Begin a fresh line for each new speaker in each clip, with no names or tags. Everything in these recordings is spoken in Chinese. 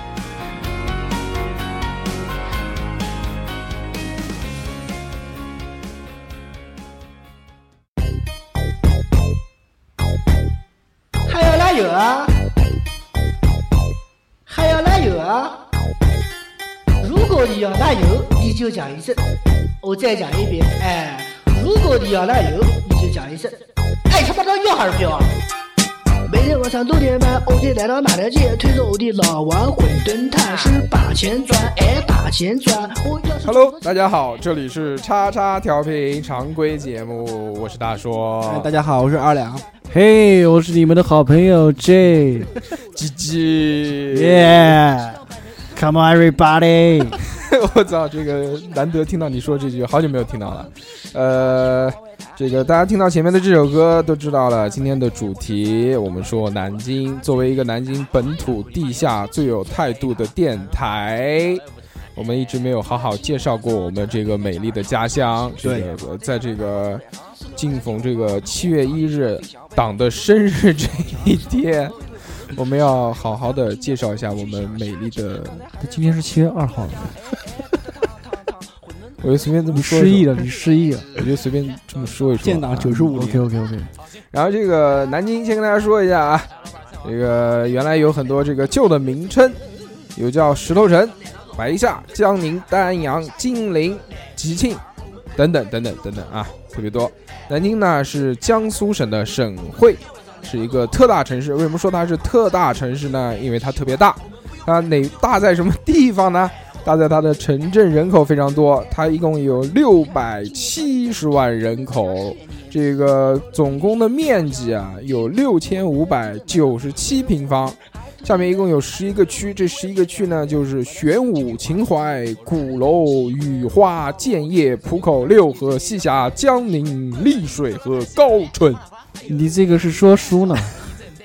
还有哪有啊？还有哪有啊？如果你要奶油，你就讲一声。我再讲一遍，哎，如果你要奶油，你就讲一声。哎，他妈的要还是不要？
每天晚上六点半，我就来到马条街，推着我的老王馄饨
啊
摊，是把钱赚，哎，把钱赚。我要是
Hello，大家好，这里是叉叉调频常规节目，我是大说。
哎、大家好，我是二两。
嘿、hey,，我是你们的好朋友 J，
鸡鸡
，Yeah，Come on everybody！
我操，这个难得听到你说这句，好久没有听到了。呃，这个大家听到前面的这首歌都知道了，今天的主题我们说南京，作为一个南京本土地下最有态度的电台。我们一直没有好好介绍过我们这个美丽的家乡。这个在这个敬逢这个七月一日党的生日这一天，我们要好好的介绍一下我们美丽的。
今天是七月二号。
我就随便这么说。
失忆了，你失忆了。
我就随便这么说一啊说。
建党九十五
年。OK OK OK。
然后这个南京先跟大家说一下啊，这个原来有很多这个旧的名称，有叫石头城。白下、江宁、丹阳、金陵、吉庆，等等等等等等啊，特别多。南京呢是江苏省的省会，是一个特大城市。为什么说它是特大城市呢？因为它特别大。它哪大在什么地方呢？大在它的城镇人口非常多，它一共有六百七十万人口，这个总共的面积啊有六千五百九十七平方。下面一共有十一个区，这十一个区呢，就是玄武、秦淮、鼓楼、雨花、建业、浦口、六合、西峡、江宁、丽水和高淳。
你这个是说书呢？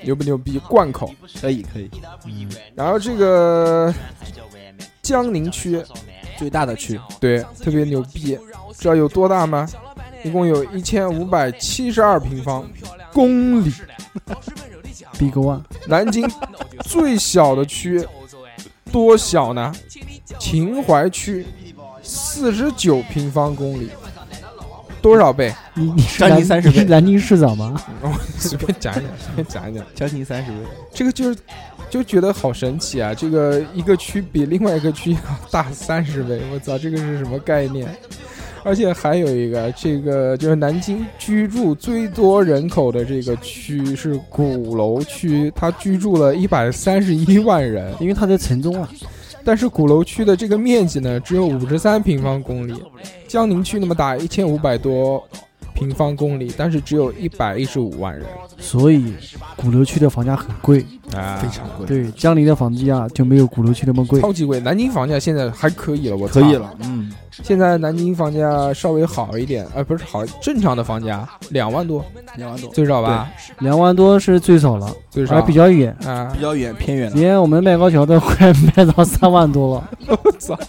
牛不牛逼？贯口
可以可以。
嗯，然后这个江宁区
最大的区，
对，特别牛逼。知道有多大吗？一共有一千五百七十二平方公里。
Big One，
南京最小的区多小呢？秦淮区四十九平方公里，多少倍？
你你是
南京三十倍？
是南京市长吗？
我随便讲一讲，随便讲一讲，
将近三十倍。
这个就是就觉得好神奇啊！这个一个区比另外一个区要大三十倍，我操，这个是什么概念？而且还有一个，这个就是南京居住最多人口的这个区是鼓楼区，它居住了一百三十一万人，
因为它在城中啊。
但是鼓楼区的这个面积呢，只有五十三平方公里，江宁区那么大，一千五百多平方公里，但是只有一百一十五万人。
所以鼓楼区的房价很贵
啊，
非常贵。
对，江宁的房价就没有鼓楼区那么贵，
超级贵。南京房价现在还可以了，我
可以了，嗯。
现在南京房价稍微好一点，呃，不是好，正常的房价两万多，
两万多
最少吧？
两万多是最少了，
最少
还比较远
啊，
比较远偏远了。
连我们迈皋桥都快卖到三万多了，
我操！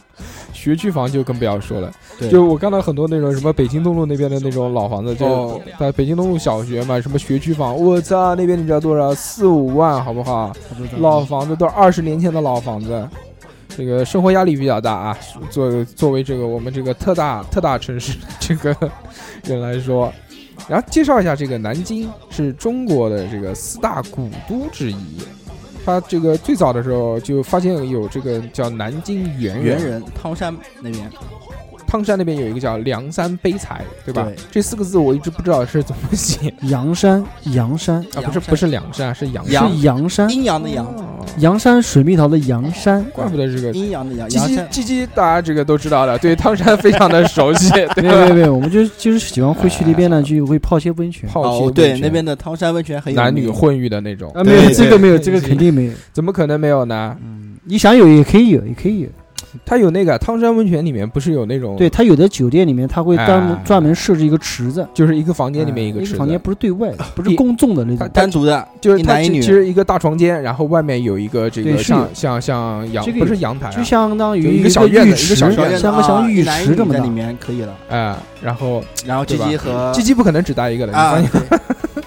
学区房就更不要说了，
对
就我看到很多那种什么北京东路那边的那种老房子，就在北京东路小学嘛，什么学区房，我操，那边你知道多少？四五万好不好？老房子都是二十年前的老房子。这个生活压力比较大啊，作作为这个我们这个特大特大城市这个 人来说，然后介绍一下这个南京是中国的这个四大古都之一。它这个最早的时候就发现有这个叫南京猿
猿人汤山那边，
汤山那边有一个叫梁山碑财，对吧？
对
这四个字我一直不知道是怎么写
阳山，阳山
啊，不是不是梁山，是阳山。
是阳山，
阴阳的阳，
哦
阳山水蜜桃的阳山，
怪不得这个
阴阳的阳，
鸡
阳
鸡
山
鸡鸡，大家这个都知道的，对汤山非常的熟悉，对
别
吧
别？别，我们就就是喜欢会去那边呢，就会泡些温泉。
泡
哦
气，
对，那边的汤山温泉很有
男女
名，
混浴的那种，
啊，没有
对
这个
对
没有，
对
这个肯定没有。
怎么可能没有呢？
嗯，
你想有也可以有，也可以有。
它有那个汤山温泉里面不是有那种，
对，，它有的酒店里面它会专
哎
门专门设置一个池子，
就是一个房间里面一个
那
池
呃房间
子，
不是对外的，不是
一
公众的那
它
种。
单独的，
就是
一
它
男一
其
女
其实一个大床间，然后外面有一个这个
对是有
像像像阳
这个
不是阳台啊，
就相当于
就一个
个
小院
浴
子一个
池，
小
像
院子
个
啊
像浴池这么
在
大
里。面可以了。
哎，然后
然后鸡
对吧
鸡和
鸡鸡不可能只搭一个的，你
呃啊
放，心。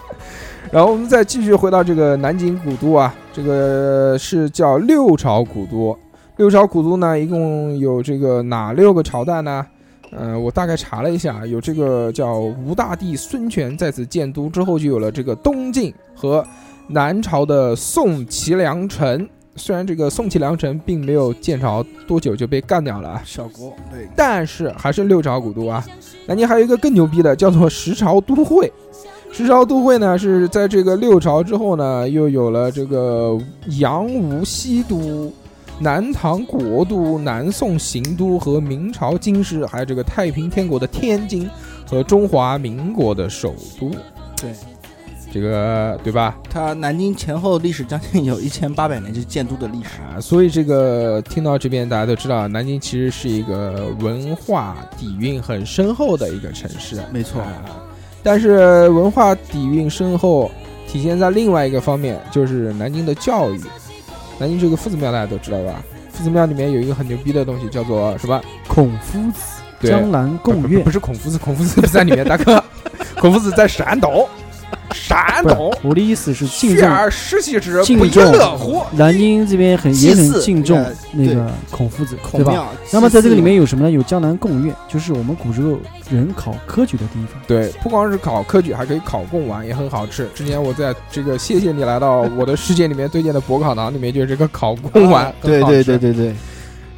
然后我们再继续回到这个南京古都啊，这个是叫六朝古都。六朝古都呢，一共有这个哪六个朝代呢？呃，我大概查了一下，啊有这个叫吴大帝孙权在此建都之后，就有了这个东晋和南朝的宋齐梁陈。虽然这个宋齐梁陈并没有建朝多久就被干掉了啊，
小国，对，
但是还是六朝古都啊。南京还有一个更牛逼的，叫做十朝都会。十朝都会呢，是在这个六朝之后呢，又有了这个杨吴西都、南唐国都、南宋行都和明朝京师，还有这个太平天国的天津和中华民国的首都。
对，
这个对吧？
它南京前后历史将近有一千八百年，就是建都的历史。
啊，所以这个听到这边大家都知道，南京其实是一个文化底蕴很深厚的一个城市。
没错
啊但是文化底蕴深厚体现在另外一个方面，就是南京的教育。南京这个夫子庙大家都知道吧？夫子庙里面有一个很牛逼的东西，叫做什么？
孔夫子
对
江南贡院
不，是孔夫子，孔夫子不在里面，大哥，孔夫子在山东，山
不是
东。
我的亦思是敬
学
重
而时习之，
敬
不亦
重
乐乎？
南京这边很
祭
也很
祀
敬重
呃
那
对
个孔夫子，
孔
对吧？
庙。
那么在这个里面
有
有什么呢？有江南贡院，就是我们古时候人考科举的地方。
对，不光是烤科举，还可以烤贡丸，也很好吃。之前我在这个谢谢你来到我的世界里面推荐的博烤堂里面，就是这个烤贡丸、
啊对
很好
对
吃
对。对对，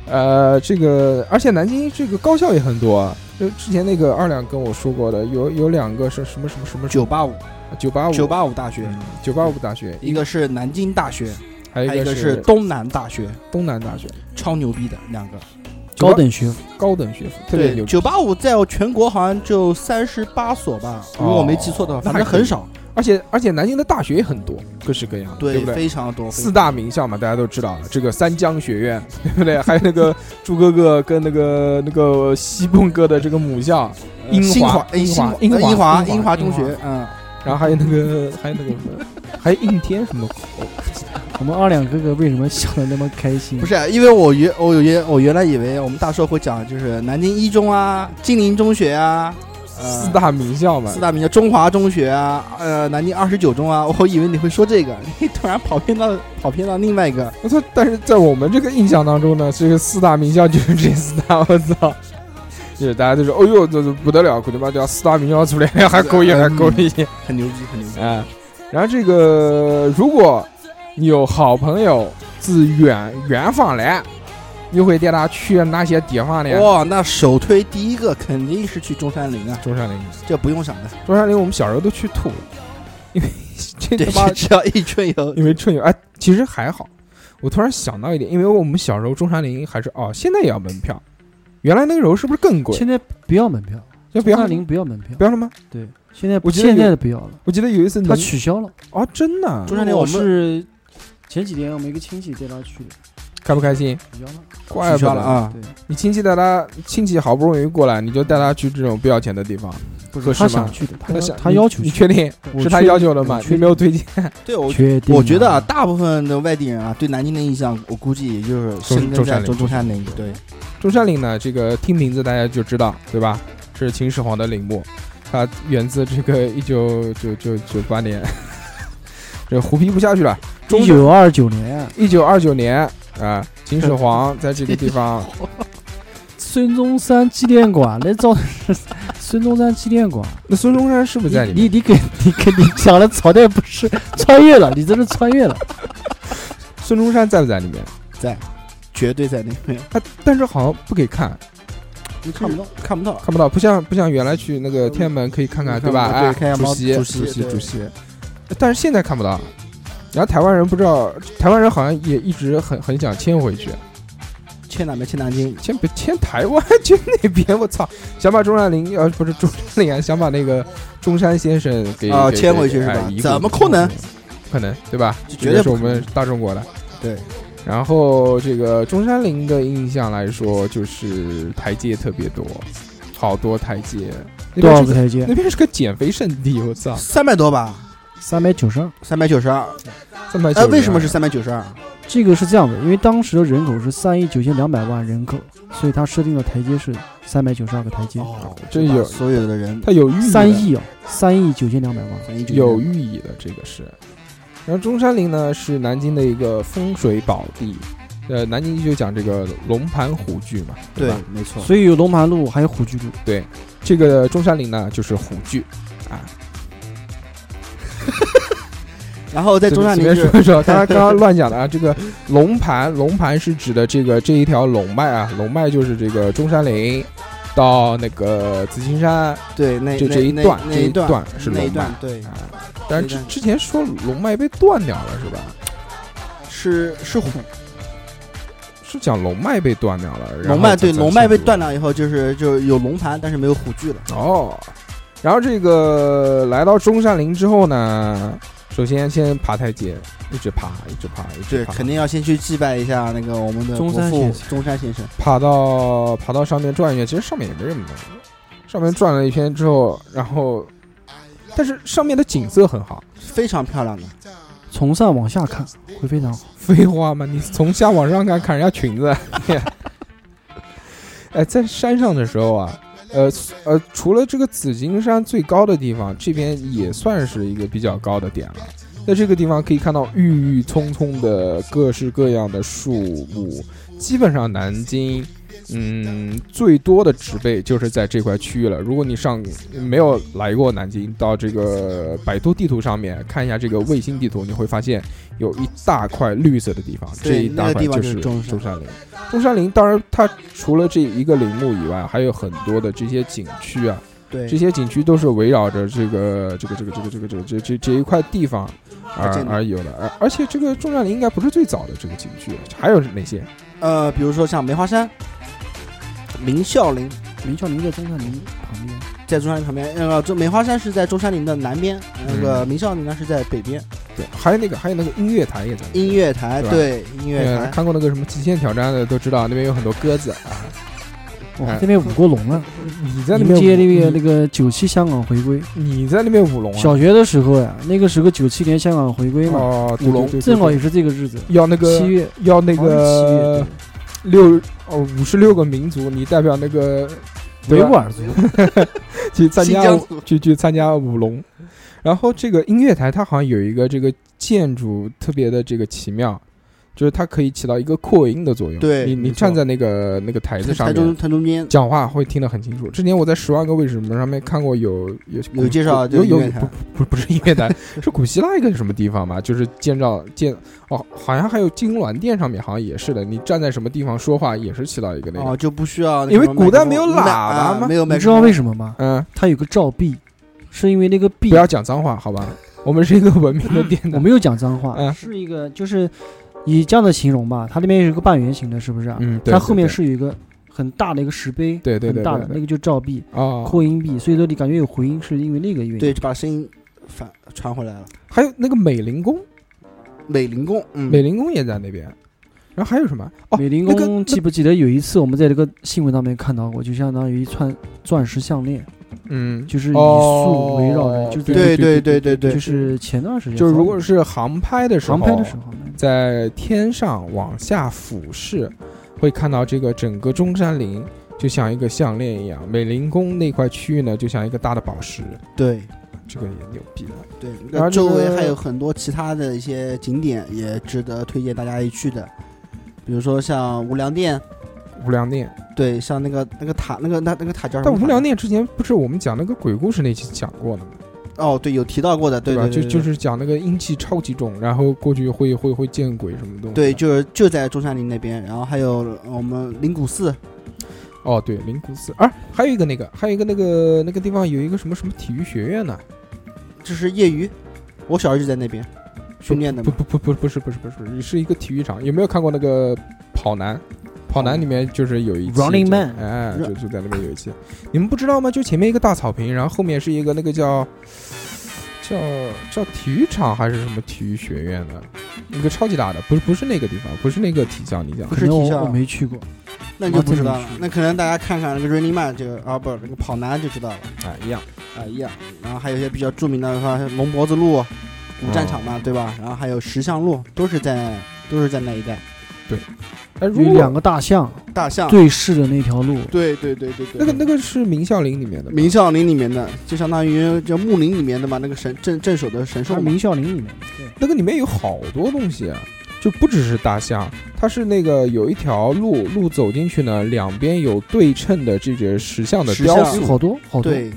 呃，这个而且南京这个高校也很多啊，就之前那个二两跟我说过的，有有两个是什么什么什么
九八五
九八五
九八五大学，
九八五大学，
一个是南京大学，
还有
还有一
一个
个是东南大学，
东南大学
超牛逼的两个。
九八
高等学府，
高等学府，特别牛逼。
九八五在全国好像就三十八所吧，如果我没记错的话，
那
反正
还可以
很少。
而且而且南京的大学也很多，各式各样的，对不对？
非常多。
四大名校嘛，大家都知道了，这个三江学院， 对不对？还有那个 朱哥哥跟那个那个西贡哥的这个母校，英
英
华
哎
英
新
华
华、
英华
英华、
英华
英华中
英华
学，嗯，
然后还有那个还有那个什么，还有应天什么，
我们二两哥哥为什么笑得那么开心？
不，是，因为我原我原我原来以为我们大硕会讲就是南京一中啊、金陵中学啊， 呃
四大名校嘛
四。大名校中华中学啊，呃，南京二十九中啊，我以为你会说这个，你突然跑偏到跑偏到另外一个，
我操！但是在我们这个印象当中呢，这个四大名校就是这四大，我操！就是大家都说，哦呦，这这不得了，可他妈叫四大名校出来，还可以，
嗯
还可以。
很牛逼，很牛逼。
啊，然后这个如果你有好朋友自远远方来，你会带他去哪些地方呢？
哇、那首推第一个肯定是去中山陵啊，
中山陵，
这不用想的。
中山陵，我们小时候都去吐了，因为这
对，
他妈
只要一春游，
因为春游，哎，其实还好。我突然想到一点，因为我们小时候中山陵还是哦，现在也要门票，原来那个时候是不是更贵？
现在不要门票，
要不
中
要
山陵不要门票
不，要了吗？
对，现在
我记得
现
有
在的不要了，
我记得有一次
他
能
取消了。
哦，真的啊
中山陵
我
我们
是前几天我们一个亲戚带他去的，
开不开心？
取消了。
怪不
取消
得
了啊！
对，
你亲戚带他亲戚好不容易过来，你就带他去这种不要钱的地方，
不
合
是
适
他
吗
想去的，他
想
他
你
要求
你
去
确定
我
是他
确
要求的吗
我？确
你没有推荐，
对我
确定啊，
我觉得啊，大部分的外地人啊，对南京的印象，我估计也就是深
中
根
山
在
陵
中中山陵。对，
中山陵呢，这个听名字大家就知道，对吧？是秦始皇的陵墓，它源自这个一九九九九八年， 这胡批不下去了。
一九二九年，
一九二九年啊、秦始皇在这个地方
孙中山纪念馆那造孙中山纪念馆，
那孙中山是不是在里
你
面？
你你给你给你讲的朝代不是穿越了，你这是穿越了。
孙中山在不在里面？
绝对在那边。
他但是好像不给看，
你看不到，看不到。
看不到，不像不像原来去那个天安门可以看看，
对
吧？哎，
对，嗯看一下
主
毛
席
主，席，
主
主
席，
席。
但是现在看不到。然后台湾人不知道，台湾人好像也一直很很想迁回去，
去哪边？去南京。
迁不迁台湾 迁那边？我操！想把中山陵，呃，不是中山陵啊，想把那个中山先生给
啊
给
迁回去
给
是吧
哎移过去
怎么可能
不可能，对吧？
这绝对
是
不
我
可能
们大中国的。
对。
然后这个中山陵的印象来说，就是台阶特别多，好多台阶。那
多啊
边
少
是
个
个
台阶
那？边是个减肥圣地，我操！
三百多吧，
三百九十二。
三百九十二。
三百
哎，为什么是三百九十二？
这个是这样的，因为当时的人口是三亿九千两百万人口，所以它设定的台阶是三百九十二个台阶，
哦
这有
所有的人
它有寓意的
三亿啊，三亿九千两百万。
有寓意的，这个是。然后中山陵呢是南京的一个风水宝地，呃，南京就讲这个龙盘虎踞嘛，
对
吧？，
没错。
所以有龙盘路，还有虎踞路。
这个中山陵呢就是虎踞啊，
然后在中山陵
随便
是
说一说，刚刚刚刚乱讲的啊。 这个龙盘，龙盘是指的这个这一条龙脉啊，龙脉就是这个中山陵到那个紫金山啊
对那
这
那
这一段
那
这
那
一
一
段是
那一
龙脉
段对，
啊。但
这
是
一
之
段
之前说龙脉被断掉了是吧？
是是虎
是讲龙脉被断掉了，然后
龙脉对
才算
龙脉被
是
断掉以后，就是就有龙盘，但是没有虎踞了。
哦，然后这个来到中山陵之后呢，首先先爬台阶，一直爬，一直爬，一直
对，
爬，
肯定要先去祭拜一下那个我们的
中山
国
先
父中山先生。
爬到爬到上面转一圈，其实上面也没什么东西。上面转了一圈之后，然后，但是上面的景色很好，
非常漂亮的，
从上往下看会非常好。
废话嘛，你从下往上看，看人家裙子。 哎，在山上的时候啊，呃呃，除了这个紫金山最高的地方，这边也算是一个比较高的点了。在这个地方可以看到郁郁葱葱的各式各样的树木，基本上南京，嗯，最多的植被就是在这块区域了。如果你上没有来过南京，到这个百度地图上面看一下这个卫星地图，你会发现有一大块绿色的地方，
对
这一大
那个
块
地方
是
就是中山
中山陵。中山陵当然，它除了这一个陵墓以外，还有很多的这些景区啊，
对，
这些景区都是围绕着这个这个这个这个这个这个这这这一块地方而
啊而建立
而有的，而而且这个中山陵应该不是最早的这个景区，还有哪些？
呃，比如说像梅花山、明孝陵，
明孝陵在中山陵旁边，
在中山陵旁边。那个中梅花山是在中山陵的南边，那
嗯
个明孝陵呢是在北边。
对，还有那个还有那个音乐台也在那边。
音乐台
对吧
对音乐
呃
台，
看过那个什么《极限挑战》的都知道，那边有很多鸽子啊。
哇
哎，
那边舞过龙了，
你在那
迎
边
接那
舞
个那个九七香港回归。
你你在那边舞龙啊？
小学的时候呀，那个时候九七年香港回归嘛，
哦，对
舞龙
对对对
正好也是这个日子，
要那
七
个
月
要那
好像是七月
个
对
六哦五十六个民族，你代表那个
维
对吧
吾尔族，
去参加
新疆族
去去参加舞龙。然后这个音乐台它好像有一个这个建筑特别的这个奇妙，就是它可以起到一个扩音的作用。
对
你你
没错
站在那个那个台子上
台中
面
台中间
讲话会听得很清楚。之前我在《十万个为什么》上面看过有有
有介绍啊这
有
个音
有
乐
有
台
不不不是音乐台， 是古希腊一个什么地方吧？就是建造建哦，好像还有金銮殿上面好像也是的，你站在什么地方说话也是起到一个那个。
哦，就不需要那
因为
什么麦
古代
克风
没有喇叭
麦啊
吗
没有麦
你
克
知道
风，
为什么吗？
嗯，
它有个照壁，是因为那个壁
不，要讲脏话，好吧？我们是一个文明的
嗯
电台
我。没有讲脏话，
嗯
是一个就是以这样的形容吧，它那边有一个半圆形的，是不是啊？
嗯，对
它后
对
面
对
是有一个很大的一个石碑，
对对对
很大的
对对
那个就照壁
哦，
扩音壁，所以说你感觉有回音是因为那个原因。
对，就把声音反传回来了。
还有那个美龄宫，
美龄宫，嗯，
美龄宫也在那边。然后还有什么？哦，
美龄
那个
宫记不记得有一次我们在这个新闻上面看到过，就相当于一串钻石项链，
嗯，
就是以
哦
束围绕着，就
对
是
对对对对
就，是前段时间
就是如果
是
是航拍的时候，
航拍的时候呢，
在天上往下俯视，会看到这个整个中山陵就像一个项链一样，美龄宫那块区域呢就像一个大的宝石，
对
这个也牛逼了。
对，
然后
那
这
周围
个
还有很多其他的一些景点也值得推荐大家一去的，比如说像无量殿，
无量殿，
哎
对，像那个那个塔，那个那那个塔叫什么
但
塔？
无量殿之前不是我们讲那个鬼故事那期讲过的吗？
哦，对，有提到过的，对
吧？
对，
就
对
就
对
是讲那个阴气超级重，然后过去会会会见鬼什么东西的。
对，就是就在中山陵那边，然后还有呃我们灵谷寺，
哦，对，灵谷寺啊，还有一个那个，还有一个那个那个地方有一个什么什么体育学院呢？
这是业余，我小时候就在那边训练的
不
嘛。
不不不不是不是不是不是，是一个体育场。有没有看过那个跑男？跑男里面就是有一期
Running
就
Man
哎，就就在那边有一期。你们不知道吗？就前面一个大草坪，然后后面是一个那个叫叫叫体育场还是什么体育学院的，一个超级大的，不是不是那个地方，不是那个体校，你讲
不
可
是
能
体
我我
校，
没去过，
那你就不知道
我
了
真。没
那可能大家看看那个 Running Man 这个啊，不，那个跑男就知道了
啊一样。
啊，一样。然后还有一些比较著名的，像龙脖子路古战场嘛，对吧？然后还有石像路，都是在都是在那一带。
但如
有
果
两个大象
大象，
对视的那条路，
对对对对对，
那个那个是名校林里面的吗
明孝陵里面的，就相当于叫木陵里面的嘛，那个神镇镇守的神兽
它
嘛。
明孝陵里面，对，
那个里面有好多东西啊，就不只是大象，它是那个有一条路，路走进去呢，两边有对称的这个石像的
石像
雕
是
塑，
好多好多，
对，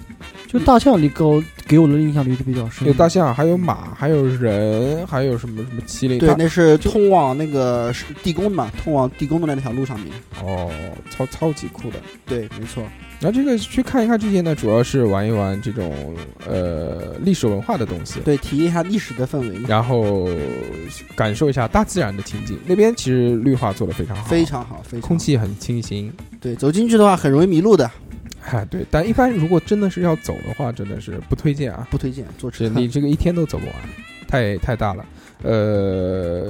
就大象里给我给我的印象留的比较深，
有大象，还有马，还有人，还有什么什么麒麟。
对，
它
那是通往那个是地宫嘛，通往地宫的那条路上面。
哦，超超级酷的。
对，没错。
然后这个去看一看这些呢，主要是玩一玩这种呃历史文化的东西，
对，体验一下历史的氛围嘛，
然后感受一下大自然的情景。那边其实绿化做的非常好，
非常好，非常好
空。气很清新。
对，走进去的话很容易迷路的，
哎，对，但一般如果真的是要走的话，真的是不推荐啊。
不推荐坐车
这。你这个一天都走不完，太太大了。呃，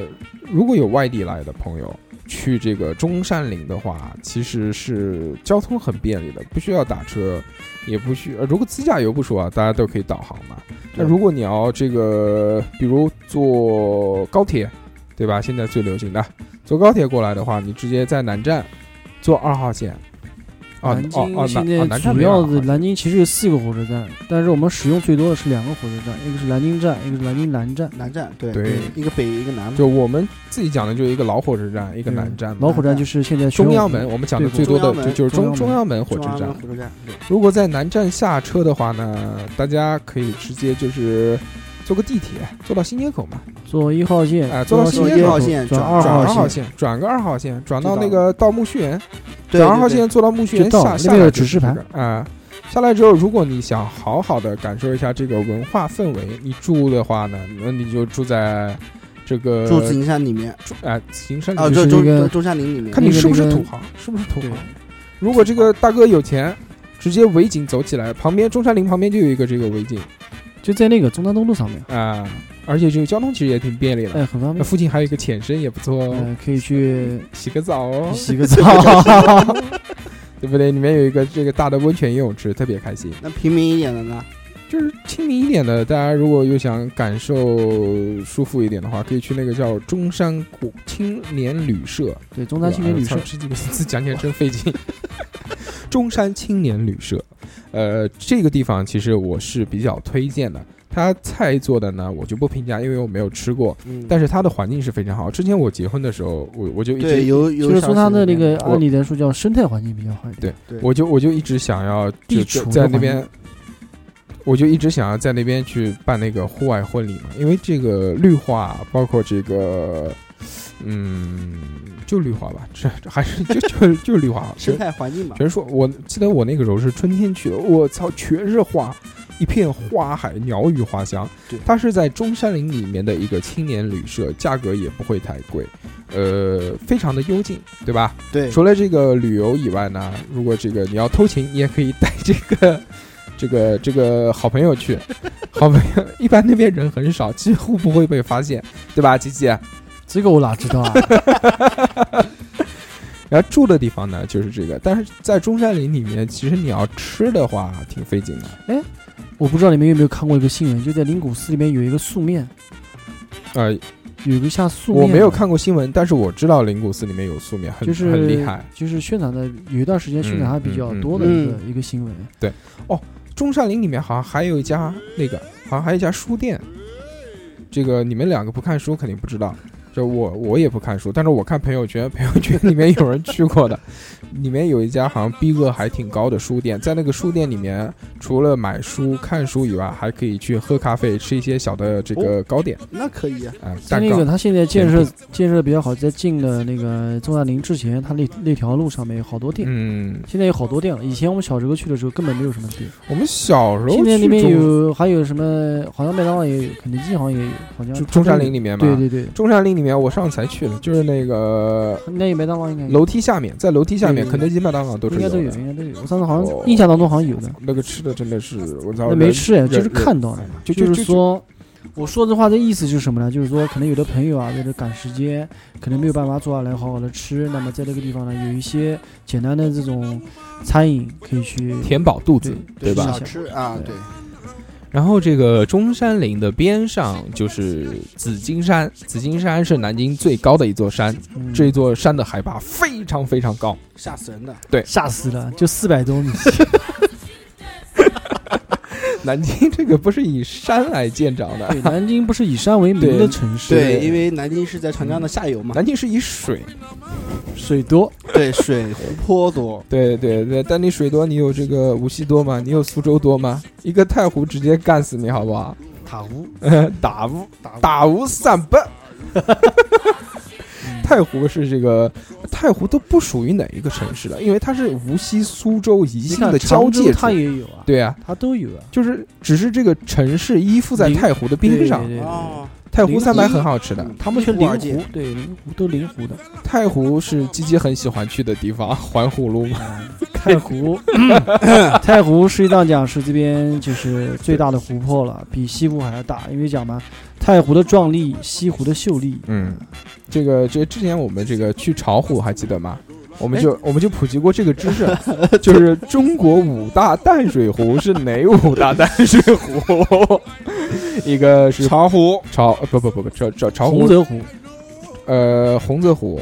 如果有外地来的朋友去这个中山陵的话，其实是交通很便利的，不需要打车，也不需、呃如果自驾游不说啊，大家都可以导航嘛。那如果你要这个，比如坐高铁，对吧？现在最流行的坐高铁过来的话，你直接在南站坐二号线。啊
南
哦
京
哦南
现
哦
在
南
主
站没有
要
二号
的
线
南京其实有四个火车站，但是我们使用最多的是两个火车站，一个是南京站，一个是南京南站。
南站，对
对
一个北一个南嘛。
就我们自己讲的，就一个老火车站，一个南站嘛。
老火车站就是现在全
中
国
央门，我们讲的
对
最多
中
的
央门
就就是中中
中
央门火车
中央
站
门。火车站，对
如果在南站下车的话呢，大家可以直接就是坐个地铁，坐到新街口嘛，
坐一号线
哎，
坐
坐到新街
口
口
转
转
二
二
转啊二
号
号，线，转个二号线，转到
知道
那个到木樨园，
对
转二号
对对
线坐到木樨园
就到
下
了
下
那边
来
有
就
指
是
示
这
牌
个啊。下来之后，如果你想好好的感受一下这个文化氛围，你住的话呢，那你就住在这个
住紫金山里面
哎紫金山里
啊，
面
就
就
是中
一个
中中山陵里面。
看你
那个
是不是
那个
土豪，是不是土
对
豪？如果这个大哥有钱，直接围景走起来，旁边中山陵旁边就有一个这个围景
就在那个中山东路上面，
啊、而且这个交通其实也挺便利的。
哎，很方
嗯那
便，
附近还有一个浅深也不错哦，
呃，可以去
洗个澡哦，
洗 个澡。
对不对？里面有一个这个大的温泉游泳池，特别开心。
那平民一点的呢？
就是亲民一点的，大家如果又想感受舒服一点的话，可以去那个叫中山古青年旅社。
对，中山青年旅社
哇，操这几个字讲起来真费劲。 中山青年旅社，呃，这个地方其实我是比较推荐的。它菜做的呢，我就不评价，因为我没有吃过。
嗯，
但是它的环境是非常好。之前我结婚的时候，我我就一
对，
直，
有有
就是
小
从它
山
的
里
那
面
个
我
按理来说叫生态环境比较好一点。
对
我就我就一直想要就
地
就
处的
在那
环
边，我就一直想要在那边去办那个户外婚礼嘛，因为这个绿化，包括这个，嗯，就绿化吧，这这还是就就就绿化，
生态环境嘛。
全是说，我记得我那个时候是春天去的，我操，全是花，一片花海，鸟语花香
对。
它是在中山陵里面的一个青年旅社，价格也不会太贵，呃，非常的幽静，对吧？
对，
除了这个旅游以外呢，如果这个你要偷情，你也可以带这个这个这个好朋友去。好朋友一般那边人很少，几乎不会被发现，对吧，吉吉？
这个我哪知道啊？
然后住的地方呢，就是这个，但是在中山陵里面，其实你要吃的话挺费劲的。
我不知道你们有没有看过一个新闻，就在灵谷寺里面有一个素面，
呃，
有一个下素面，
我没有，看过新闻，但是我知道灵谷寺里面有素面，很、
就是
很厉害。，
就是宣传的有一段时间宣传还比较多的
嗯嗯
一个一个新闻。
中山陵里面好像还有一家那个，好像还有一家书店。这个你们两个不看书肯定不知道，就我我也不看书，但是我看朋友圈，朋 友圈里面有人去过的，里面有一家好像逼格还挺高的书店，在那个书店里面，除了买书、看书以外，还可以去喝咖啡、吃一些小的这
哦
个糕点
那可以啊，
啊、
在
蛋
那
糕
个。他现在建设
甜
建设得比较好，在进的那个中大林之前，他那那条路上面有好多店，
嗯，
现在有好多店了。以前我们小时候去的时候根本没有什么店，
我们小时候
现在那
去
边
中
有还有什么，好像麦当劳也有，肯德基好像也有，好像
中中山陵
里
里面嘛，
对对对，
中山陵里面我上次才去了，就是那个
那麦当劳应该有
楼梯下面，在楼梯下
嗯对
面，
对对
肯德基、麦当劳都是
应该都
的
有，应该都有。我上次好
哦
像印象当中好像有的，
那个吃的真的是我操，
那没
人
吃哎，就是
人
看到了
哎。就
就
就是
说，我说这话的意思就是什么呢？就是说，可能有的朋友啊，为了赶时间，可能没有办法坐下来好好的吃。那么在这个地方呢，有一些简单的这种餐饮可以去
填饱肚
对
子，对吧？
小吃啊，对，
然后这个中山陵的边上就是紫金山，紫金山是南京最高的一座山，
嗯
这座山的海拔非常非常 高，
吓死人的。
吓死了，就四百多米，
南京这个不是以山来见长的，
对，南京不是以山为名的城市，
对，因为南京是在长江的下游嘛，
南京是以水，
水多，
对，水湖泊多，
对对对，但你水多，你有这个无锡多吗？你有苏州多吗？一个太湖直接干死你，好不好？
塔湖，
打乌打乌三百。 太湖是这个太湖都不属于哪一个城市了，因为它是无锡、苏州、宜
你
兴
看
的交
常州
界处
它。也有啊，
对啊，
它都有啊。
就是只是这个城市依附在
临
太湖的边上
对。对对
哦，嗯
太湖三百
临
很好吃的，
他们去
一
灵
湖而
湖
界，
对灵湖都灵湖的，
太湖是鸡鸡很喜欢去的地方，环湖路嘛。
太湖， 太湖实际上讲是这边就是最大的湖泊了，比西湖还要大。因为讲嘛，太湖的壮丽，西湖的秀丽。
嗯，这个这之前我们这个去巢湖还记得吗？我们就我们就普及过这个知识，就是中国五大淡水湖是哪五大淡水湖？ 一个是巢湖，巢呃不不不不巢巢巢
洪
湖，
泽湖，
呃洪泽湖，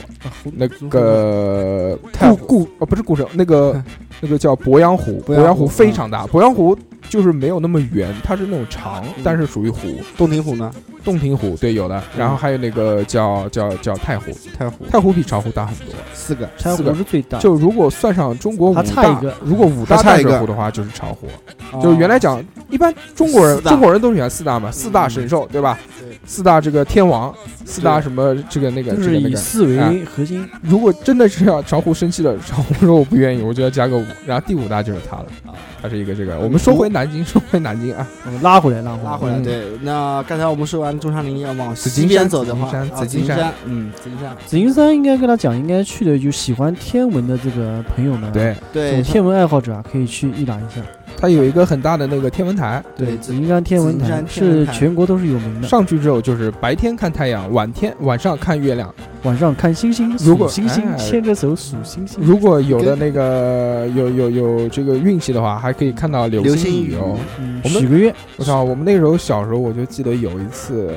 那个太
固
湖
固
哦不是固城，那个 那个叫鄱阳湖，
鄱
嗯鄱阳
阳
湖
湖
非常大，鄱阳湖就是没有那么圆，它是那种长，但是属于湖。
洞庭湖呢？
洞庭湖对有的，然后还有那个叫叫叫太湖，
太湖
太湖比巢湖大很多。
四个，
太湖
四个
是最大。
就如果算上中国五大，
还差一个哦
如果五大
还差
淡
一个
水湖的话，就是巢湖。哦就是原来讲，一般中国人
四大
中国人都喜欢四大嘛，四大神
嗯
兽对吧
对？
四大这个天王，四大什么这个那个
就
这个啊
是
那
以
个。
四为核心，
如果真的是要巢湖生气了，巢湖说我不愿意，我就要加个五，然后第五大就是它了。
啊
它是一个这个。我们说回南京，说回南京啊，
我们拉回来，拉回来。
拉回来。
嗯
对，那刚才我们说完中山陵，要往
紫
西
金
边
山
走的话，
紫金山
啊
紫
紫
金山
山，嗯，紫金山，
紫金山应该跟他讲，应该去的就喜欢天文的这个朋友们，，啊
对，
对
天文爱好者啊，可以去一览一下。
它有一个很大的那个天文台，
对
紫金山天文
紫金
台
山天文
是
台
全国都是有名的，
上去之后就是白天看太阳，晚天晚上看月亮。
晚上看星星，
如果
数星星
哎
牵着手数星星。
如果有的那个有有有这个运气的话，还可以看到流
流
星
星
雨
雨
哦。
嗯
我们
许个愿，
我操！我们那时候小时候，我就记得有一次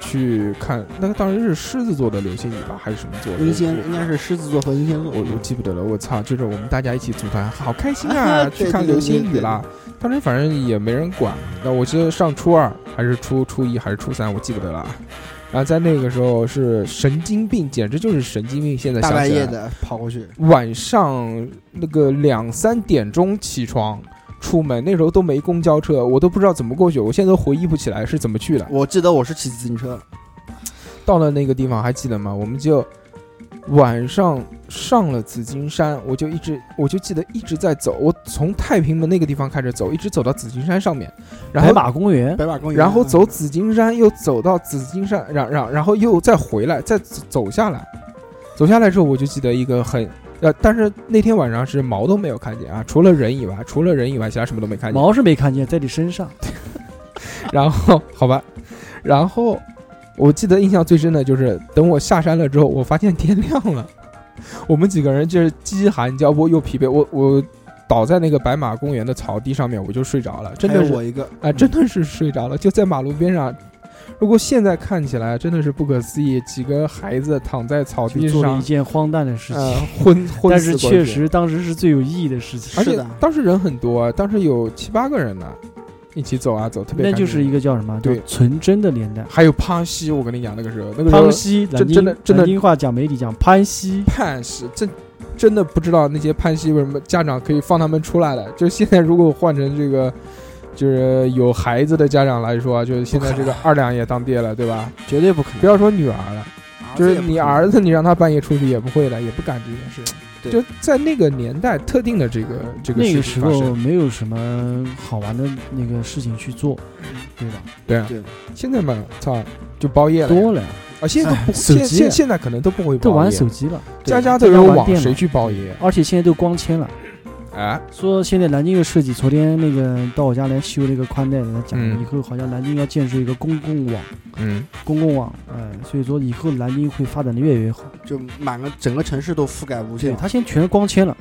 去看，那个当时是狮子座的流星雨吧，还是什么座的？
英仙
我
应该是狮子座和英仙座，
我我记不得了，我操！就是我们大家一起组团，好开心
对
啊，
对
去看流星雨啦。当时反正也没人管，那我记得上初二还是初初一还是初三，我记不得了啊。然后在那个时候是神经病，简直就是神经病。现在
大
想起来
半夜的跑过去，
晚上那个两三点钟起床出门，那时候都没公交车，我都不知道怎么过去，我现在都回忆不起来是怎么去的。
我记得我是骑自行车，
到了那个地方还记得吗？我们就晚上上了紫金山，我就一直我就记得一直在走，我从太平门那个地方开始走，一直走到紫金山上面，然
白
后
马公园，
白马公园，啊
然后走紫金山，又走到紫金山，然然然后又再回来，再走走下来，走下来之后，我就记得一个很呃，但是那天晚上是毛都没有看见啊，除了人以外，除了人以外，其他什么都没看见。
毛是没看见，在你身上。
然后好吧，然后我记得印象最深的就是等我下山了之后，我发现天亮了，我们几个人就是饥寒交迫又疲惫，我我。倒在那个白马公园的草地上面，我就睡着了，真
还
的
有
是
我一个，
啊，真的是睡着了，就在马路边上。如果现在看起来真的是不可思议，几个孩子躺在草
就
地
做了
上
一，件荒诞的事情，
呃， 昏昏
但
死
是
过
确
去，
实当时是最有意义的事情。
而
是
且
的
当时人很多，啊，当时有七八个人呢，一起走啊走，特别
那
干
就是
净
一个叫什么？叫
对
纯真的年代。
还有潘西，我跟你讲那个时候，那个时候
潘西，南
真真的
京
真的
南京话讲媒体讲潘西，
盼是真真的不知道那些盼西为什么家长可以放他们出来了。就现在如果换成这个，就是有孩子的家长来说啊，就是现在这个二两也当爹了，对吧？
绝对不可能。
不要说女儿了，就是你儿
子
子，你让他半夜出去也不会了，也不干这件事。
对
就在那个年代特定的这个这个
那个
情
时
发
候
生，
没有什么好玩的那个事情去做，
嗯
对吧？
对啊
对。
现在嘛，操，就包夜了呀
多了呀，
啊！现在都不
哎手
现
机啊
现现在可能都不会
都
包
玩
夜
手，机了，
家家都
对
有
玩
网，
电脑啊
谁去包夜？
而且现在都光纤了。
啊，
说现在南京的设计，昨天那个到我家来修了一个宽带的，他讲
嗯
以后好像南京要建设一个公共网，
嗯，
公共网，哎、所以说以后南京会发展的越来越好。
就满个整个城市都覆盖无
对，
线。
它现在全是光纤了，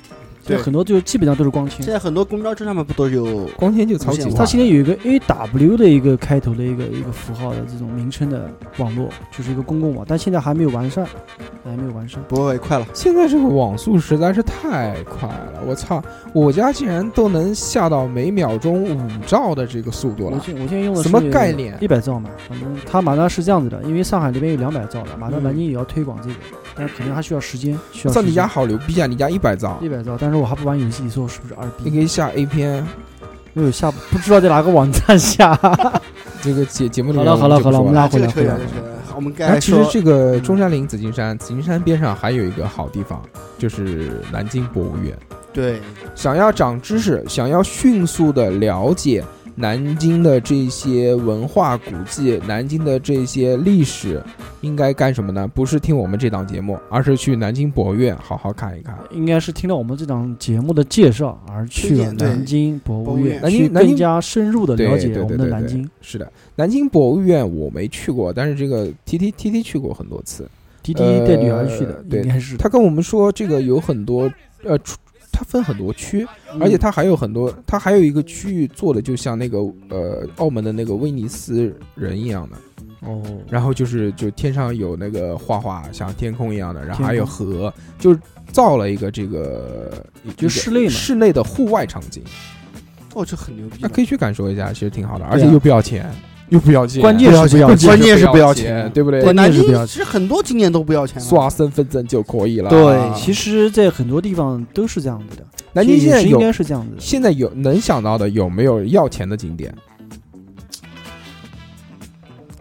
对
就很多就基本上都是光
现
纤。
在很多公交车上面不都有？
光纤就超级
无线
化
它现在有一个 A W 的一个开头的一个一个符号的这种名称的网络，就是一个公共网，但现在还没有完善，还没有完善。
不会，快了，
现在这个网速实在是太快了，我操！我家竟然都能下到每秒钟五兆的这个速度
我
了。
现我现在用的
什么概念
一百兆嘛，反正它马上是这样子的，因为上海那边有两百兆了，马上
嗯
南京也要推广这个，但可能还需要时间，需
我
要
操，
时
你家
间。
好牛逼啊！你家一百兆
一，百兆，但是我还不玩游戏，你说我是不是二
你
逼？
可以下 A 片。
因为我下不知道在哪个网站下。
这个节节目里
好
面
了好了好了，我们
俩。
拉
啊这
回来
个扯
回来
远。了，扯远了我们
哎，
该
其实
说
这个中山陵紫金山，紫金山边上还有一个好地方，就是南京博物院。
对，
想要长知识，想要迅速的了解南京的这些文化古迹、南京的这些历史，应该干什么呢？不是听我们这档节目，而是去南京博物院好好看一看。
应该是听到我们这档节目的介绍而去了
推荐对
南京博物院，
博
物院
去
南京南
更
京
加深入的
对
了
对
解
对
我们
对
的
对，
南京。
是的，南京博物院我没去过，但是这个 T T T T 去过很多次。
滴滴带女儿
呃
去的，
对
应该是
他跟我们说，这个有很多呃，出它分很多区，而且它还有很多，它还有一个区域做的就像那个呃澳门的那个威尼斯人一样的。
哦，
然后就是就天上有那个画画，像天空一样的，然
天
后
空
还有河，就是造了一个这个一
就
一个
室内嘛嗯
室内的户外场景，
哦，这很牛逼
那
了，
可以去感受一下，其实挺好的，而
对啊
且又不 要钱，又不要钱，
关键是不要钱
关键是
不
不要
钱
钱，
对不对
对？南
关键是
京
不要钱
其实很多景点都不要钱了，
刷身份证就可以了。
对
其实，在很多地方都是这样子的。
南京
所以
现在
也是应
有
该是这样子的。
现在有能想到的有没有要钱的景点？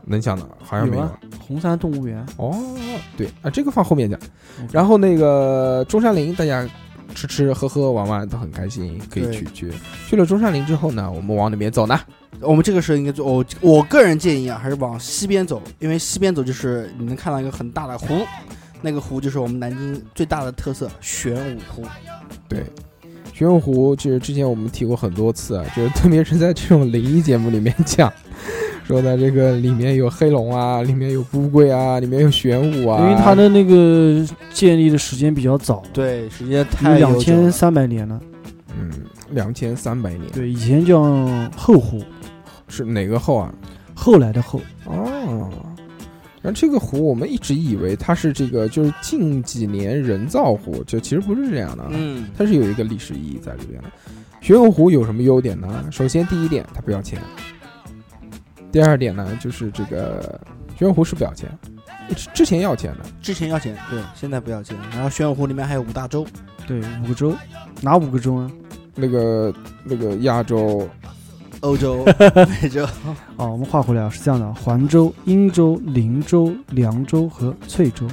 能想到好像没
有
有
啊，红山动物园，
哦，对啊，这个放后面讲。
OK
然后那个中山陵，大家吃吃喝喝玩玩都很开心，可以
对
去去。去了中山陵之后呢，我们往哪边走呢？
我们这个时候应该做，我我个人建议啊，还是往西边走，因为西边走就是你能看到一个很大的湖，那个湖就是我们南京最大的特色玄武湖。
对，玄武湖其实之前我们提过很多次啊，就是特别是在这种灵异节目里面讲，说在这个里面有黑龙啊，里面有乌龟啊，里面有玄武啊，
因为它的那个建立的时间比较早，
对，时间
有
太
两
悠久
千
了
三百年了。
嗯两千三百年
对，以前叫后湖，
是哪个后啊？
后来的后，
哦，然后这个湖我们一直以为它是这个，就是近几年人造湖，就其实不是这样的，啊
嗯，
它是有一个历史意义在里边的。玄武湖有什么优点呢？首先第一点，它不要钱；第二点呢，就是这个玄武湖是不要钱，之之前要钱的。
之前要钱，对，现在不要钱。然后玄武湖里面还有五大洲，
对，五个州，哪五个州啊？
那个那个亚洲，
欧洲、美洲，
哦，我们画回来啊，是这样的啊：环州、鄢州、林州、凉州和翠州。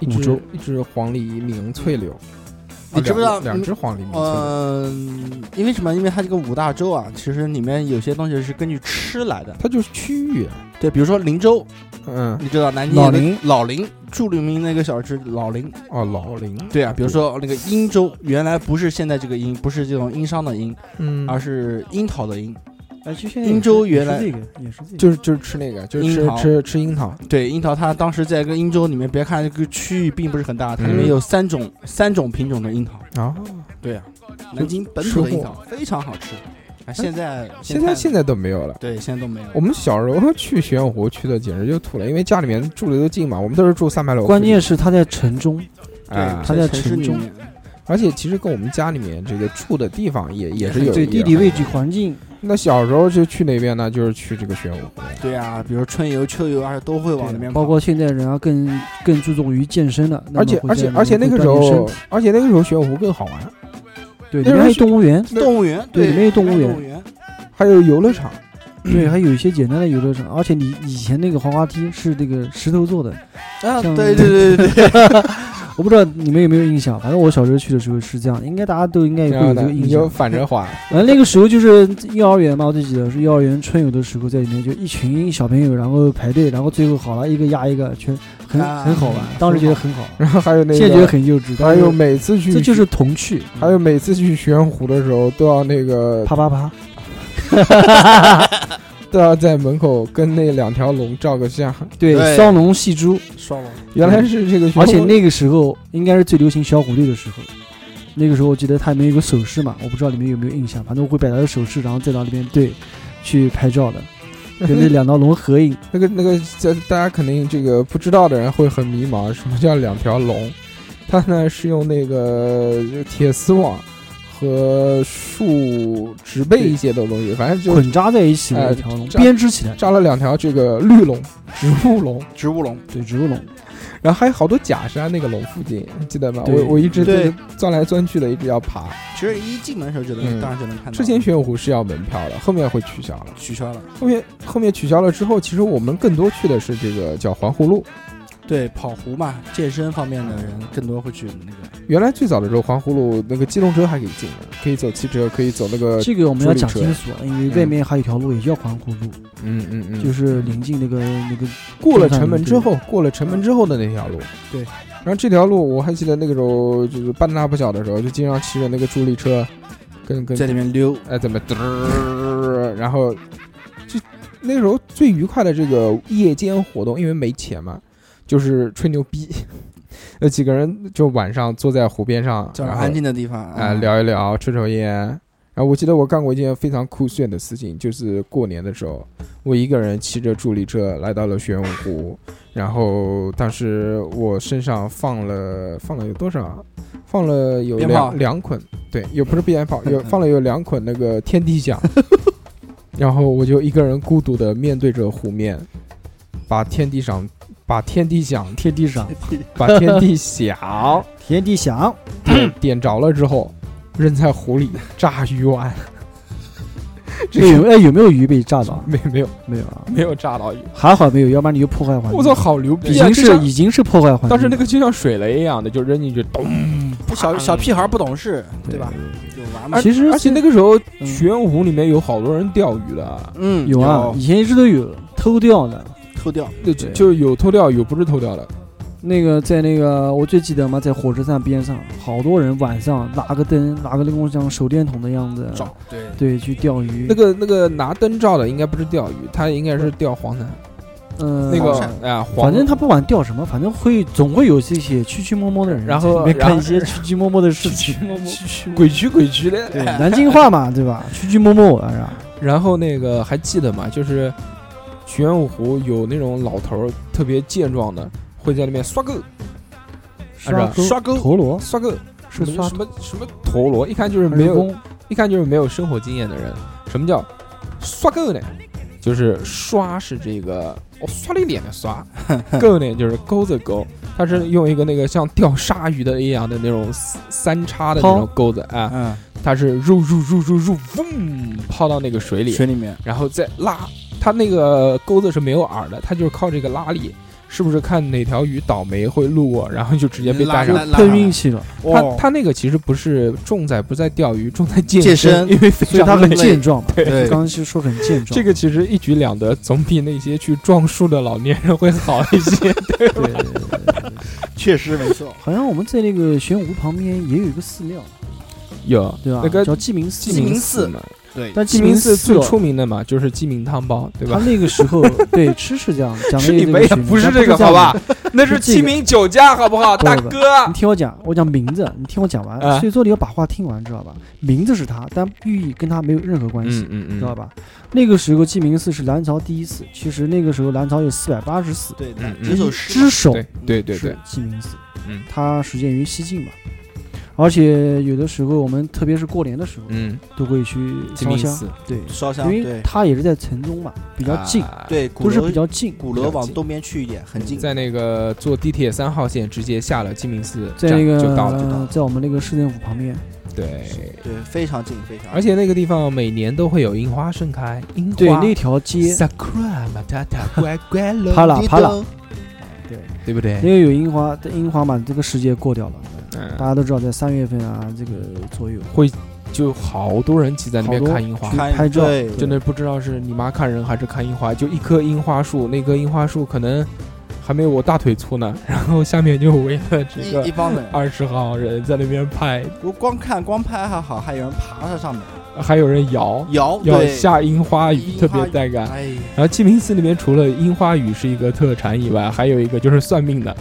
一
五
只
洲
一只黄鹂鸣翠柳，
嗯你
啊
知不知道
两两只黄鹂鸣翠柳？
嗯，因为什么？因为它这个五大洲啊，其实里面有些东西是根据吃来的。
它就是区域，啊
对，比如说林州，
嗯，
你知道南京
老
有个
林
老林著名那个小吃老林，
哦，老林，
对啊，比如说那个殷州，原来不是现在这个殷，不是这种殷商的殷，
嗯，
而是樱桃的樱。
哎，就现
在也是鄢州原来
这个也是这个，
就是就是吃那个，就是
樱
吃
桃
吃吃樱桃，
对，樱桃它当时在一个殷州里面，别看这个区域并不是很大，它里面
嗯
有三种三种品种的樱桃。
啊，
哦
对啊，南京本土的樱桃非常好吃。哎，现在
嗯现在现
在
在都没有了。
对现在都没有。
我们小时候去玄武湖去的简直就吐了，因为家里面住的都近嘛，我们都是住三百楼附近。
关键是它在城中，
啊
它，在
城市
城
里
中
面
而且其实跟我们家里面这个住的地方也也是有
对
一点
地理位置环境，
那小时候就去哪边呢？就是去这个玄武湖。
对啊，比如春游、秋游啊，都会往那边跑。
包括现在人啊更更注重于健身了，那么
而且
会
而且
在
而且那
会
个时
锻炼身
候
体，
而且那个时候玄武湖更好玩，
对
那
里
时
面
候
还有
是
动物 园，
动物园，
对里面有动物园
动物园，
还有游乐场。
对，还有一些简单的游乐场，而且你以前那个滑滑梯是那个石头做的，
啊，
像
对对对对对，
我不知道你们有没有印象，反正我小时候去的时候是这样，应该大家都应该有
然
会
后
哎有这
呢，
个
你
印
就
象。
反着滑，
反正那个时候就是幼儿园嘛，我就记得是幼儿园春游的时候，在里面就一群小朋友，然后排队，然后最后好了，一个压一个，全很
啊
很好玩，当时觉得很好，
然后还有那个，
现在觉得很幼稚，
还
但
有
是
每次去，
这就是童趣，
还有每次去玄武湖的时候，都要那个
啪啪啪，
都要在门口跟那两条龙照个相。
对
对， 双龙戏 珠，
双龙
原来是这个 玄武，
而且那个时候应该是最流行小虎队的时候。那个时候我记得它里面有个手势嘛，我不知道你们有没有印象，反正我会摆它的手势，然后再到那边对去拍照 的，跟那两条龙合影。
那个那个，这大家肯定这个不知道的人会很迷茫，什么叫两条龙？它呢是用那个铁丝网和树植被一些的东西，反正就
捆扎在一起的
哎
一条龙，
这样
编织起来，
扎了两条这个绿龙、植物龙，
植物龙，
对，植物龙。
然后还有好多假山那个龙附近，记得吗？
对
我我一直
对
就是钻来钻去的，一直要爬。
其实一进门的时候就能，
嗯
当然就能看到。
之前玄武湖是要门票的，后面会取消了。
取消了，
后面后面取消了之后，其实我们更多去的是这个叫环湖路。
对跑湖嘛，健身方面的
嗯
人更多会去那个。
原来最早的时候，环湖路那个机动车还可以进的，可以走汽车，可以走那个，
这个我们要讲清楚啊，因为外面还有一条路也叫环湖路，
嗯嗯嗯，
就是临近那个那个
过了城门之后，过了城门之后的那条路。
对，
然后这条路我还记得那个时候就是半大不小的时候，就经常骑着那个助力车，跟跟
在里面溜，
哎怎么嘚儿，然后就那时候最愉快的这个夜间活动，因为没钱嘛，就是吹牛逼。 那几个人就晚上坐在湖边上，
找
然后
安静的地方
啊、聊一聊，抽抽烟。然后我记得我干过一件非常酷炫的事情，就是过年的时候，我一个人骑着助力车来到了玄武湖，然后当时我身上放了放了有多少啊？放了有
鞭炮
两两捆，对，有不是鞭炮，有放了有两捆那个天地响，然后我就一个人孤独的面对着湖面，把天地响，把天地响，
天地上，
把天地响。
天地响，
点点着了之后，扔在湖里炸鱼 丸。 这
这有
个
哎有没有鱼被炸到？
没没有
没有啊，
没有炸到鱼，
还好没有，要不然你就破坏环境。
我操，，好牛逼
已
啊！
经
就像
是已经是破坏环境了。
当时那个就像水雷一样的，就扔进去，咚！
小小屁孩不懂事，对
嗯对
吧？就玩嘛
而。
其实
而且那个时候
嗯
玄武湖里面有好多人钓鱼的，
嗯，
有啊，以前一直都有偷钓的。
偷掉，
就
对
就有偷钓，有不是偷钓的。
那个在那个我最记得嘛，在火车站边上，好多人晚上拿个灯，拿个那种像手电筒的样子，
找对
对，去钓鱼。
那个那个拿灯照的应该不是钓鱼，他应该是钓黄鳝。
呃，
那个
黄
哎呀，黄
反正他不管钓什么，反正会总会有这些曲曲摸摸的人，
然后
在里面
然后
干一些曲曲摸摸的事情。
鬼区鬼区的，
对，南京话嘛，对 吧？曲曲摸摸我是吧？
然后那个还记得吗？就是玄武湖有那种老头儿特别健壮的，会在那边刷个
刷钩
刷钩
陀螺
哦刷个
是
什
刷
么什么什么陀螺，一看就是没
人
有，
工，
一看就是没有生活经验的人。什么叫刷够呢？就是刷是这个，我、刷了一脸的刷，够呢就是钩子钩，它是用一个那个像钓鲨鱼的一样的那种三三叉的那种钩子啊，
嗯，
它是入入入入入，嗡，泡到那个水里，
水里面
然后再拉。它那个钩子是没有饵的，它就是靠这个拉力，是不是看哪条鱼倒霉会路过，然后就直接被带上？
碰运气了，
它
哦，
它那个其实不是重在不在钓鱼，重在健
健
身，
身
因为非
所以他
常
很
累。
健壮嘛。
对
刚刚是说很健壮，
这个其实一举两得，总比那些去撞树的老年人会好一些。
对，
确实没错。
好像我们在那个玄武旁边也有一个寺庙，
有
对吧？
那个
叫鸡鸣寺，
鸡鸣
寺
嘛，
对，
但
鸡
鸡
鸣寺
寺
最
哦
出名的嘛就是鸡鸣汤包，对
他
吧？
那个时候 对吃是这样讲的，
吃你们也不是这个好吧？？那是
是这个
鸡鸣酒家，好不好，
不
大
不
哥
你？听我讲，我讲名字，你听我讲完。
啊
所以说你要把话听完，知道吧？名字是他，但寓意跟他没有任何关系，
嗯嗯
知道吧？那个时候鸡鸣寺是南朝第一寺，其实那个时候南朝有四百八十寺，
对
嗯嗯
这首诗
之首
对对对对
是，鸡鸣寺，
嗯
它始建于西晋嘛。而且有的时候我们特别是过年的时候，
嗯，
都会去
鸡
烧
鸣
香，
寺
对，
烧香
因为
对
它也是在城中嘛，比较近，
啊
对，鼓
都是
楼
比较近，
鼓
比
楼
较
往
近
东边去一点，很近。
在那个坐地铁三号线，直接下了鸡鸣寺
在
站
那个
就到了。
呃在我们那个市政府旁边，
对，
对，非常近，非常近。
而且那个地方每年都会有樱花盛开，樱花
对那条街，
sakura matata 乖乖了，
啪啦啪啦，
对不对
因？为有樱花，但樱花嘛，这个时节过掉了，大
哎嗯，
家都知道，在三月份啊这个左右，
会就好多人挤在那边
好多
看樱花
去。
看
拍照
对
真的不知道是你妈看人还是看樱花，就一棵樱花树，那棵樱花树可能还没有我大腿粗呢， 然后下面就围了这
一
个
一帮人，
二十号人在那边拍，
我光看光拍还好，还有人爬到上面
还有人摇，
摇，
要
对，
下樱花雨，
樱
特
花
别
雨
带感。
哎呀，
然后鸡鸣寺那边除了樱花雨是一个特产以外，还有一个就是算命的，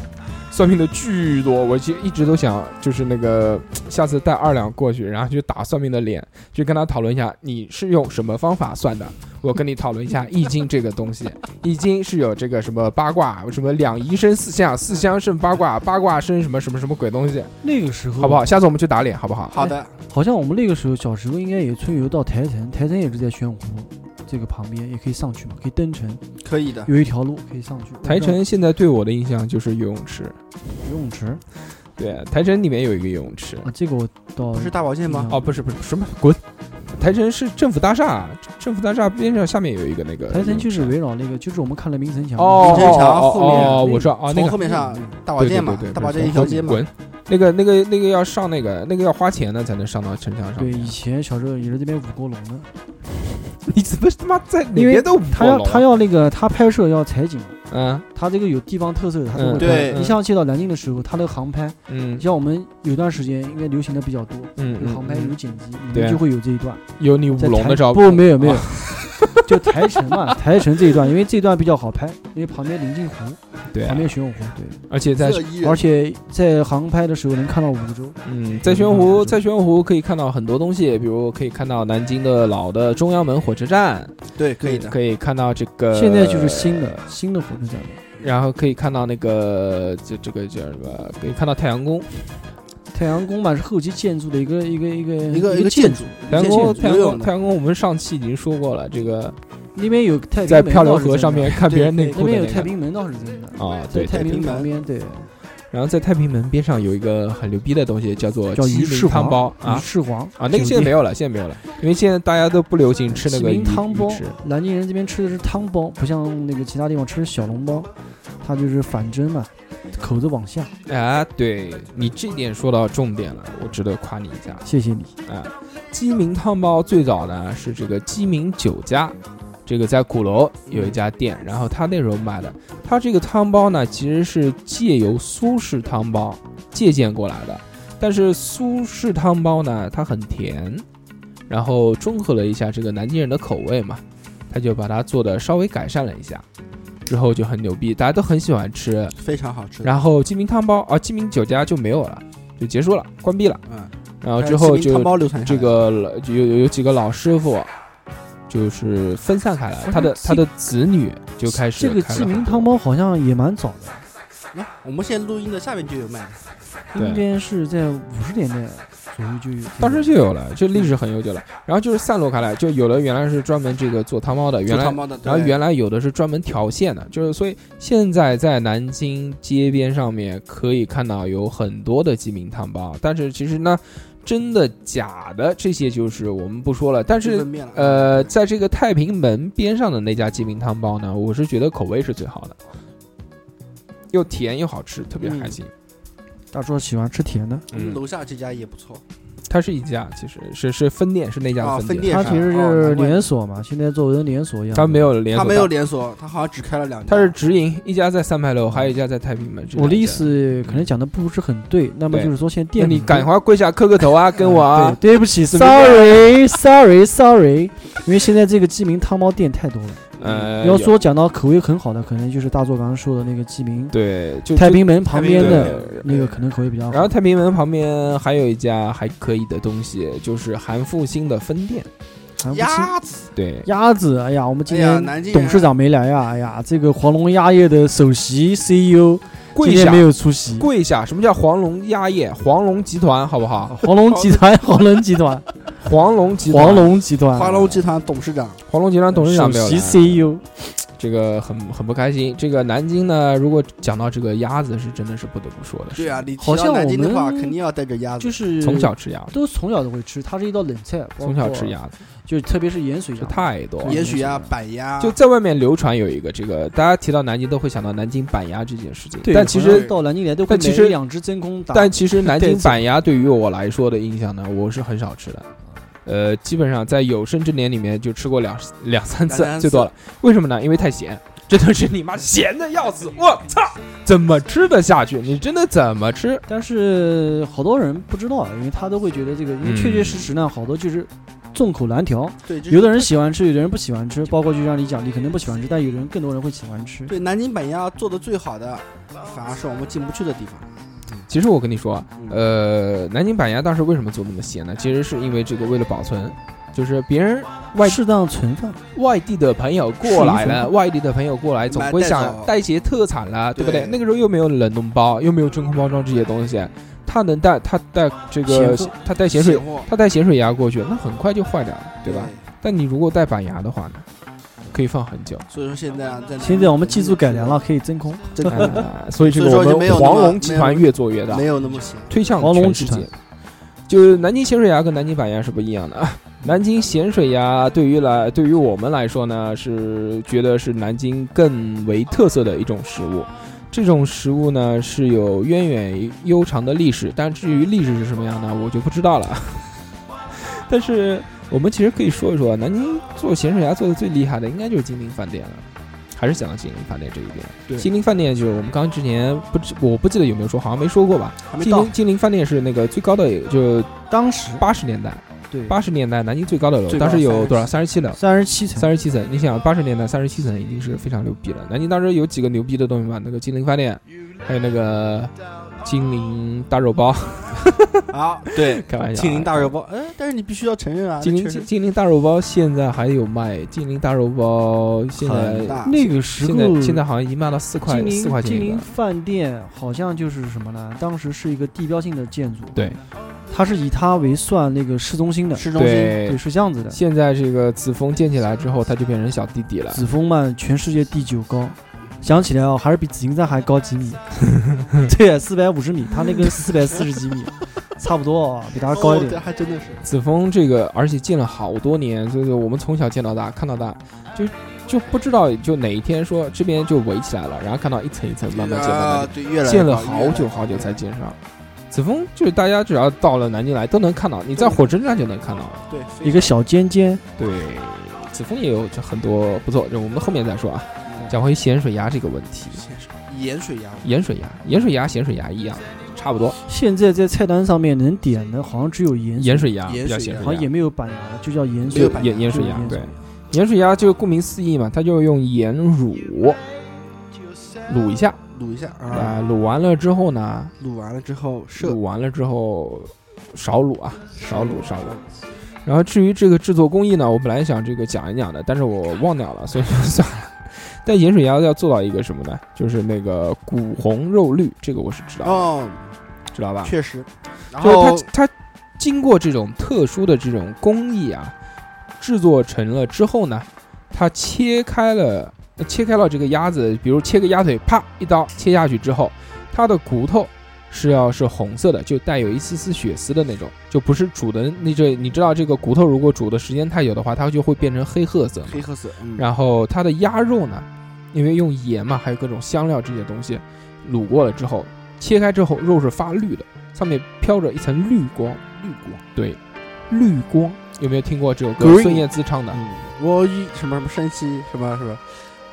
算命的巨多。我其实一直都想，就是那个下次带二两过去，然后去打算命的脸，去跟他讨论一下你是用什么方法算的。我跟你讨论一下《易经》这个东西，《 易经》是有这个什么八卦，什么两仪生四象，四象生八卦，八卦生什么什么什么鬼东西，
那个时候
好不好？？下次我们去打脸，好不嗯好？
好的，
好像我们那个时候小时候应该也春游到台城，台城也是在玄武湖这个旁边，也可以上去嘛，可以登城，
可以的。
有一条路可以上去。
啊台城现在对我的印象就是游泳池，
游泳池
对，台城里面有一个游泳池，
啊，这个我倒
不是大保健吗？
哦，不是不是，什么滚！台城是政府大厦，政府大厦边上下面有一个那个
台城就是
泳池
围绕那个，就是我们看了明城墙
哦
明城墙
哦
后面
哦
那
哦我
个
知道哦，那
从
个
后面上
嗯
大保
对对
健
对
嘛
对，，
大保
是
健一
从
条
后
街
面
嘛，
滚！那个那个那个要上那个那个要花钱的才能上到城墙上
对，
面。啊
以前小时候也是这边舞过龙的，
你怎么他妈在哪
因为
边都舞
他
过
要
龙
他
啊
要那个他拍摄要采景，
嗯
他这个有地方特色，他都
嗯
会
对
拍。你像去到南京的时候，他那个航拍，
嗯
像我们有段时间应该流行的比较多，
嗯
有航
嗯
拍有
嗯，
剪辑，里
对
面就会有这一段。
有你舞
在
龙
台
的照
不，没有没有
啊，
就台城嘛，台城这一段，因为这段比较好拍，因为旁边临近湖，
对啊，
旁边玄武湖，对，
而且在
这一人
而且在航拍的时候能看到五洲，
嗯，在玄湖，在玄湖可以看到很多东西，比如可以看到南京的老的中央门火车站，
对，可以的。
可以看到这个
啊现在就是新的新的火车站了，
然后可以看到那个这这个叫什么？可以看到太阳宫，
嗯太阳宫嘛是后期建筑的一个一个一个
一
一
个一个
建
建筑，
筑，
太
一个建筑
阳宫，太阳
游泳
宫，太
的，
阳宫。我们上期已经说过了，这个
那边有太平
在
门
漂流
倒是
河
真
上
的
面看别人内
那
裤
边
的
有
那
太
个
平门倒是真的，
啊，
在
对
太平
对。
太平
门
门
旁边对，
然后在太平门边上有一个很牛逼的东西，叫做
叫
呃鸡
鱼翅
鸣汤
皇
包
鱼
啊
翅皇
啊，那个现在
酒
没
店。
有了，现在没有了，因为现在大家都不流行吃那
鸡
个鱼
鸣汤包
鱼翅，
南京人这边吃的是汤包，不像那个其他地方吃的是小笼包，它就是反蒸嘛，口子往下。
啊，对你这点说到重点了，我值得夸你一下。
谢谢你，
啊，鸡鸣汤包最早呢是这个鸡鸣酒家，这个在鼓楼有一家店，然后他那时候卖的，他这个汤包呢其实是借由苏式汤包借鉴过来的，但是苏式汤包呢它很甜，然后中和了一下这个南京人的口味嘛，他就把它做的稍微改善了一下，之后就很牛逼，大家都很喜欢吃。
非常好吃。
然后鸡鸣汤包啊，鸡鸣酒家就没有了，就结束了，关闭了。
嗯，
然
但
后之
是
后
鸡鸣
就
汤包流传下
这
来
个老有有有几个老师傅，就是分散开来，
反
他的
正
他的子女就开始
这个
开了
鸡鸣
很多
汤包好像也蛮早的，
来，我们现在录音的下面就有卖的，
对
应该是在五十年代左右就有这个。
当时就有了，这历史很悠久了。然后就是散落开来，就有的原来是专门这个做汤包的，原
做
来
汤包的。
然后
对
原来有的是专门调馅的，就是所以现在在南京街边上面可以看到有很多的鸡鸣汤包，但是其实呢，真的假的这些就是我们不说了，但
日
是
本面了，
呃，在这个太平门边上的那家鸡鸣汤包呢，我是觉得口味是最好的，又甜又好吃，特别
嗯
开心。
大叔喜欢吃甜的，
我们楼下这家也不错，
它是一家，其实是是分店，是那家
啊
的
分
店，
店
它
是
其实
哦
是
难怪
连锁嘛，现在作为连锁一样。
它没。有连
它
锁
没
到，
有连锁，它好像只开了两家。
它是直营，一家在三牌楼，还有一家在太平门。
嗯
这
我的
两
意
家，嗯
思可能讲的不是很对，那么
对
就是说现在
那
店
你
里
赶快跪下磕个头啊，
嗯
跟我啊
对，，对不起，sorry，sorry，sorry，因 为现在这个鸡鸣汤包店太多了。
呃，
要
有
说讲到口味很好的，可能就是大作刚刚说的那个鸡鸣
对，就
太
就
平门旁边的
对
那个，可能口味比较好。
然后太平门旁边还有一家还可以的东西，就是韩复兴的分店，
韩复兴
鸭子，
对，
鸭子，哎呀，我们今
哎呀
天
啊
南京人
董事长没来呀，哎呀，这个黄龙鸭业的首席 CEO
跪
今天
下
没，有出席。
跪下。什么叫黄龙压业？黄龙集团好不好？
黄龙集团，黄龙集团，
黄龙集团，
黄龙集团，
华龙集团董事长，
黄龙集团董事长没有
首
来
席 E CEO，
这个很很不开心。这个南京呢，如果讲到这个鸭子，是真的是不得不说的，
对啊，你
好
提
像
到
我
南京的话，
们
肯定要带着鸭子
就。是
E 从小吃鸭子，
都从小都会吃，它是一道冷菜，
从小吃，鸭子，
就特别是盐水啊
这
鸭，
太多了。
也许呀，板鸭，
就在外面流传有一个这个，大家提到南京都会想到南京板鸭这件事情，但其
好
实
像到南京来都会
但
买
其实
两只真空打，
但其实南
对
京
这
板鸭对于我来说的印象呢，我是很少吃的。呃，基本上在有生之年里面就吃过两两三 次
两三，次
最多了。为什么呢？因为太咸，真的是你妈咸的要死！我操，怎么吃得下去？你真的怎么吃？
但是好多人不知道，因为他都会觉得这个，因为
嗯
确确实实呢，好多就是众口难调，
对，就是
有的人喜欢吃，有的人不喜欢吃，包括就像你讲，你可能不喜欢吃，但有的人更多人会喜欢吃。
对南京板鸭做的最好的，反而是我们进不去的地方。
其实我跟你说啊，
嗯
呃，南京板鸭当时为什么做那么咸呢？其实是因为这个为了保存，就是别人外
适当存放，
外地的朋友过来了，外地的朋友过来总会想带些特产啦，对不对？
对
那个时候又没有冷冻包，又没有真空包装这些东西，他能带他带这个
咸货
他带咸水，
货，
他带咸水鸭过去，那很快就坏掉了，对吧？？但你如果带板鸭的话呢，可以放很 久。
所以说现在啊，在
现在我们技术改良了，，可以真空。
真的
哎所以这个
所以
我
说就没有
们
那么
黄龙集团越做越大
没，有那么咸。
推向
黄龙
全世
集团
界。就是南京咸水鸭跟南京板鸭是不一样的 啊。南京咸水鸭对于来对于我们来说呢，是觉得是南京更为特色的一种食物。这种食物呢是有源远悠长的历史，但至于历史是什么样呢，我就不知道了。 但是我们其实可以说一说，南京做咸水鸭做的最厉害的，应该就是金陵饭店了。还是讲到金陵饭店这一
对
边，金陵饭店就是我们刚之前不知我不记得有没有说，好像没说过吧？
还没
金
到
陵，金陵饭店是那个最高的，就
当时
八十年代，
对
八十年代南京最高的楼，
最高
当时有多少？三十七楼，
三十七层，
三十七层。你想，八十年代三十七层已经是非常牛逼了。南京当时有几个牛逼的东西嘛？那个金陵饭店，还有那个金陵大肉包，
好，对，
开玩笑啊。
金陵大肉包，哎，但是你必须要承认啊，
金陵
确实
金陵大肉包现在还有卖，金陵大肉包现
很
在
大。
那个时
现
候
在现在好像已经卖到四块
金
四块
陵
钱
金
一
陵
个。啊
饭店好像就是什么呢？当时是一个地标性的建筑，
对，
它是以它为算那个市中心的，
市中心，
对，
对，
是这样子的。
现在这个紫峰建起来之后，它就变成小弟弟了。
紫峰嘛，全世界第九高，想起来哦，还是比紫金山还高几米，对，四百五十米，它那个四百四十几米，差不多哦，比它高一
哦对
点。
还真的是。
子枫这个，而且建了好多年，就是我们从小见到大，看到大，就就不知道就哪一天说这边就围起来了，然后看到一层一层慢慢建，慢慢
啊，对，
建
越来越
建了
高
好久好久才。建上。子枫就是大家只要到了南京来都能看到，你在火车站就能看到。
越来越高对，
一个小尖尖，
对，子枫也有这很多不错，这我们后面再说啊。讲回咸水鸭这个问题，
盐水鸭，
盐水鸭、盐水鸭、咸水鸭一样，差不多。
现在在菜单上面能点的，好像只有盐
盐，水鸭
盐
比较
水
咸
好
水
像
鸭
也。没有板鸭，就叫盐
没有
水
板。
盐盐水
对
鸭
盐，
对
水，
盐水鸭就顾名思义嘛，它就用盐卤卤一下，
卤一下啊，
啊，卤完了之后呢，
卤完了之后
卤
射，
完了之后少卤啊，少卤少卤。然后至于这个制作工艺呢，我本来想这个讲一讲的，但是我忘掉了，所以说算了。但盐水鸭要做到一个什么呢？就是那个骨红肉绿，这个我是知道的，
哦，
知道吧？
确实。然后
啊就是它它经过这种特殊的这种工艺啊，制作成了之后呢，它切开了呃切开了这个鸭子，比如切个鸭腿，啪一刀切下去之后，它的骨头。是要是红色的，就带有一丝丝血丝的那种，就不是煮的那这，你知道这个骨头如果煮的时间太久的话，它就会变成黑褐色嘛。
黑褐色，嗯，
然后它的鸭肉呢，因为用盐嘛，还有各种香料这些东西卤过了之后，切开之后肉是发绿的，上面飘着一层绿光。
绿光，
对，绿光有没有听过这首歌？
Green
孙燕姿唱的。
嗯，我一什么什么山西什么什么，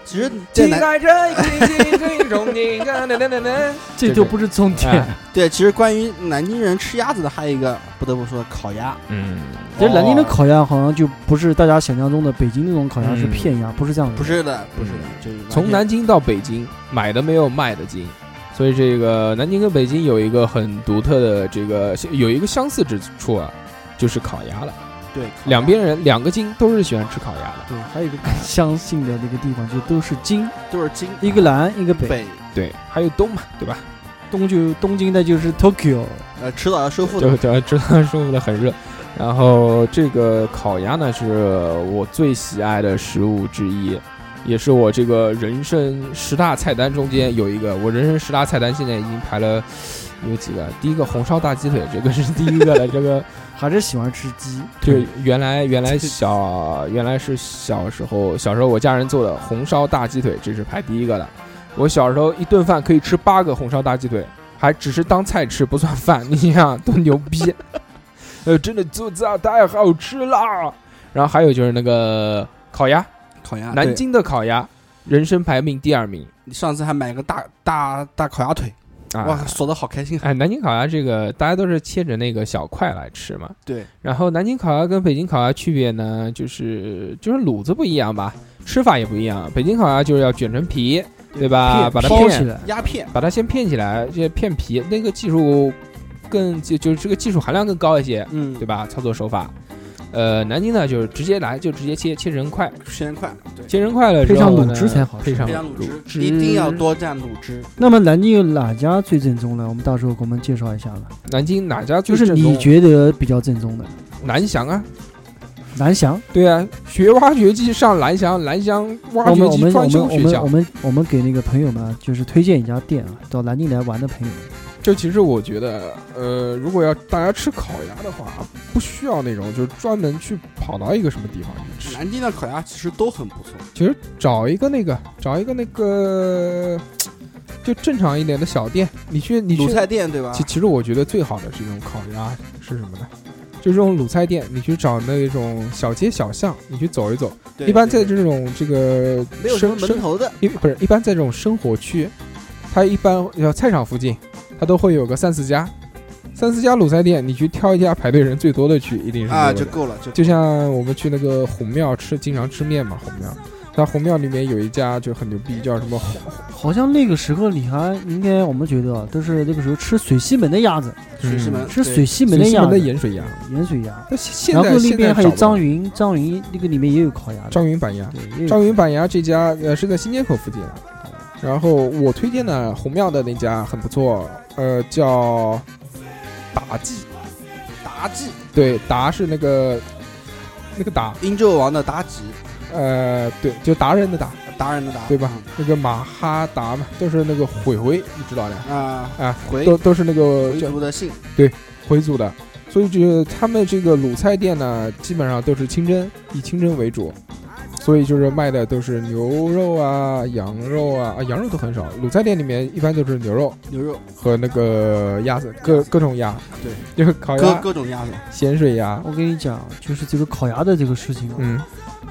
其实在
期
南
待着一起追踪你，哒哒哒哒 哒
这就不是重点
哎。
对，其实关于南京人吃鸭子的，还有一个不得不说的烤鸭，
嗯，
其实南京的烤鸭好像就不是大家想象中的北京那种烤鸭是
嗯
片鸭，不是这样的。
不是的，不是的，就是完全
从南京到北京，买的没有卖的精。所以这个南京跟北京有一个很独特的这个有一个相似之处啊，就是烤鸭了。
对烤鸭
两边人两个京都是喜欢吃烤鸭的。
对，还有一个相信的那个地方，就都是金，
都是京啊
一个南，一个北，
北
对，还有东嘛，对吧？
东就东京的就是 Tokyo，
呃，迟早要收复的。
就就知道舒服的很热。然后这个烤鸭呢，是我最喜爱的食物之一，也是我这个人生十大菜单中间有一个。我人生十大菜单现在已经排了有几个？第一个红烧大鸡腿，这个是第一个的。这个
还是喜欢吃鸡。
对，原来原来小原来是小时候小时候我家人做的红烧大鸡腿，这是排第一个的。我小时候一顿饭可以吃八个红烧大鸡腿，还只是当菜吃不算饭，你想想多牛逼！呃，真的做菜太好吃啦。然后还有就是那个烤鸭，
烤鸭，
南京的烤鸭，人生排名第二名
对上次还买个大大大烤鸭腿，
啊。
哇，锁的好开心啊！
哎，南京烤鸭这个大家都是切着那个小块来吃嘛。
对。
然后南京烤鸭跟北京烤鸭区别呢，就是就是卤子不一样吧，吃法也不一样。北京烤鸭就是要卷成皮，对吧？
片
啊把它
包
片
起来，
鸦片
把它先片起来，这片皮那个技术更就就是这个技术含量更高一些，
嗯，
对吧？操作手法，呃，南京呢就是直接来就直接切切成块，
时间快，对，
切成块了
配
之
上
后
卤
呢
汁才好吃
配上
非常
卤
卤
汁
汁，一定要多蘸卤汁。
那么南京有哪家最正宗呢？我们到时候给我们介绍一下吧。
南京哪家
就
最
是
正
你
宗？
觉得比较正宗的
南翔啊，
南翔，
对啊，学挖掘机上蓝翔，蓝翔挖
我们我
掘机
们我
装
们
修
我
学
们
校
我。们我们给那个朋友们啊就是推荐一家店啊，到南京来玩的朋友，
就其实我觉得，呃，如果要大家吃烤鸭的话，不需要那种就是专门去跑到一个什么地方去吃，
南京的烤鸭其实都很不错，
其实找一个那个找一个那个就正常一点的小店，你去你去
卤菜店对吧？
其其实我觉得最好的是这种烤鸭是什么呢？就这种卤菜店，你去找那种小街小巷，你去走一走。
对
一般
对
在这种这个
没有什么
生
门
生，
头的，
一不是一般在这种生活区，它一般要菜场附近，它都会有个三四家，三四家卤菜店，你去挑一家排队人最多的去，一定是
啊，
没有
就
的
够了，就
就像我们去那个红庙吃，经常吃面嘛，红庙。那红庙里面有一家就很牛逼，叫什么红
好像那个时候你还应该我们觉得啊，都是那个时候吃水西门的鸭子，
水师门，
吃
对
水西门
嗯水
的
西
鸭
门的
子，
盐水鸭。
盐水鸭。
那现
然
现在
后那
现在
边还有
找不到
张云，张云那个里面也有烤鸭的，
张云板鸭。
对，也有
张云板鸭这家呃是在新街口附近的，然后我推荐的红庙的那家很不错，呃叫达记，
妲己，
对，达是那个那个达，
殷纣王的妲己，
呃对，就达人的达，
达人的达，
对吧？那个马哈达嘛，都是那个回回，你知道的
嗯？啊，
啊，
回
都都是那个
回
叫
族的姓，
回族的，所以这个他们这个鲁菜店呢，基本上都是清真，以清真为主，所以就是卖的都是牛肉啊、羊肉啊，啊羊肉都很少。鲁菜店里面一般都是牛肉
牛肉，
和那个鸭子，各各种鸭，
对，
就是烤
各
鸭、
各种鸭子，
咸水鸭，
我跟你讲，就是这个烤鸭的这个事情啊，
嗯，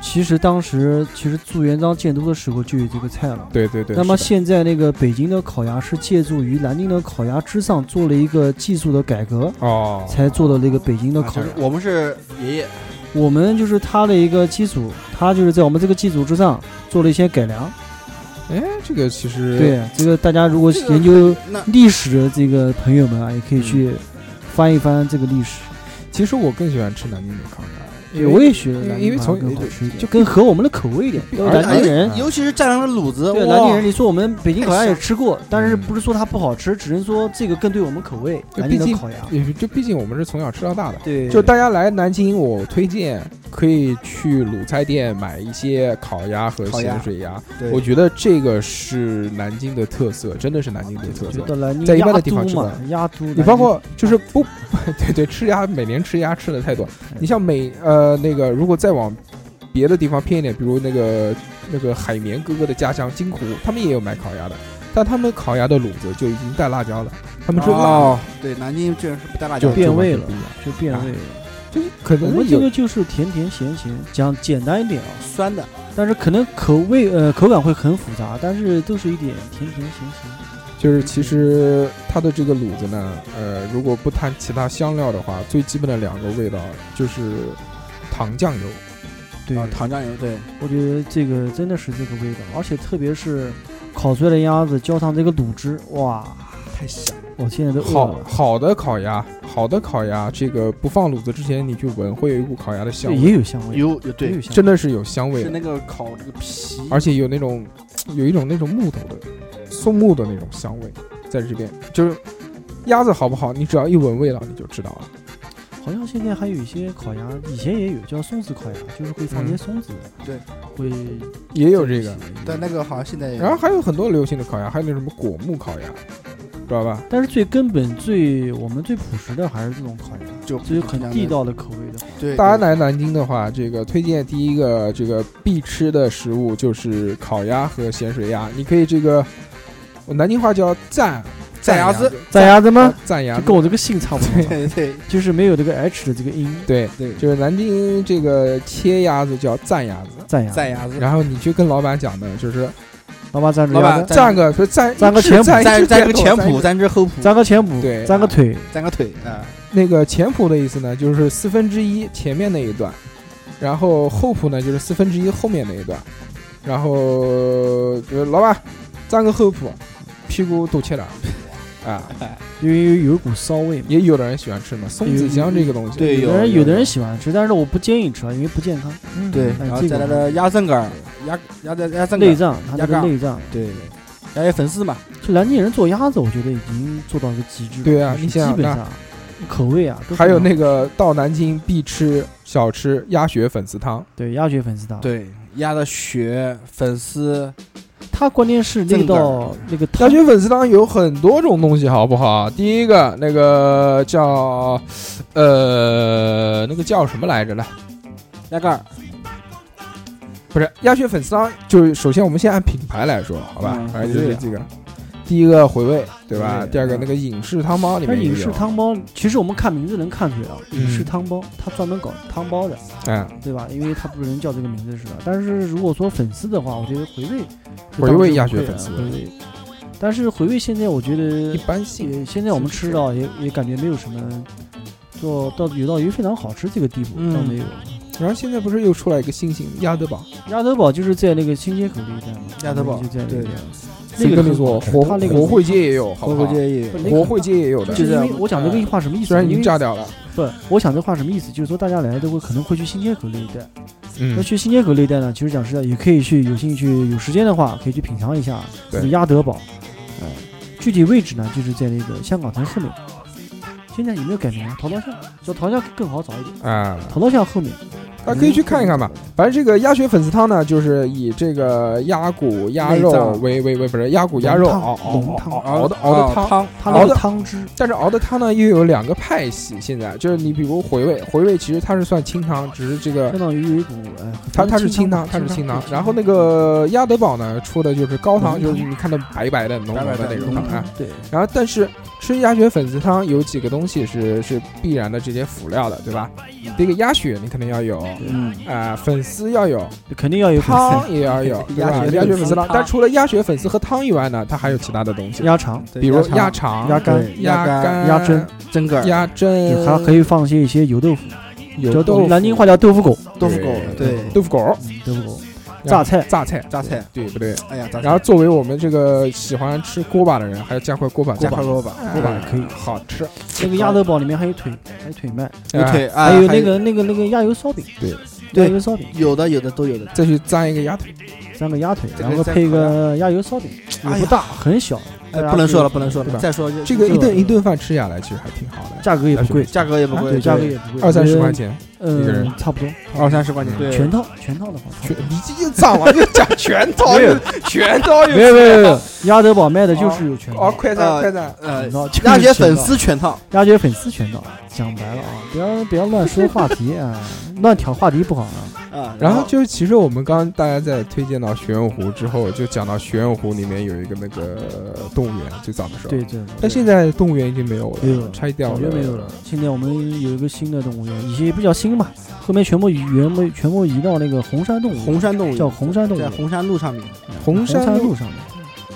其实当时其实朱元璋建都的时候就有这个菜了。
对对对。
那么
是
现在那个北京的烤鸭是借助于南京的烤鸭之上做了一个技术的改革，
的哦，
才做的那个北京的
啊
烤
就
鸭
嗯
是。我们是爷爷，
我们就是它的一个基础，它就是在我们这个基础之上做了一些改良。
哎，这个其实，
对，这个大家如果
这个
研究
那
历史的这个朋友们啊，也可
嗯
以去翻一翻这个历史。
其实我更喜欢吃南京的烤鸭，
对，
因为
我也觉得南
因为
京烤
从
鸭更好吃一点，就
就
更合我们的口味一点。都是
而
南京人，
啊尤其是蘸上了卤子，
对
哇
南京人，你说我们北京烤
哎
鸭也吃过，但是
嗯
不是说它不好吃，只能说这个更对我们口味。
对
南京
毕
的
竟
烤鸭，
也就毕竟我们是从小吃到大的。
对，
就大家来南京，我推荐可以去鲁菜店买一些烤鸭和
烤鸭
咸水鸭，
对
我觉得这个是南京的特色，真的是南京的特
就
色。
到南京
在一般的
鸭
地方
都
吃不
嘛，鸭都，
你
南
包
京
括就是不， 对对，吃鸭每年吃鸭吃的太多
嗯。
你像美呃那个，如果再往别的地方偏一点，比如那个那个海绵哥哥的家乡金湖，他们也有卖烤鸭的，但他们烤鸭的卤子就已经带辣椒了，他们是辣
哦，对，南京居然是不带辣椒
就
的，
变味
味
了就变味了。
就是可
我
能
们这
啊有
个就是甜甜咸咸，讲简单一点啊，
酸的，
但是可能口味呃口感会很复杂，但是都是一点甜甜咸咸。
就是其实它的这个卤子呢，呃，如果不摊其他香料的话，最基本的两个味道就是糖酱油。
对，
啊，糖酱油，对，
我觉得这个真的是这个味道，而且特别是烤出来的鸭子浇上这个卤汁，哇，
太香了，
我现在都饿
好
了。
好的烤鸭，好的烤鸭，这个不放卤子之前，你去闻，会有一股烤鸭的香
对，
味，
也有香味，
有有
也
对
有，香味，
嗯真的是有香味
是那
的，
个烤这个皮，
而且有那种有一种那种木头的松木的那种香味，在这边就是鸭子好不好，你只要一闻味道你就知道了。
好像现在还有一些烤鸭，以前也有叫松子烤鸭，就是会放
嗯
些松子，
对，
会
也有这个，
但那个好像现在也
然后还有很多流行的烤鸭，还有那什么果木烤鸭，知道吧？
但是最根本、最我们最朴实的还是这种烤鸭，
就
就是很地，道的口味的话，
对，
大家来南京的话，这个推荐第一个这个必吃的食物就是烤鸭和咸水鸭。你可以这个，我南京话叫蘸
蘸鸭子，
宰鸭子吗？
蘸鸭
就
子
跟我这个姓差不多，
对对
就是没有这个 H 的这个音，
对，
对，
就是南京这个切鸭子叫蘸鸭子。
赞鸭。
蘸鸭子，
然后你去跟老板讲的就是
老板赞助
嗯老
鸭
板
子，
蘸个说蘸
蘸个
一只
前脯
蘸
蘸
一只
蘸个
头
前
蘸一
脯，
只
蘸只后脯，
赞个前脯，
对
赞个腿，
蘸个腿啊，
那个前脯的意思呢，就是四分之一前面那一段，然后后脯呢就是四分之一后面那一段，然后就是老板蘸个后脯，屁股多切点儿啊。
因为有一股骚味嘛。
也有的人喜欢吃嘛，松子香这个东西，
对有
有的人
有
有的人
有
喜欢吃，但是我不建议吃啊，因为不健康。
对，
哎
然后
这
再
个
来个鸭胗杆儿，鸭鸭的鸭胗杆
内
儿，
脏，它这
鸭
个
肝
内脏，
对，鸭血粉丝嘛，
就南京人做鸭子，我觉得已经做到一个极致了。
对啊
就是
你想想
基本上口味啊，都
还有
非常
那个到南京必吃小吃鸭血粉 丝汤，
对鸭血粉丝汤，
对，鸭的血粉丝，
它关键是那
正
道那个
鸭
汤，
血粉丝汤有很多种东西，好不好？第一个那个叫呃那个叫什么来着来？
鸭盖儿，
不是鸭血粉丝汤，就是首先我们先按品牌来说，好吧？
嗯
反正就
对
是
啊
这个，第一个回味，对
回？
吧
味
第二个
嗯
那个影视汤包里
它
面也
影视
有，
汤包，其实我们看名字能看出来啊，
嗯
影视汤包，它专门搞汤包的，
嗯，
对吧？因为它不能叫这个名字是吧？但是如果说粉丝的话，我觉得回味是
回味
当
鸭
之
血
无愧
粉
啊
丝
回味。但是回味现在我觉得
一般性
也现在我们吃到也也感觉没有什么做到有到于非常好吃这个地步，
嗯
倒没有。
然后现在不是又出来一个新型鸭德堡，
鸭头堡就是在那个新街口那一带嘛，
鸭头堡
就在那
对
边。
谁
那个
跟你说
很
活
它那个
活汇街也有，好不
火
好
锅？街也有，
那个
国会街也有的
就，是因为
就是
我讲这个话什么意思？
哎虽然已
因
经
为
炸掉了，
不，我想这话什么意思？就是说大家来都会可能会去新街口那一带。那
嗯，
去新街口那一带呢，其实讲实在也可以去，有兴趣有时间的话可以去品尝一下
对
这
嗯
个鸭德堡。呃，具体位置呢就是在那个香港城后面。现在有没有改名啊？淘淘巷，说淘淘巷更好找一点。啊
啊，
淘淘巷后面，
大家可以去看一看吧。反正这个鸭血粉丝汤呢，就是以这个鸭骨、鸭肉
内脏
为为为，不是鸭骨、鸭肉
浓汤浓汤
熬熬熬熬的熬的
哦
汤。
汤，
它那
熬
个
的
汤汁，
但是熬的汤呢，又有两个派系。现在就是你比如回味，回味其实它是算清汤，只是这个
相当于有一股呃，
它它是
清
清汤，它是清汤。然后那个鸭德堡呢，出的就是高汤，
浓汤
就是你看到白白的、浓浓
白白
的
的
那种
浓
汤。啊
汤。，对，
然后，但是吃鸭血粉丝汤有几个东西是是必然的这些辅料的，对吧？这个鸭血你肯定要有，啊、
嗯，
粉丝要有，
肯定要有
汤也要有，对吧
鸭血
鸭血
粉丝
粉丝汤。
汤
但除了鸭血粉丝和汤以外呢，它还有其他的东西，
鸭肠、
对
比如
鸭
鸭
肠
肠、
鸭肝，
对
鸭
肝、
肝、
鸭胗、
蒸盖儿、
鸭胗，
还可以放些一些油豆腐，
有
叫
呃豆腐，嗯
南京话叫豆腐狗，
豆腐狗，
对
对，
豆腐果、
豆腐狗，榨菜，
榨菜，
榨菜，
对不对？
哎呀，榨
然
菜，
后作为我们这个喜欢吃锅巴的人，还要加块锅巴，
锅巴
加块
萝卜，
锅巴
哎可以
好吃。
那个鸭德堡里面还有腿，还有腿卖，
有
哎
腿，啊
还
还
有那个那个那个鸭油烧饼，
对
鸭
对
油烧饼，
有的有的都有的，
再去蘸一个鸭腿，
三个鸭腿，
这个
然后
再
配
烤
个鸭油烧饼，
哎
也不
呀
大，很小，
哎
大家，
不能
可以
说了，不能说
对吧
了，再说就
这个
这
一顿
个
一顿饭吃下来，其实还挺好的，
价格也不贵，
价格也不
啊
贵，
对，价格也不贵，
二三十块
钱，
钱，嗯一个
嗯
人，
差不多，
二三十块钱，对，
全套全套的话，
全你这就脏了，又讲全套
没有
又全套又
没有没有没 有，鸭德堡卖的就是有全套，
哦，快
啊
蘸快蘸，
呃
全套，就是
鸭血
全
粉
套
丝全套，
鸭血粉丝全到，讲白了啊，不要不要乱说话题啊， 乱挑话题不好啊。
啊，
然后就是，其实我们刚刚大家在推荐到玄武湖之后，就讲到玄武湖里面有一个那个动物园，最早的时候。
对。对，
但现在动物园已经没有了，
没有了
拆掉
早
了，
就没有了。现在我们有一个新的动物园，以前也不叫新嘛，后面全部移原部全部移到那个红山动物园，
红山动物园
叫红山动物
在
园，
红山路上面，
红山
山
路
路上面。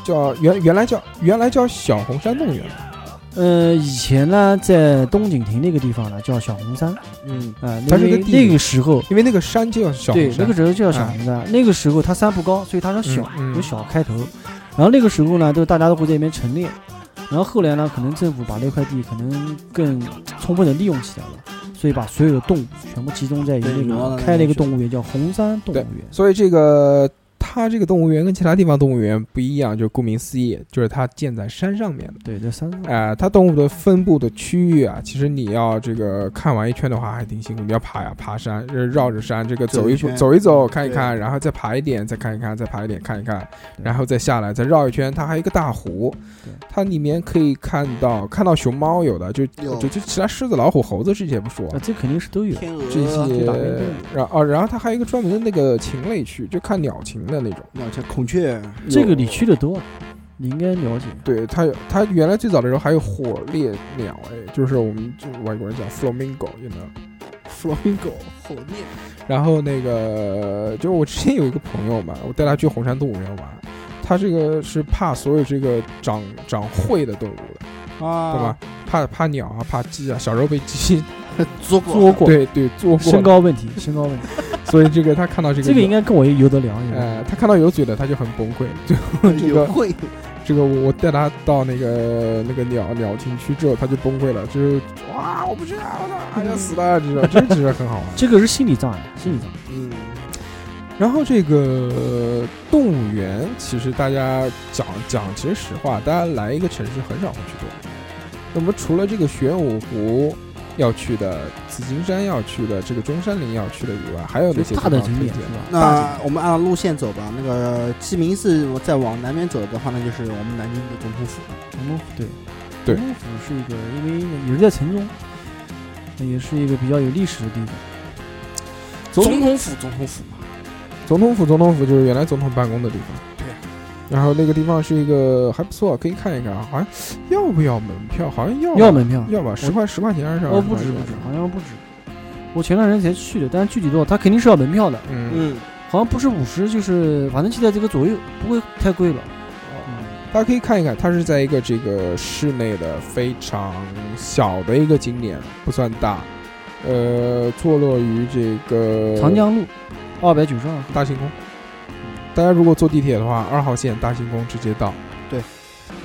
叫原原来叫原来叫小红山动物园，
呃，以前呢，在东景亭那个地方呢，叫小红山，
嗯，
啊，
它
那
是
个
个地
那个时候，
因为那个山就叫小红
对，
山，
那个时候就叫小
啊
红山。那个时候它山不高，所以它叫小，
嗯嗯
有小开头。然后那个时候呢，都大家都会在那边陈列。然后后来呢，可能政府把那块地可能更充分的利用起来了，所以把所有的动物全部集中在一
对
那
挪到
个
那
开了一
边去
个动物园，叫红山动物园。
所以这个。它这个动物园跟其他地方动物园不一样，就顾名思义，就是它建在山上面的。
对，在山上。
哎、它动物的分布的区域啊，其实你要这个看完一圈的话，还挺辛苦。你要爬呀，爬山，呃绕着山这个
走
走
一
一步
圈嗯
走一走，看一看，然后再爬一点，再看一看，再爬一点，看一看，然后再下来，再绕一圈。它还有一个大湖
对，
它里面可以看到看到熊猫有的，就
有
就就其他狮子、老虎、猴子这些不说，
啊，这肯定是都有。
天鹅、呃
这些
打雷阵，
然后哦，然后它还有一个专门的那个禽类区，就看鸟禽的那种。
鸟雀、孔雀，
这个你去的多，你应该了解。
对它，它原来最早的时候还有火烈鸟，哎，就是我们就外国人讲 flamingo，you know。
flamingo 火烈，
然后那个，就我之前有一个朋友嘛，我带他去红山动物园玩，他这个是怕所有这个长长喙的动物的，对吧
啊，？
怕怕鸟啊，怕鸡啊，小时候被鸡
对吧？捉过，
捉过，
对对捉过
身
的，
高问题，身高问题，
所以这个他看到这个
这个应该跟我游得了。有
哎
呃，他看到有嘴的他就很崩溃，最后这
有
个
会，
这个我带他到那个那个鸟鸟群区之后，他就崩溃了，就是哇，我不去啊，我操，哎要死了，这种，这其实很好玩。
嗯 这个是心理障碍，心理障碍。
嗯，
然后这个呃动物园，其实大家讲讲，其实实话，大家来一个城市很少会去动物园。那么除了这个玄武湖要去的、紫金山要去的、这个中山陵要去的以外，还有哪些
大的
地方
景
推
点
荐
是吧
那我们按路线走吧。那个鸡鸣寺，我再往南边走的话呢，就是我们南京的总统府。
总统府对，
对
总统府是一个，因为也是在城中，那也是一个比较有历史的地方。
总统
统府，总统府嘛，
总统府，总统府就是原来总统办公的地方。对。然后那个地方是一个还不错，可以看一看啊。好像要不要门票？好像要吧
要门票？
要吧，十块十块钱还是
哦，
二十
不
块
止
钱？
不止，好像不止。我前段时间才去的，但是具体多少，它肯定是要门票的，
嗯，
嗯，
好像不是五十，就是反正就在这个左右，不会太贵了。嗯，
大家可以看一看，它是在一个这个室内的非常小的一个景点，不算大。呃，坐落于这个
长江路二百九十二，
大行宫。大家如果坐地铁的话，二号线大行宫直接到。
对。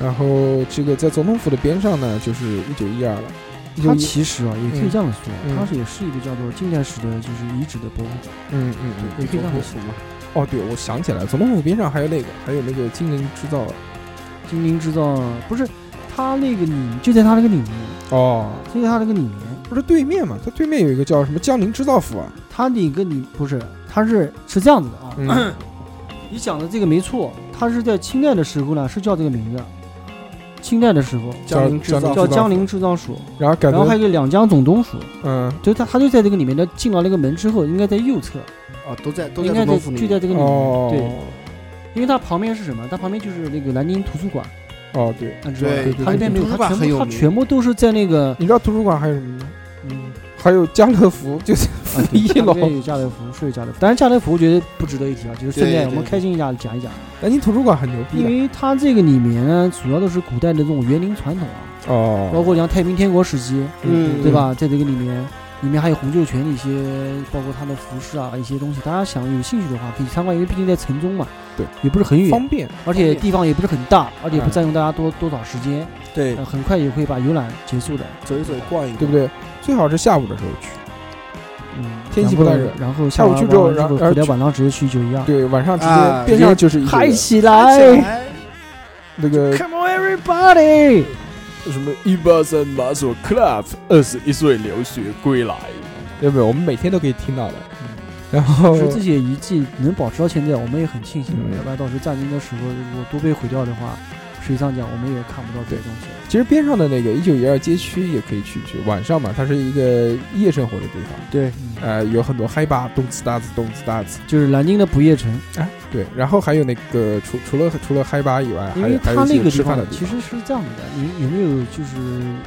然后这个在总统府的边上呢，就是一九一二了。一九
它
一
其实啊也可以这样说，
嗯
它是也是一个叫做近代史的，就是遗址的博物馆，
嗯嗯嗯，
也可以这样说。
嘛。
哦，对，我想起来了，总统府边上还有那个，还有那个精灵制造的。啊
精灵制造不是它那个里，就在它那个里面，
哦，
就在它那个里面，
不是对面嘛？它对面有一个叫什么江宁制造府啊。
它那个里不是，它是是这样子的啊。
嗯
你讲的这个没错，它是在清代的时候呢，是叫这个名字。清代的时候
叫
江宁制造
叫
江宁制造
江陵制造署，
然后改
然后还
成
有一个两江总督署，
嗯
就它它就在这个里面的，进了那个门之后，应该在右侧，
啊，都在都在总
应该在
统府里
就在
面。
这个里面，
哦
对，因为它旁边是什么？它旁边就是那个南京图书馆，
哦对，
啊，知道吧
对
它那边没有，
图书
它
馆很
全
有
部它
名
全部都是在 那个
你知道图书馆还有什么吗？
嗯，
还有家乐福，就是
啊对
一
它那
楼
边有家乐福，是有家乐福，但是家乐福我觉得不值得一提啊，就是顺
对
便
对
我们
对
开心一下讲一讲。
南哎京图书馆很牛逼啊
因
的
为它这个里面呢，主要都是古代的这种园林传统啊，
哦
包括像太平天国时期，
嗯
对？吧？在这个里面，里面还有红袖泉的一些，包括它的服饰啊，一些东西。大家想有兴趣的话，可以参观，因为毕竟在城中嘛，
对，
也不是很远，
方便，
而且地方也不是很大，而且也不
嗯
占用大家多多少时间，
对
呃，很快也会把游览结束的。
走一走，逛一逛，
对不？对？最好是下午的时候去，
啊嗯，
天气
然后
不太热
然后
下午去之
之
后
然
然后
后
然后
回来
去
晚上直接去九一二，
对，晚上直
啊
接边上就是一个
嗨起
哎
来
那个
，Come on everybody！
什么一八三马索 club，二十一岁留学归来，
有没有？我们每天都可以听到的。
嗯
然后
其实这些遗迹能保持到现在，我们也很庆幸了。
嗯
要不然到时候战争的时候如果都被毁掉的话，实际上讲我们也看不到这些东西了。
其实边上的那个一九一二街区也可以去一去，晚上嘛，它是一个夜生活的地方，
对，
嗯，
呃，有很多嗨吧，动次打次，动次打次，
就是南京的不夜城，
哎，对。然后还有那个除除了除了嗨吧以外，
因
还
为
有还
它
有
那
一些
个
吃
地
饭
方
的地
其
方，
实是这样子的，你有没有就是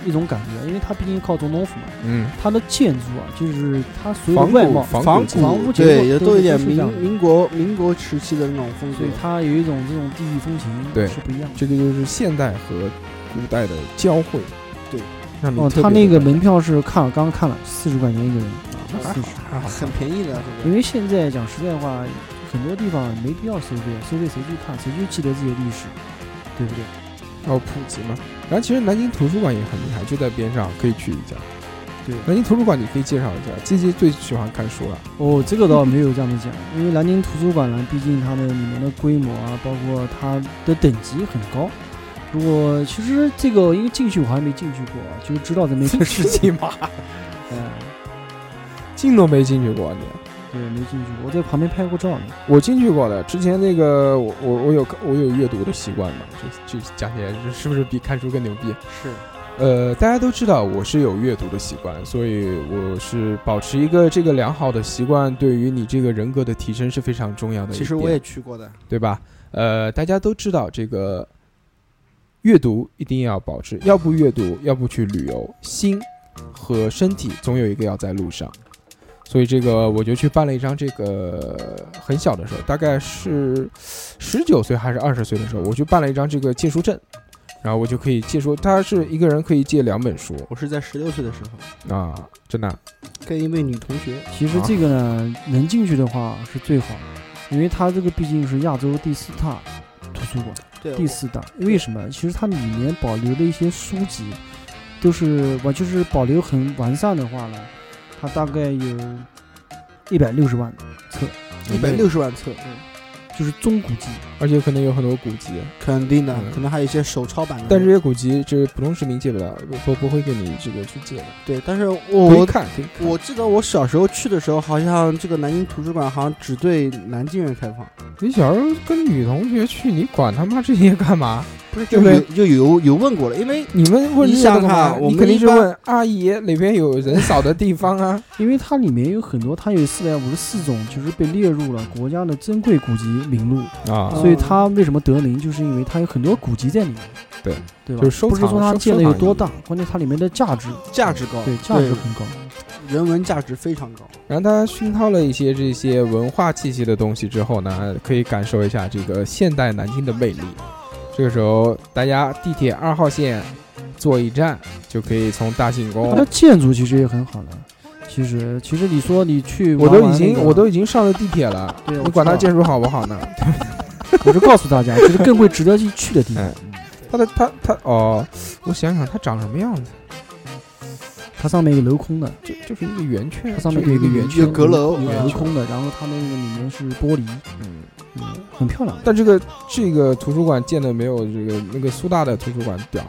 一种感觉？因为它毕竟靠总统府嘛，
嗯，
它的建筑啊，就是它所有
仿
的外
古
貌，
仿
仿
古
房屋
古
结构
对，也
都
都有
是
点
都是这
民
样的
民国民国时期的那种风格
所以。它有一种这种地域风情，
对
是不一样的。
这个就是现代和古代的交汇，
对，
让你
哦，
特别
它那
地
个
感
门票是看了，刚刚看了四十块钱一个人，啊
还
四十。
还好
很便宜的，这
因
个
为现在讲实在话，很多地方没必要收费，收费谁去看？谁去记得自己的历史，对不对？
哦要普及嘛。然后其实南京图书馆也很厉害，就在边上，可以去一下。
对，
南京图书馆你可以介绍一下，鸡鸡最喜欢 看书了。
哦，这个倒没有这样子讲，因为南京图书馆呢，毕竟它的里面的规模啊，包括它的等级很高。如果其实这个因为进去我还没进去过，啊就知道这么一个事情。
嘛，
嗯，
进都没进去过你。
对，没进去过，我在旁边拍过照呢。
我进去过的，之前那个我我我有我有阅读的习惯嘛，这这讲起来这是不是比看书更牛逼？
是
呃，大家都知道我是有阅读的习惯，所以我是保持一个这个良好的习惯，对于你这个人格的提升是非常重要的一点。
其实我也去过的，
对吧？呃，大家都知道这个阅读一定要保持，要不阅读，要不去旅游，心和身体总有一个要在路上。所以这个我就去办了一张这个很小的时候，大概是十九岁还是二十岁的时候，我去办了一张这个借书证，然后我就可以借书，他是一个人可以借两本书
我是在十六岁的时候
啊，真的啊
跟一位女同学，
其实这个呢，能进去的话是最好的，因为它这个毕竟是亚洲第四大图书馆，
对
第四大。为什么？其实它里面保留的一些书籍，都是完就是保留很完善的话呢，它大概有一百六十万册，
一百六十万册，
就是中古籍。
而且可能有很多古籍，
肯定的
嗯，
可能还有一些手抄版的。
但这些古籍这普通市民借不了，不不会给你这个去借的。
对，但是
可以
我
看，可以看
我记得我小时候去的时候，好像这个南京图书馆好像只对南京人开放，
你小时候跟女同学去，你管他妈这些干嘛？
不是
对
就
不对
有就有有问过了，因为
你啊们问
你
这个
想
干嘛
看我
你
们
肯定是
一般
问阿姨哪边有人少的地方啊？
因为它里面有很多，它有四百五十四种，就是被列入了国家的珍贵古籍名录，
啊
所以它为什么得名，就是因为它有很多古籍在里面。
对
对吧？
就是收
不是
藏
说它
收
建
收
的有
藏啊
多
意义
大，关键它里面的价值，
价值高，
对价值很高。
人文价值非常高。
然后他熏陶了一些这些文化气息的东西之后呢，可以感受一下这个现代南京的魅力。这个时候，大家地铁二号线坐一站就可以从大兴
它
宫
的。建筑其实也很好的。其实，其实你说你去
我
玩玩
都
那个，
已经我都已经上了地铁了，
对我
你管它
知道
建筑好不好呢？
我就告诉大家，就是更会值得去去的地方
哎。它的它它哦，我想想它长什么样子，
它上面有镂空的，
就就是一个圆圈，
它上面
哎就
有
一个圆
圆
圈
圈，
有阁楼
有
嗯
镂空的，然后它那个里面是玻璃，
嗯，
嗯，很漂亮。
但这个这个图书馆建的没有这个那个苏大的图书馆屌，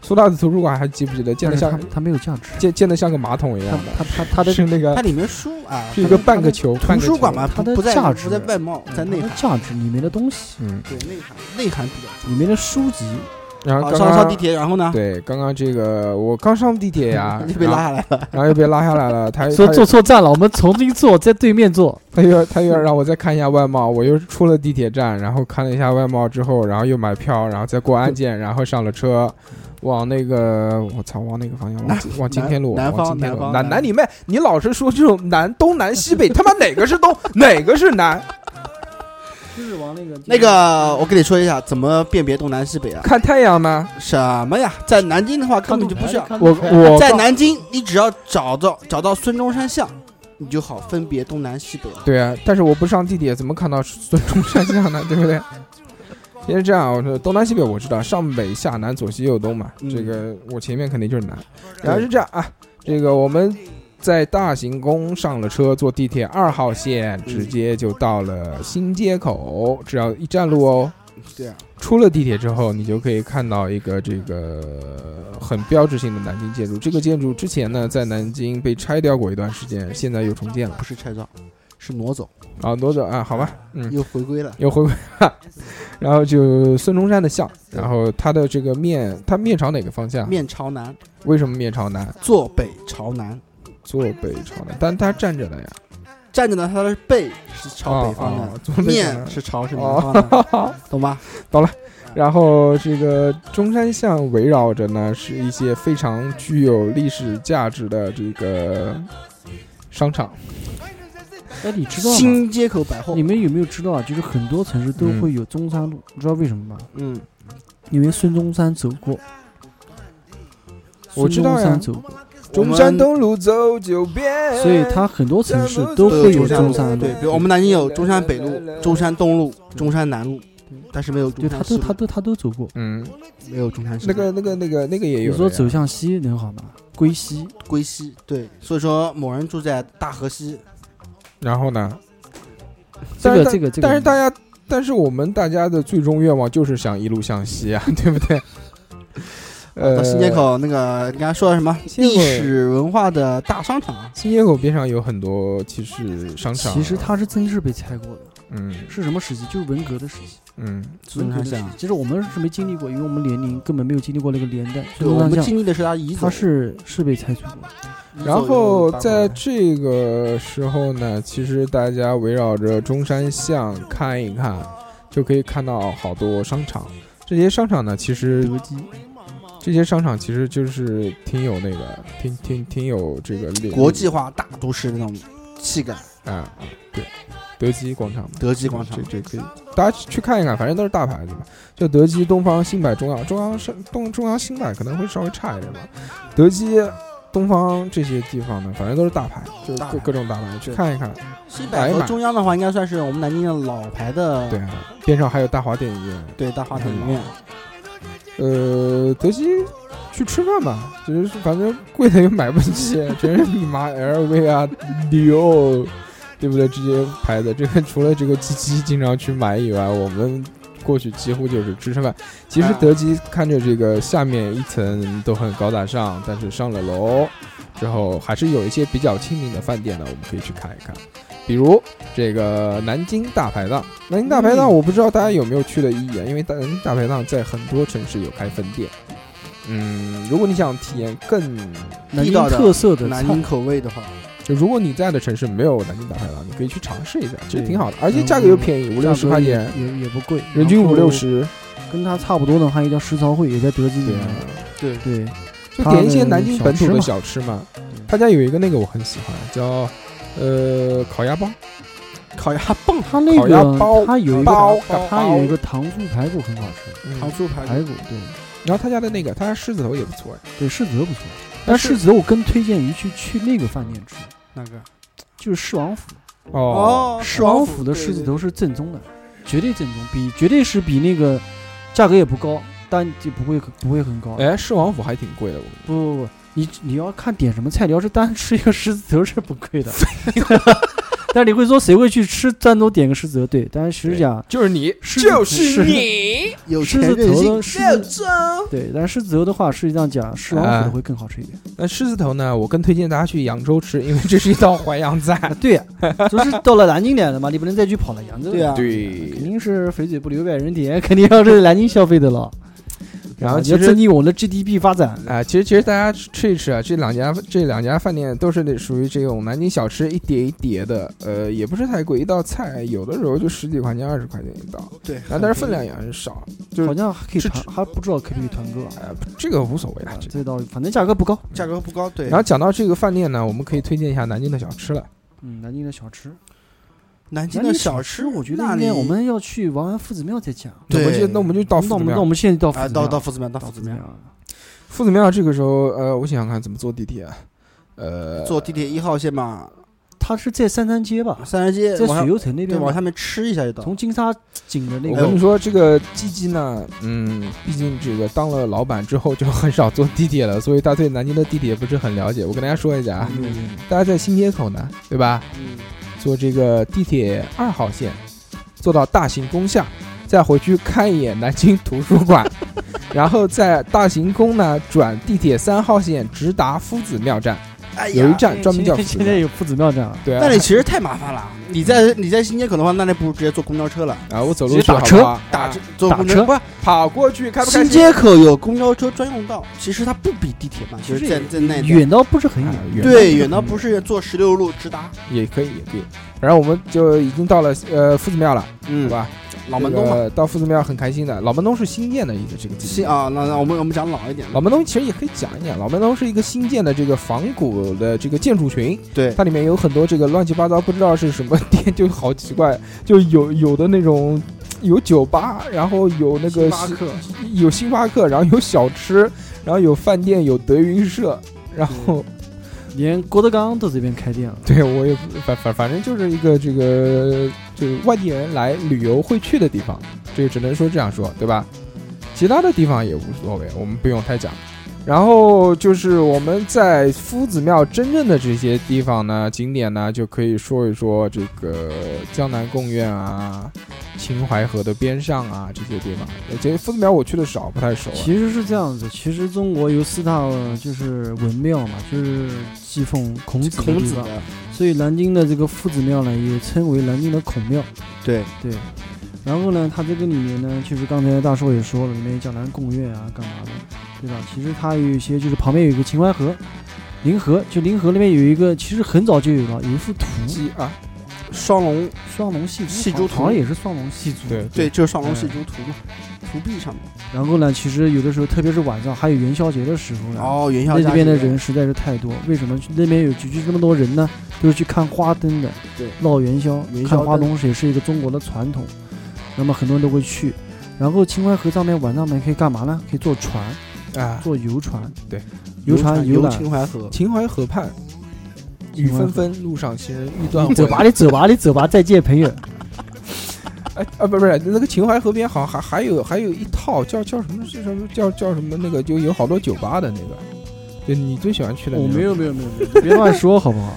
苏大的图书馆还记不记得
但
建的
是它
像
它没有价值，
建建的像个马桶一样
它
的，
它它它的
是那
它
个
里面书啊，
是一个半个球，半
图
呃个
书
球
馆嘛，
它
不
的
不在
价值
不
嗯
在外貌，在内
它的
涵，
价嗯值里面的东西，
嗯，
对内涵内涵比较重。
里面的书籍，
然后
啊，
刚
上
刚
上地铁，然后呢？
对，刚刚这个我刚上地铁
，
呀
就被拉下来了。
然后，然后又被拉下来 了，他
说
他
坐错站了，我们重新坐，在对面坐。
他又他又让我再看一下外贸，我又出了地铁站，然后看了一下外贸之后，然后又买票，然后再过安检，然后上了车，往那个我操，往哪个方向？往金往金天路，
南方
往金天路
南方
南
南
南你妹！你老是说这种南东南西北，他妈哪个是东，哪个是南？
就是往那个
那个，我跟你说一下怎么辨别东南西北啊？
看太阳吗？
什么呀，在南京的话根本就不需要。
我我
在南京，你只要找到找到孙中山像，你就好分别东南西北了。
对啊，但是我不上地铁，怎么看到孙中山像呢？对不对？其实这样，我说东南西北我知道，上北下南，左西右东嘛。
嗯
这个我前面肯定就是南，
对
然后是这样啊，这个我们在大行宫上了车，坐地铁二号线，直接就到了新街口，只要一站路哦。
对啊，
出了地铁之后，你就可以看到一个这个很标志性的南京建筑。这个建筑之前呢，在南京被拆掉过一段时间，现在又重建了
不。是拆照，是挪走，
啊，挪走啊，好吧，嗯，
又回归了。
有回归，然后就孙中山的像，然后他的这个面，他面朝哪个方向？
面朝南，
为什么面朝南？
坐北朝南，
坐北朝南，但他站着的呀，
站着呢，他的背是朝北方
哦
的，
哦坐北朝南
面是朝是南方的， 懂吗？
然后这个中山像围绕着呢是一些非常具有历史价值的这个商场，
哎，你知道吗？
新街口百货
你，们有没有知道啊？就是很多城市都
嗯
会有中山路，你知道为什么吗？
嗯，
因为孙中山走过。
我知道
孙
呀
中山走过，
中山东路走九遍，
所以它很多城市都会
中
有中山路
对，。比如我们南京有中山北路、中山东路、中山南路，但是没有中
就他
山
都
西
他
路，
都他都走过。
嗯，
没有中山西
那
路
个那个那个那个也有
你
的呀。
说走向西能好吗？归西，
归西，对，所以说某人住在大河西，
然后呢？
这
但是
个
大
这个这个，嗯
但是大家，但是我们大家的最终愿望就是想一路向西啊， 对不对？
到
呃，
新街口那个刚才说的什么
新
历
街口
史文化的大商场，
新街口边上有很多其实商场。
其实，它是真是被拆过的，
嗯
是什么时期？就是文革的时期，
嗯，
孙
文
中山
革的时
像
期。，其实我们是没经历过，因为我们年龄根本没有经历过那个年代。
对，
孙
我
中
们
山像
经历的是他遗
它
走，
是是被拆除过的，
遗走
然
有
后
大
在
门
这个时候呢，其实大家围绕着中山巷看一看，就可以看到好多商场。这些商场呢，其实
德基
这些商场其实就是挺有那个，挺挺挺有这个力
国际化大都市那种气概，
啊，对，德基广场嘛。
德基广场
这。这可以，大家去看一看，反正都是大牌子嘛。就德基、东方、新百、中央，中央是东中央新百可能会稍微差一点吧。德基、东方这些地方呢，反正都是大牌，就是
大
各
牌
各种大牌，去看一看。
西
哎
百
呀
和
妈
中央的话，应该算是我们南京的老牌的
对啊，边上还有大华电影院。
对大话筒影院。
呃，德基去吃饭吧，就是反正贵的又买不起，全是你妈 LV 啊、迪奥，对不对？这些牌子，这个除了这个鸡鸡经常去买以外，我们过去几乎就是吃吃饭。其实
啊
德基看着这个下面一层都很高大上，但是上了楼之后，还是有一些比较亲民的饭店呢，我们可以去看一看。比如这个南京大排档，南京大排档，我不知道大家有没有去的意义啊，因为大南京大排档在很多城市有开分店。嗯，如果你想体验更，
地
南京
道的
特色的
南
菜
京，口味的话，
就如果你在的城市没有南京大排档，你可以去尝试一下，其实挺好的，而且嗯价格又便宜，五六
价
十
格
块
也
钱，
也也不贵，
人均
然后
五六，十，
跟它差不多的还有一家食槽汇，也在德基里
对
面
啊。
对，
对，
就
它
点一
的
些南京
小
本土
吃
的
嘛
小吃嘛。他家有一个那个我很喜欢，叫呃烤鸭包，
烤鸭棒、
它那
烤鸭包
个它有一
包
个
包
它有一个糖醋排骨很好吃，
糖醋排骨，
排骨对
然后他家的那个他家狮子头也不错，
对柿子头不错，但
是
柿子头我更推荐于去去那个饭店吃，
那个
就是市王府，
哦，
市王府的柿子头是正宗的，绝对正宗，比绝对是比那个价格也不高，但就不会不会很高。
哎，狮王府还挺贵的，我
不不不，你你要看点什么菜，你要是单吃一个狮子头是不贵的。 但是你会说谁会去吃单独点个狮子头？对，但是其实讲
就是你，
狮子头
你，
有
狮
钱
子
任
头
性
的，狮子，对，但是狮子头的话，实际上讲狮王府的会更好吃一点。
那狮子头呢？我更推荐大家去扬州吃，因为这是一道淮扬
啊
菜。，
对呀、就是到了南京来了嘛，你不能再去跑了扬州。
对啊，
对
肯，定是肥嘴不流外人田，肯定要是南京消费的了。
然后
啊
其
要
实
增进我们的 GDP 发展。
啊，其实其实大家吃一吃啊，这两家这两家饭店都是那属于这种南京小吃，一碟一碟的，呃，也不是太贵，一道菜有的时候就十几块钱、二十块钱一道，
对，
啊，但是分量也很少，就是
好像还可以
是
团，还不知道可不可以团购啊？
哎，这个无所谓啊
啊，
这
这倒反正价格不高。
价格不高，对。
然后讲到这个饭店呢，我们可以推荐一下南京的小吃了。
嗯，南京的小吃，
南京
南
的
京
小
吃，
吃，
我觉得
那
应该
里
我们要去王安夫子庙再讲。
那我们就
对
那我们就到
那
夫
我
子
们那
庙
我。们现在到夫
啊，
子
到
庙
到夫子庙，到
到
夫子
庙
庙，
啊，
夫子庙这个时候，呃，我想想看怎么坐地铁啊，呃，
坐地铁一号线嘛，
它是在三山街吧，
三十街
在
往
水
上
游城那
对
边
往
吧，
下面吃一下就到。
从金沙景的那
哎我
个
跟你说，这个鸡鸡呢，嗯，毕竟这个当了老板之后就很少坐地铁了，所以他对南京的地铁不是很了解。我跟大家说一下啊，大家在新街口呢，对吧？
嗯，
坐这个地铁二号线，坐到大行宫下，再回去看一眼南京图书馆，然后在大行宫呢转地铁三号线直达夫子庙站，
哎呀，
有一站专门叫夫子
现在
庙。
有夫子庙站了。
对啊，
那里其实太麻烦了。你在
嗯
你在新街口的话，那你不如直接坐公交车了，
啊，我走路
直接
去
打
好
车
不好
打
啊
车坐
打
公交
车
不是
跑过去，开不开
新
心？
街口有公交车专用道，其实它不比地铁慢，
其
就
实
是
也
在在那一段
远嗯到不是很
啊
哎远，
远
对，远到不是坐十六路直达，
也可以，也可以。反正我们就已经到了呃夫子庙了，
嗯
对吧？
老门东嘛，
嘛，到夫子庙很开心的。老门东是新建的一个这个地
新
方。
啊，那那我们我们讲老一点的，
老门东其实也可以讲一讲，老门东是一个新建的这个仿古的这个建筑群，
对，
它里面有很多这个乱七八糟不知道是什么店，就好奇怪，就有有的那种有酒吧，然后有那
星
个
巴克
有星巴克，然后有小吃，然后有饭店，有德云社，然后
连郭德纲都这边开店了。
对我也不反反反正就是一个这个就是外地人来旅游会去的地方。这个只能说这样说，对吧？其他的地方也无所谓，我们不用太讲。然后就是我们在夫子庙真正的这些地方呢，景点呢，就可以说一说这个江南贡院啊、秦淮河的边上啊这些地方。呃这夫子庙我去的少，不太熟、啊。
其实是这样子，其实中国有四大呃就是文庙嘛，就是祭奉孔子的
孔
地
子
方，
的，
所以南京的这个夫子庙呢，也称为南京的孔庙。
对，
对，然后呢，它这个里面呢，就是刚才大叔也说了，里面有江南贡院啊，干嘛的，对吧？其实它有一些就是旁边有一个秦淮河，临河，就临河那边有一个，其实很早就有了，有一幅图，
鸡啊，
双龙，
双龙戏珠，
戏珠
好像
图
也是双龙戏珠。
对
对，就是双龙
嗯
戏珠图嘛，图壁上面。
然后呢，其实有的时候，特别是晚上，还有元宵节的时候呢，
哦，元宵
嗯那
佳
那边的
节
人实在是太多。为什么去那边有聚集这么多人呢？都是去看花灯的，
对，
闹元宵，
元宵
看花
灯
灯也是一个中国的传统。那么很多人都会去。然后秦淮河上面晚上面可以干嘛呢？可以坐船，
啊，
坐游船，
对，
游船
游
览。
秦淮河，
秦淮河畔，雨纷纷，路上行人欲断
你
魂。
走吧，你走吧，你走吧，再见，朋友。
哎啊，不是不是，那个秦淮河边好像还还有还有一套叫叫什么是什么叫叫什么那个，就有好多酒吧的那个，就你最喜欢去的那种。
有没有没有没有，别乱说好不 好？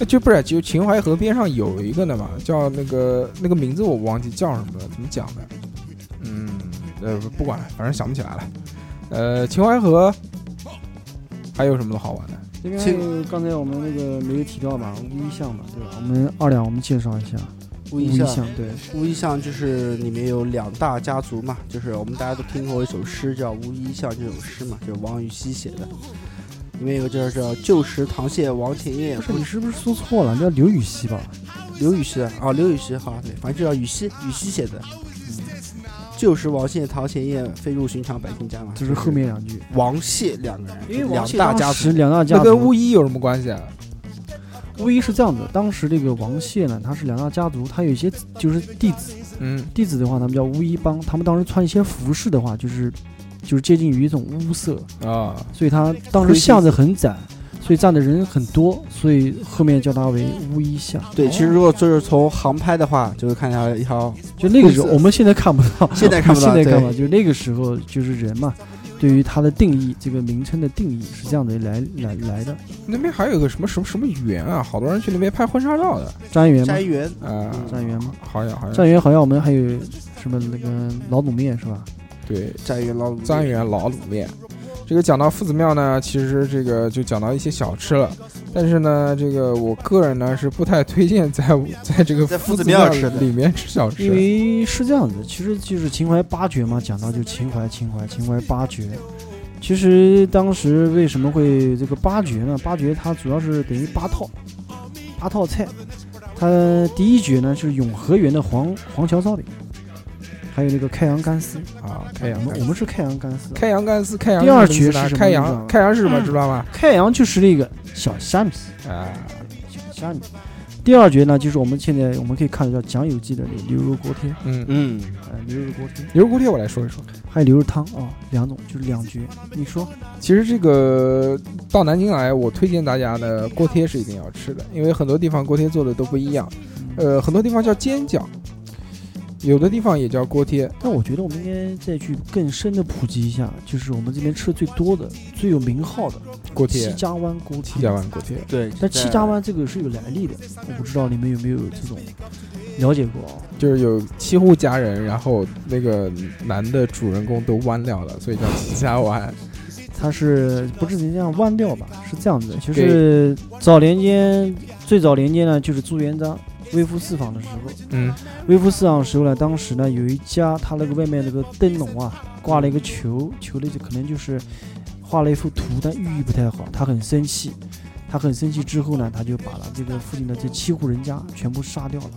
呃，就不是就秦淮河边上有一个呢嘛，叫那个那个名字我忘记叫什么了，怎么讲的？嗯，呃，不管了，反正想不起来了。呃，秦淮河还有什么好玩的？
这边还
秦
有刚才我们那个没有提到嘛，乌衣巷嘛，对吧？我们二两我们介绍一下
乌
乌
衣
衣
巷
巷，，对，
乌衣巷就是里面有两大家族嘛，就是我们大家都听过一首诗叫《乌衣巷》这首诗嘛，就是王禹锡写的。里面有个叫叫旧时唐谢王田业，
不是你是不是说错了？那叫刘禹锡吧？
刘禹锡的啊，刘禹锡好，对，反正就叫禹锡，禹锡写的。嗯旧时王谢陶潜业，飞入寻常百姓家嘛，
就是后面两句。
王谢两个人，
因为
两大家族
族，两大家
那
族，
跟巫医有什么关系啊？
巫医是这样子，当时这个王谢呢，他是两大家族，他有一些就是弟子，
嗯，
弟子的话，他们叫巫医帮，他们当时穿一些服饰的话，就是就是接近于一种巫色，
啊、
所以他当时巷子很窄，所以站的人很多，所以后面叫他为巫医巷。
对，其实如果就是从航拍的话，就会看到一条
就那个时候，我们现在看不到，
现在看不到
现在
对
看不到，就那个时候就是人嘛，对于它的定义，这个名称的定义是这样的来来来的，
那边还有个什么什么什么园啊，好多人去那边拍婚纱照的
瞻园嘛
斋，园，
啊、
瞻园嘛，
好像好像
瞻园好像我们还有什么那个老卤面是吧？
对
斋园老鲁
张园老卤面。这个讲到夫子庙呢，其实这个就讲到一些小吃了，但是呢，这个我个人呢是不太推荐在 在这个
在
夫
夫
子
子庙
庙
吃的
里面吃小
因
吃。
为是这样子，其实就是秦淮八绝嘛，讲到就秦淮、秦淮、秦淮八绝。其实当时为什么会这个八绝呢？八绝它主要是等于八套，八套菜。它第一绝呢是永和园的黄黄桥烧饼，还有那个开阳干丝。
啊，开
我
阳干
们
丝
哎我们是开阳干丝。啊
开阳干丝，开阳
第二
什么意
绝
思呢
是什么嗯你
开
知道
阳，
吗
开阳是什么知道吗？
开阳就是那个小虾米，
啊，
小虾米。第二绝呢，就是我们现在我们可以看得到蒋友记的那个牛肉锅贴，
嗯，
嗯，
呃，牛肉锅贴，
牛肉锅贴我来说一说。
还有牛肉汤啊、两种就是两绝。你说？
其实这个到南京来，我推荐大家呢，锅贴是一定要吃的，因为很多地方锅贴做的都不一样，呃，很多地方叫煎饺，有的地方也叫锅贴。
但我觉得我们应该再去更深的普及一下，就是我们这边吃的最多的、最有名号的
锅
七
贴，
家湾锅
七
贴
家。湾锅贴，
对，
但七家湾这个是有来历的，我不知道你们有没有这种了解过啊？
就是有七户家人，然后那个男的主人公都弯掉了，所以叫七家湾。
它是不是人家弯调吧？是这样子的，就是早年间最早年间呢，就是朱元璋微服私访的时候，
嗯，
微服私访的时候呢，当时呢有一家他那个外面那个灯笼啊，挂了一个球，球里就可能就是画了一幅图，但寓意不太好，他很生气。他很生气之后呢，他就把了这个附近的这七户人家全部杀掉了，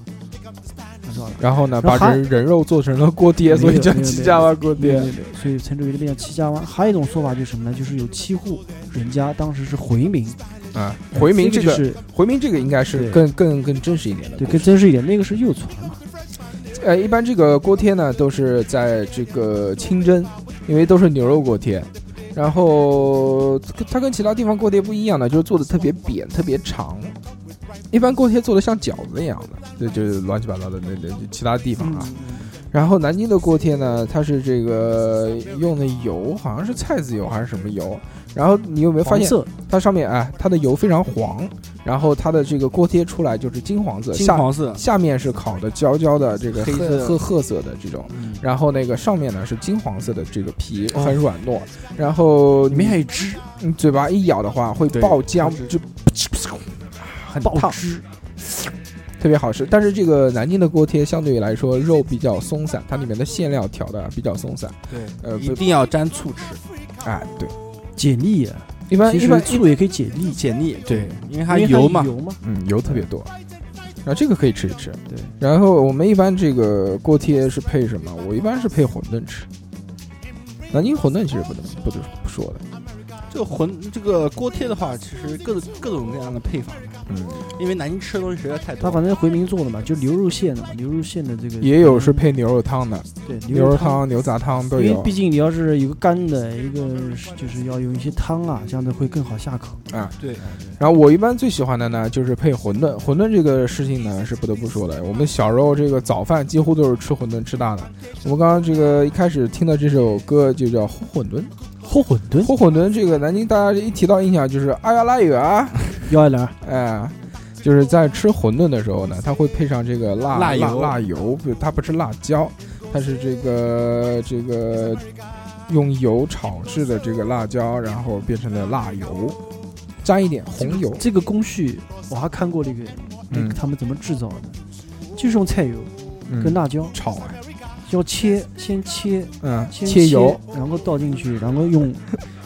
知道吧？
然后呢，
然
把
后还
人人肉做成了锅贴，
没有
所以叫
没有
七家湾锅
对
贴。
对对，所以称之为这边叫七家湾。还有一种说法就是什么呢？就是有七户人家当时是回民，
啊，回民这
这
个
是
回民这个应该是
对
更更更真实一点的。
对，更真实一点，那个是右传嘛，
呃，一般这个锅贴呢都是在这个清真，因为都是牛肉锅贴。然后它跟其他地方锅贴不一样的，就是做的特别扁、特别长。
嗯
一般锅贴做的像饺子一样的，这就是乱七八糟的那那其他地方啊。然后南京的锅贴呢，它是这个用的油好像是菜籽油还是什么油，然后你有没有发
黄
现
色
它上面哎，它的油非常黄，然后它的这个锅贴出来就是金黄色，
金
下
黄色，
下面是烤的焦焦的这个
黑
黑
色
褐褐色的这种，然后那个上面呢是金黄色的这个皮，
哦
很软糯，然后
里面还
你
有汁，
你嘴巴一咬的话会
对
爆浆
我知，
就很
爆
烫，
汁，
特别好吃。但是这个南京的锅贴相对于来说肉比较松散，它里面的馅料调的比较松散，
对，
呃，
嗯一
不
定要沾醋吃，
啊对，
解腻啊，
一般
其
一
实
般一
醋也可以解腻，
解腻，对，因为
因
它
为
油嘛，
油嘛，
嗯，油特别多。然后这个可以吃一吃，
对。
然后我们一般这个锅贴是配什么？我一般是配馄饨吃。南京馄饨其实不能不得不说的，
这个馄这个锅贴的话，其实各各种各样的配法，
嗯，
因为南京吃的东西实在太多
它
了。
反正回民做的嘛，就牛肉馅的嘛，牛肉馅的这个
也有是配牛肉汤的，
对
牛肉
肉，
汤、牛杂汤都
因为
有
毕竟你要是有个干的，一个是就是要用一些汤啊，这样子会更好下口。
啊。
对，
然后我一般最喜欢的呢就是配馄饨，馄饨这个事情呢是不得不说的。我们小时候这个早饭几乎都是吃馄饨吃大的。我们刚刚这个一开始听的这首歌就叫《齁馄饨》，
齁馄饨
齁馄饨这个南京大家一提到印象就是哎呀拉远啊。
要一来
哎，就是在吃馄饨的时候呢，它会配上这个辣
辣
辣
油
辣油，不它不是辣椒，它是这个这个用油炒制的这个辣椒，然后变成了辣油，沾一点红油，
这个工序，我还看过那个那
嗯
个他们怎么制造的，就是用菜油
嗯
跟辣椒，
炒啊，
要切先切
嗯，
先
切油，，
然后倒进去，然后 用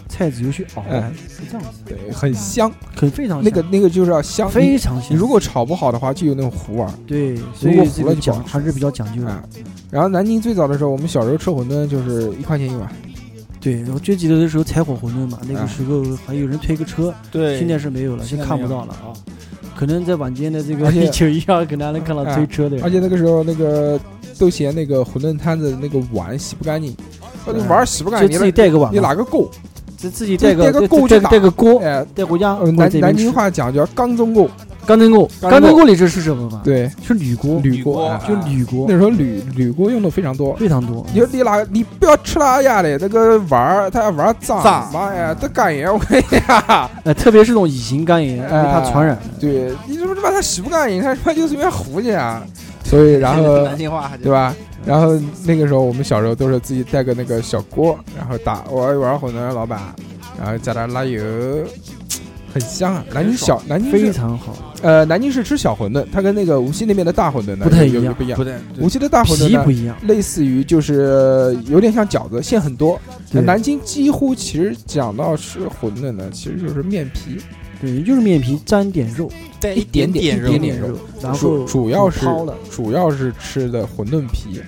菜籽油去熬，
哎
是这样子，
对，很香，
很非常
那个
香
那个就是要香，
非
你
常香。
你如果炒不好的话，就有那种糊味儿。
对，所
如果
以
糊
这
了
个
就不
讲
好吃
还是比较讲究
啊
的。
然后南京最早的时候，我们小时候吃馄饨就是一块钱一碗，
对，我最记得的时候柴火馄饨嘛，那
哎
个时候还有人推个车，
对，
现在是没有了，现在看不到了啊。可能在晚间的这个
而且啊
酒一样，可能还能看到推车的人。
而且那个时候那个都嫌那个馄饨摊子那个碗洗不干净，那
对啊
碗洗不干
就
净，
自己带个碗嘛，
你拿个锅，
自自己带个
带个
带
锅
带
去打
带个锅，
哎，
带回家
呃。
回
南
家
南
吃
京话讲叫缸中锅，
钢针锅，
钢针锅
钢针锅里这是什么嘛？，
对，
是铝锅，
铝锅，哎
就铝锅
那时候铝铝锅用的非常多。
非常多。
你说你哪，你不要吃他家的那个碗儿，他家碗儿脏，
脏
妈呀，这肝炎我跟 你讲，
呃，特别是那种乙型肝炎，因为它
哎
传染的。
对，你怎么他妈他洗不干净，他他妈就随便糊去啊，所以然后
南京话还
对吧？然后那个时候我们小时候都是自己带个那个小锅，然后打我玩馄饨老板，然后加点辣油，很香啊！南京小南京
非
是
常好，
呃南京是吃小馄饨，它跟那个无锡那边的大馄饨呢
不太
有
一
有
样
不一样。
不对，
无锡的大馄饨
皮
呢
不，一样。
类似于就是有点像饺子，馅很多。
对
南京几乎其实讲到吃馄饨呢，其实就是面皮，
对，就是面皮沾点肉，
带
一点点
点
一点点
肉
肉，
然
主
后
主要是
泡的，
主要是吃的馄饨皮。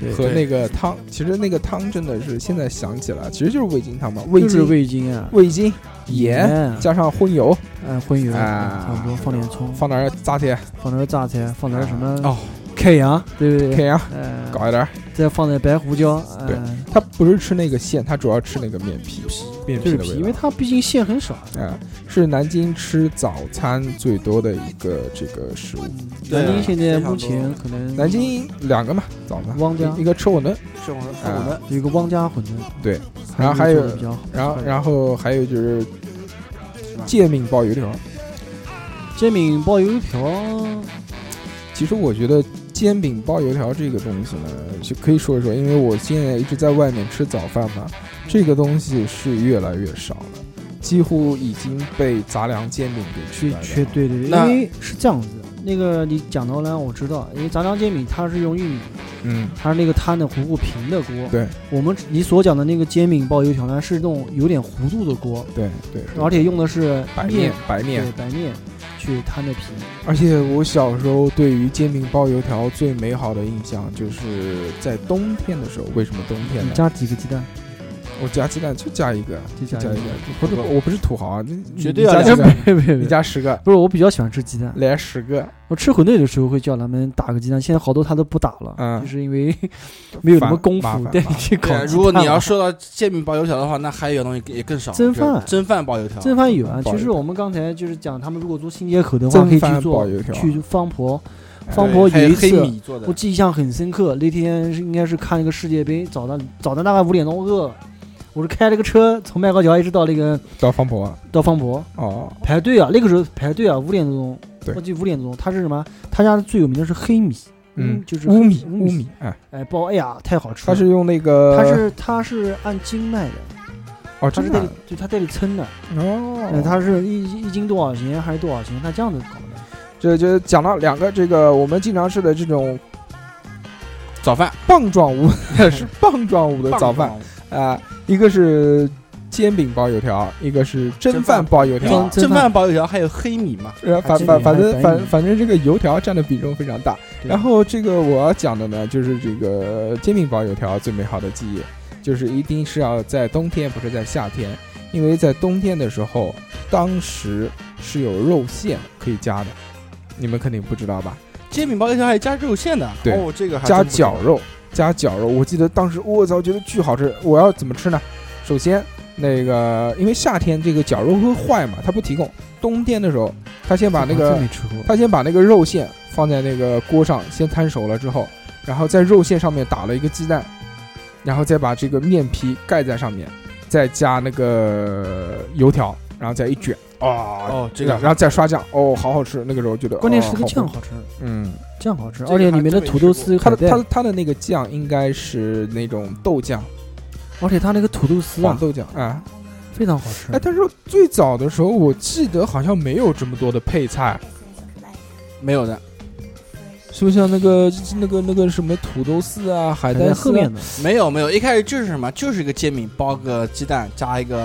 对，
和
对
那个汤，其实那个汤真的是现在想起来，其实就是味精汤嘛，味
就是
精、
味精啊，
味精、盐，
盐
加上荤油，
嗯，荤油，
啊
差不多放点葱，
放点儿扎铁，
放点榨菜，放点什么
哦，
凯洋，对不
可
对？
以啊，
嗯，
搞一点儿。
再放点白胡椒，
对
嗯，
它不是吃那个馅，它主要吃那个面皮，面
就
皮
是
的
皮，
味
因为
道。
它毕竟馅很少。
啊，是南京吃早餐最多的一个这个食物。
嗯
对啊
南京现在
非常
目
多
前可能
南京两个嘛，早餐，
汪家
一一个吃馄饨，
吃馄饨，
啊
馄饨，
有一个汪家馄饨，
对，然后还有
做得比较好
然后
嗯
然后还有就是
吧
煎饼包油条。
煎饼包油条，
其实我觉得煎饼包油条这个东西呢，就可以说一说，因为我现在一直在外面吃早饭嘛，这个东西是越来越少了，几乎已经被杂粮煎饼给取
去
代
去
掉了。
对对对，
那
因为是这样子的。那个你讲到呢，我知道，因为杂粮煎饼它是用玉米，
嗯，
它是那个摊的糊糊平的锅。
对，
我们你所讲的那个煎饼包油条呢，是那种有点弧度的锅，
对对，对
而且用的是
白
面
面白
对
面，
白面去摊的皮。
而且我小时候对于煎饼包油条最美好的印象就是在冬天的时候，为什么冬天
你
呢？
加几个鸡蛋？
我加鸡蛋就加一个，
就加
加
一
一
个
个，不是我不是土豪啊，你
绝对
你
要
加
两个
几个，
没有没有没
你
有，
加十个，
不是我比较喜欢吃鸡蛋。
来十个，
我吃馄饨的时候会叫他们打个鸡蛋，现在好多他都不打了，
嗯
就是因为 没有什么功
麻
夫
烦啊
带
麻
你去搞
对，。啊如果你要说到煎饼包油条的话，那还有东西也更少，
蒸饭
就是蒸饭包油条，
蒸饭有啊，
不
其
好意思
实我们刚才就是讲，他们如果做新街口的话，
蒸
可以
饭
去做
包油条
去方婆方博
还
有一
黑
次
米做的
我，记忆印象很深刻，那天是应该是看一个世界杯，早上早上大概五点钟饿了，我是开了个车从麦高桥一直到那个
到方博啊，
到方博
哦，
排队啊，那个时候排队啊五点多钟，
对
忘记五点多钟，他是什么？他家最有名的是黑米，
嗯，
就是
乌米
乌
乌，米，哎，
哎包哎呀太好吃
他
了，
是用那个，
他是他是按斤卖的，
哦，
他
真
是代
的
理对他代理称的，
啊哦，
哎他是一一斤多少钱还是多少钱？他这样子搞的。
这就讲到两个这个我们经常吃的这种
早饭
棒状物， 是棒状物的早饭啊、一个是煎饼包油条，一个是蒸饭包油
因
蒸
条
为。
饭
蒸饭包油条还有黑米嘛，
呃，反
还
反反
煎饼还有
正
白
反
米
反正这个油条占的比重非常大。
对
然后这个我要讲的呢，就是这个煎饼包油条最美好的记忆，就是一定是要在冬天，不是在夏天，因为在冬天的时候，当时是有肉馅可以加的，你们肯定不知道吧？
煎饼包油条还加肉馅的，
对
哦，这个还
加
真不知道
绞，肉，加绞肉。我记得当时我操，觉得巨好吃。我要怎么吃呢？首先，那个因为夏天这个绞肉会坏嘛，它不提供。冬天的时候，他先把那
我还
个
真没吃过，
他先把那个肉馅放在那个锅上，先摊熟了之后，然后在肉馅上面打了一个鸡蛋，然后再把这个面皮盖在上面，再加那个油条，然后再一卷。
啊
哦，
哦，这个
然后再刷酱，哦，好好吃。那个时候觉得，
关键
哦
是个
好
酱
好
好吃，
吃嗯，
酱好
这
吃，
个
而且里
还
面的
真没
土豆
吃
丝有
它
海
的
带
它的它的那个酱应该是那种豆酱，
而且它那个土豆丝
黄
啊
豆酱啊。
非常好吃
哎，。但是最早的时候，我记得好像没有这么多的配菜，
没有的，
是不是像那个那个那个什么土豆丝啊、海
还在
带
后
丝啊
面呢，
没有没有，一开始就是什么，就是一个煎饼包个鸡蛋加一个，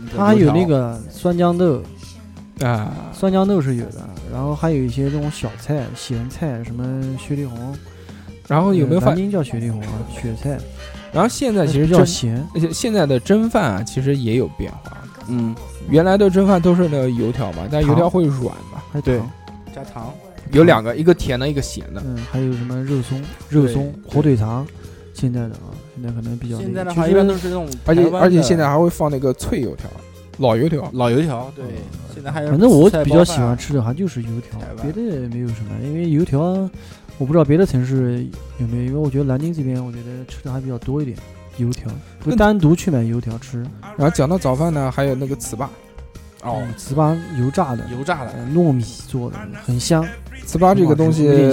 一
它还有
油条
那个酸豇豆，
啊？
酸豇豆是有的，然后还有一些这种小菜、咸菜，什么雪里红，
然
哦
后有没有
呃
发
南？京叫雪里红啊，雪菜，
然后现在其实
比较
蒸，
咸，
而且现在的蒸饭啊，其实也有变化。
嗯，
原来的蒸饭都是那个油条嘛，但油条
糖
会软嘛，
还有
对
糖，
加糖，
有两个，一个甜的，一个咸的。
嗯，还有什么肉松、肉松、火腿肠，现在的啊，现在可能比较那个
现在的
其
话
实
一般都是那种
而
台
且
湾的
而且现在还会放那个脆油条，老油条。
老油条，对，现在还有
反正我
菜
比
包
较
饭
喜欢吃的还就是油条
台，湾
别的没有什么，因为油条我不知道别的城市有没有，因为我觉得南京这边我觉得吃的还比较多一点，油条会
更
单独去买油条吃，
然后讲到早饭呢，还有那个糍粑，
哦，
嗯糍粑油炸的，
油炸的
呃糯米做的很香，
糍粑这个东西
有点，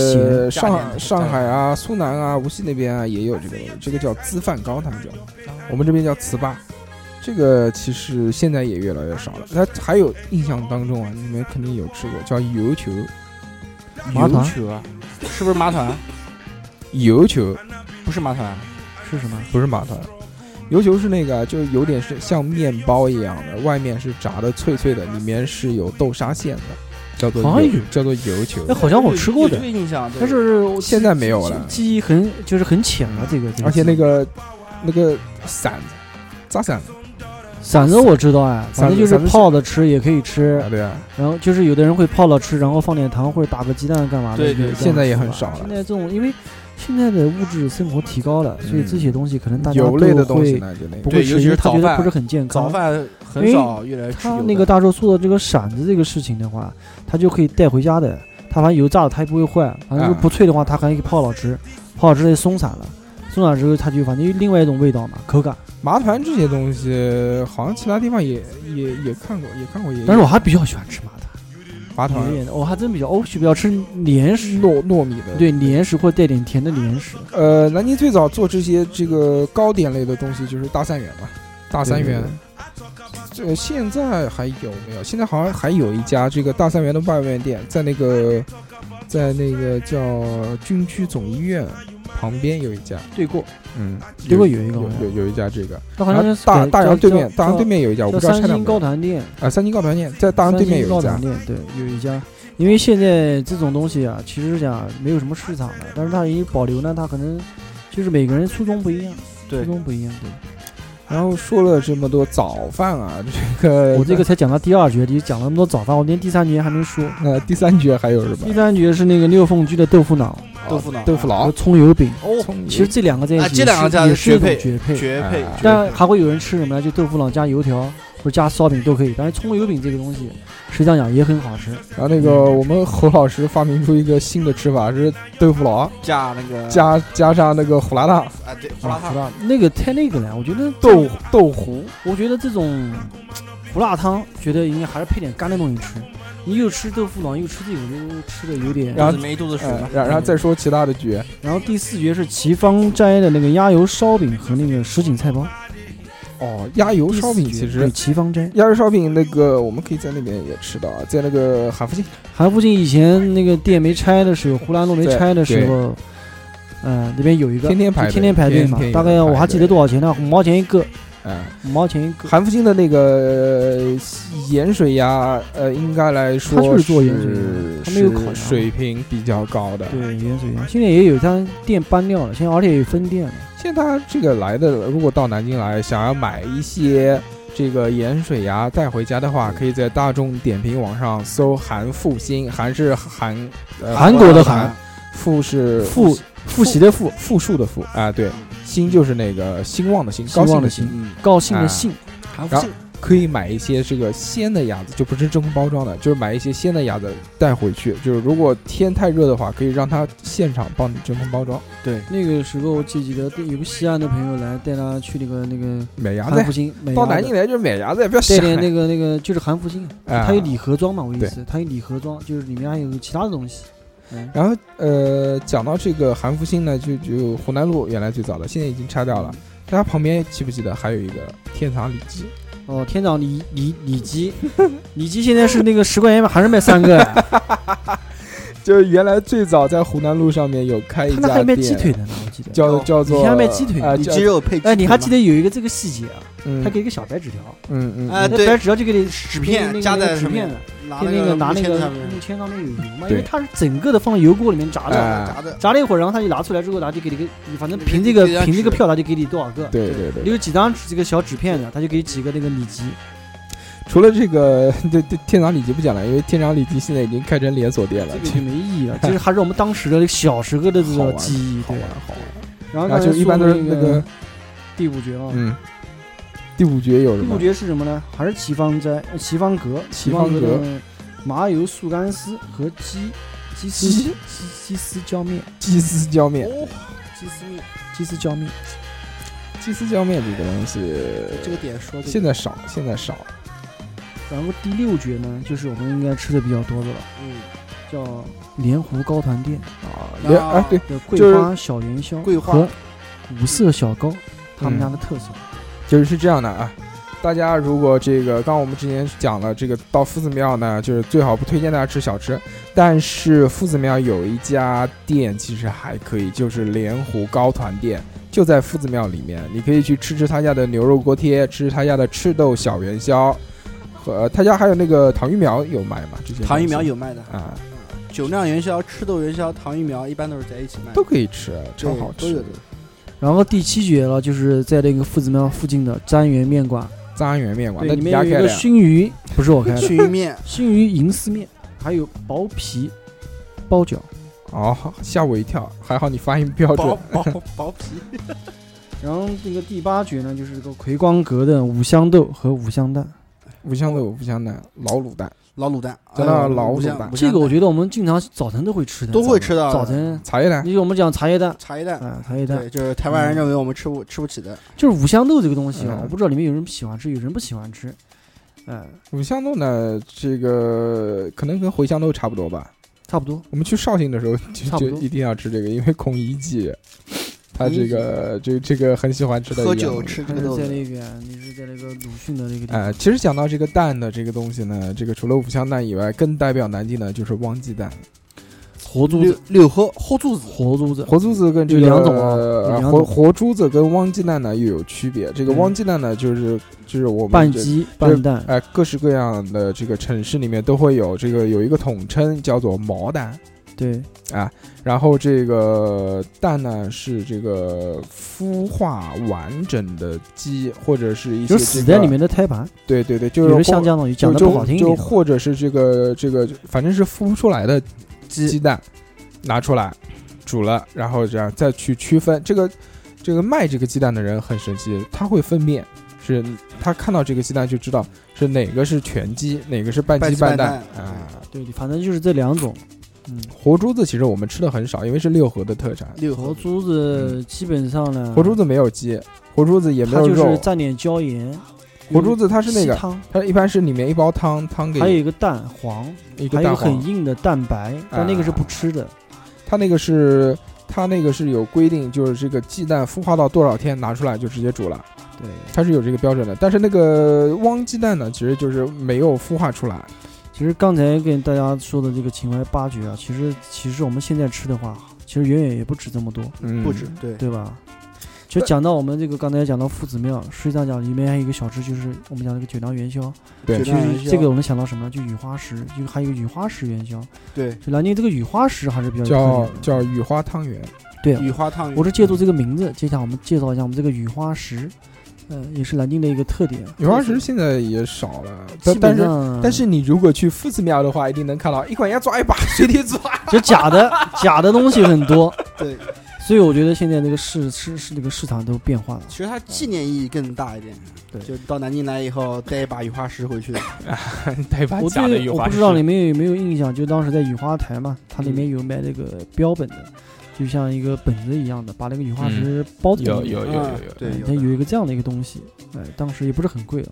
咸
上
加点
海
的
上海啊、苏南啊、无锡那边啊也有这个东西，这个叫粢饭糕，他们叫，我们这边叫糍粑。这个其实现在也越来越少了。它还有印象当中啊，你们肯定有吃过，叫油球，
麻
油
团
球啊，是不是麻团？
油球
不是麻团，
是什么？
不是麻团，油球是那个就有点是像面包一样的，外面是炸的脆脆的，里面是有豆沙馅的，叫做
好像
油
有
叫做油球。
哎，好像我吃过的
有这，个印象，对
但是我
现在没有
记
了
记忆很就是很浅了这个，这
而且那
个
个那个馓子，炸馓子
馓子我知道哎，反正就是
馓子馓子是
泡着吃也可以吃
啊，，对啊。
然后就是有的人会泡了吃，然后放点糖或者打个鸡蛋干嘛的。
对对
有这种
现在也
吃法
很少了
现在这种因为现在的物质生活提高了，所以这些东西可能大家
嗯油
都
类的东西
会
呢，就那
不
个
对
会吃，
尤其
因为
是
他觉
早
得
饭
不是很健
早
康。
饭很少，越来越吃
他
油
那个
的
大寿说的这个馓子这个事情的话，他就可以带回家的，他反正油炸了它也不会坏，反正就
啊
不脆的话，它还可以泡好吃，泡好吃它就松散了，松散之后它就反正有另外一种味道嘛，口感。
麻团这些东西，好像其他地方也也也看过，也看过也有。
但是我还比较喜欢吃麻的，
麻团
有点我还真比较我喜欢比较吃莲食，
糯糯米的，
对莲食或者带点甜的莲食。
呃，南京最早做这些这个糕点类的东西就是大三元嘛，大三元。这现在还有没有？现在好像还有一家这个大三元的外卖店，在那个在那个叫军区总医院旁边有一家，
对过，
嗯，
对过有一个好
有
像
有有一家这个，
那好
然后
像
大大洋对面，大洋
洋
对面有一家，我
叫
不知道
三
拆两
星
个
高团店，
啊，三星高团店在大洋
三
对
星
面有
高
一家
团，店对有一家，因为现在这种东西啊，其实讲没有什么市场了，但是它一保留呢，它可能就是每个人初衷不一样，初
对
衷不一样。对，
然后说了这么多早饭啊，这个
我 这个才讲到第二节，你讲了那么多早饭，我连第三节还没说。
呃第三绝还有什
第
么？
三节是那个六凤居的豆腐呃脑
豆腐脑，
豆
和
腐脑、
葱油饼，
哦，
葱油
其实这两个在一
啊
起
这两个
是
家是
也是
绝
一种
配
绝配，
绝配
哎，
但还会有人吃什么呢？就豆腐脑加油条，或者加烧饼都可以。但是葱油饼这个东西，实际上讲也很好吃。啊
然后那个
嗯
我们侯老师发明出一个新的吃法是豆腐脑，
加那个
加加上那个胡辣汤，
啊对胡
啊
辣
胡
汤，
辣那个太那个了，我觉得这
豆豆糊，
我觉得这种胡辣汤，觉得应该还是配点干的东西吃。你又吃豆腐脑，又吃这个，我觉得吃的有点。
然后
肚子没肚子水
呃
嘛，
然然后再说其他的局，
然后第四绝是齐芳斋的那个鸭油烧饼和那个什锦菜包。
哦，鸭油
第四
烧饼
绝
其
对
实。
齐芳斋，
鸭油烧饼那个我们可以在那边也吃到，在那个韩福庆，
韩附近以前那个店没拆的时候，胡兰路没
对
拆的时候，嗯、那边有一个
天天排
就
队
天天排队嘛，
天天
大概
有人
我
排
还记
队
得多少钱呢？五毛钱一个，
哎，
五毛钱一个。
韩福庆的那个盐水鸭，呃，应该来说
他就是做盐水鸭他没有烤
是
鸭
水平比较高的。
对，盐水鸭现在也有，但店搬掉了，现在而且有分店了。
现在他这个来的，如果到南京来，想要买一些这个盐水鸭带回家的话，可以在大众点评网上搜“韩复兴”，韩是韩、呃、
韩国的
韩
韩，
复是
复复习的复，
复数的复啊，对，兴就是那个兴旺的兴，
兴
高兴
旺的
兴。
兴高兴
啊
的兴，
韩
然后可以买一些这个鲜的鸭子，就不是真空包装的，就是买一些鲜的鸭子带回去。就是如果天太热的话，可以让他现场帮你真空包装
那个时候我记记得有个西安的啊朋友来带他去那个那个
买鸭
韩
子
福。兴买
到
鸭
南
子
京来就是买鸭子，不
带
要想
点那个那个就是韩福兴，
啊
它有礼盒装嘛，我意
对
思，它有礼盒装，就是里面还有其他的东西。嗯，
然后呃，讲到这个韩复兴呢，就就湖南路原来最早的，现在已经拆掉了。大家旁边记不记得还有一个天堂里脊？
哦，天长里里里脊，里脊现在是那个十块钱还是卖三 个呀？
就是原来最早在湖南路上面有
哎
开一
他那还
家
卖鸡
店，
腿的呢，我记得。
叫
哦
叫做
以前还卖鸡腿
啊，
你
叫
鸡肉配鸡
哎，你还记
得
得有一个这个细节啊？
嗯
他给一啊个小白纸条，
嗯嗯
哎
嗯，
那
对
白纸条就给你
纸
那个
片夹
那个
在
纸
上
片
面
的，，
拿
跟那个拿那
木签
个
上面啊
木签上面有油嘛，
对
因为它是整个的放到油锅里面炸的，
哎
炸的，
炸了一会儿，然后他就拿出来之后，他就给你个，反正
给
凭
你
这个
给他
凭这个
纸
票，他就给你多少个。
对对对
你。有几张纸这个小纸片的，他就给你几个那个里脊。
除了这个，对对，天长里脊不讲了，因为天长里脊现在已经开成连锁店了
这，个就没意义了，就是还是我们当时的小时候的这
好
个
玩
记忆，
好
对
玩。好玩。
然后
然
刚
后
才
就一般都
说
是
的
那
那
个，
第五绝啊，
嗯，第五绝有什
第五
么？
绝是什么呢？还是齐芳斋、呃齐芳阁、
齐
齐
芳
芳
阁
阁的麻油素干丝和鸡鸡丝
鸡
鸡鸡丝浇面、
鸡丝浇面，
鸡丝面、鸡丝浇面。
鸡丝浇面这个东西
这个点说
现在少，现在少。
然后第六绝呢，就是我们应该吃的比较多的了，
嗯，
叫莲湖高团店
啊，
那
连哎对，
的
就
桂
是
花小元宵
桂花
和五色小糕，他们
嗯
家的特色。
就是这样的啊。大家如果这个，刚刚我们之前讲了，这个到夫子庙呢，就是最好不推荐大家吃小吃，但是夫子庙有一家店其实还可以，就是莲湖糕团店，就在夫子庙里面，你可以去吃吃他家的牛肉锅贴，吃他家的赤豆小元宵，和他家还有那个糖芋苗有卖吗？之前
糖芋苗有卖的，
啊，
酒酿元宵、赤豆元宵、糖芋苗一般都是在一起卖的，
都可以吃，超
对
好
都有
吃
的。。
然后第七绝了，就是在那个夫子庙附近的瞻园面馆，
张园面馆，
对，
那
里
你
面
家
有一
开
个
的
熏鱼，不是我 开的，
熏鱼面，
熏鱼银丝面，还有薄皮包饺。
哦，吓我一跳，还好你发音标准
薄。薄薄皮，
然后这个第八绝呢，就是这个葵光阁的五香豆和五香蛋。
五香豆、五香蛋、老卤蛋、
老卤蛋，
真的
哎
老
五
卤
香
蛋
五香
这个我觉得我们经常早晨都会吃的，
都会吃到的
早晨，
茶叶蛋，
你我们讲茶叶蛋，
茶叶蛋，
啊，茶叶蛋
对，就是台湾人
嗯
认为我们吃不吃不起的，
就是五香豆这个东西啊
嗯，
我不知道里面有人喜欢吃，有人不喜欢吃。嗯，
五香豆呢，这个可能跟茴香豆差不多吧。
差不多。
我们去绍兴的时候 就
差不
就
多
一定要吃这个，因为孔乙己，他这个这这个很喜欢吃的一
喝
样
酒
东西
吃这
还
个
是
豆
在
子，
那个，你是在那个鲁迅的那个地
呃，
方，
其实讲到这个蛋的这个东西呢，这个除了五香蛋以外，更代表南京的就是汪鸡蛋。
活珠
六
子，
六合喝柱子，
活珠子，
活珠子跟这
有
个
两种啊有
呃
两
活
种
活珠子跟汪鸡蛋呢又有区别。这个
嗯
汪鸡蛋呢，就是就是我们
拌
这
鸡拌蛋，
哎，各式各样的这个城市里面都会有这个有一个统称叫做毛蛋，
对，
然后这个蛋呢是这个孵化完整的鸡，或者是一些、这
就
个、
是死在里面的胎盘，
对对对，就
有
是
的像
或
这样东西，
就
讲的
就
不好听一
就
点，啊
或者是这个这个，反正是孵不出来的鸡蛋拿出来煮了，然后这样再去区分这个这个卖这个鸡蛋的人很神奇，他会分辨。是他看到这个鸡蛋就知道是哪个是全鸡，哪个是半鸡
半鸡半
蛋
蛋
啊。
对，反正就是这两种。嗯，
活珠子其实我们吃的很少，因为是六合的特产。
六
活
合
珠子基本上呢，
活珠子没有鸡，活珠子也没
它
有
就是
肉。
蘸点椒盐，
活珠子它是那
稀
个，
汤，
它一般是里面一包汤，汤给
还有一个蛋黄，
一个
还有
蛋
一个很
黄。哎
硬的蛋白，但那个是不吃的。
它那个是它那个是有规定，就是这个鸡蛋孵化到多少天拿出来就直接煮了，
对，
它是有这个标准的。但是那个汪鸡蛋呢，其实就是没有孵化出来。
其实刚才跟大家说的这个秦淮八绝啊，其实其实我们现在吃的话，其实远远也不止这么多，
嗯，
不止，对，
对吧？就
对
讲到我们这个刚才讲到夫子庙，实际上讲里面还有一个小吃，就是我们讲那个九娘元宵。
对
其
九娘元
实
宵
这个我们想到什么呢？就雨花石，就还有一个雨花石元宵。
对
就南京这个雨花石还是比较有
叫
特点的
叫雨花汤圆。
雨花汤圆，
我是借助这个名字，接下来我们介绍一下我们这个雨花石，呃，也是南京的一个特点。
雨花石现在也少了，
基
但但
本
是
上
但是你如果去夫子庙的话，一定能看到一管要抓一把，随 地抓。
就假的 假的东西很多，
对，
所以我觉得现在这个市市市这个市场都变化了。
其实它纪念意义更大一点。
对
就到南京来以后带一把雨花石回去，
带把
我
假的
对
有
我
花
不知道你们有没有印象，就当时在雨花台嘛，它里
嗯
面有卖那个标本的，就像一个本子一样的，把那个雨
嗯
花石包在里
有
面
有有
啊
有有，
对，
哎它
的
有一个嗯这样的一个东西，哎，当时也不是很贵啊，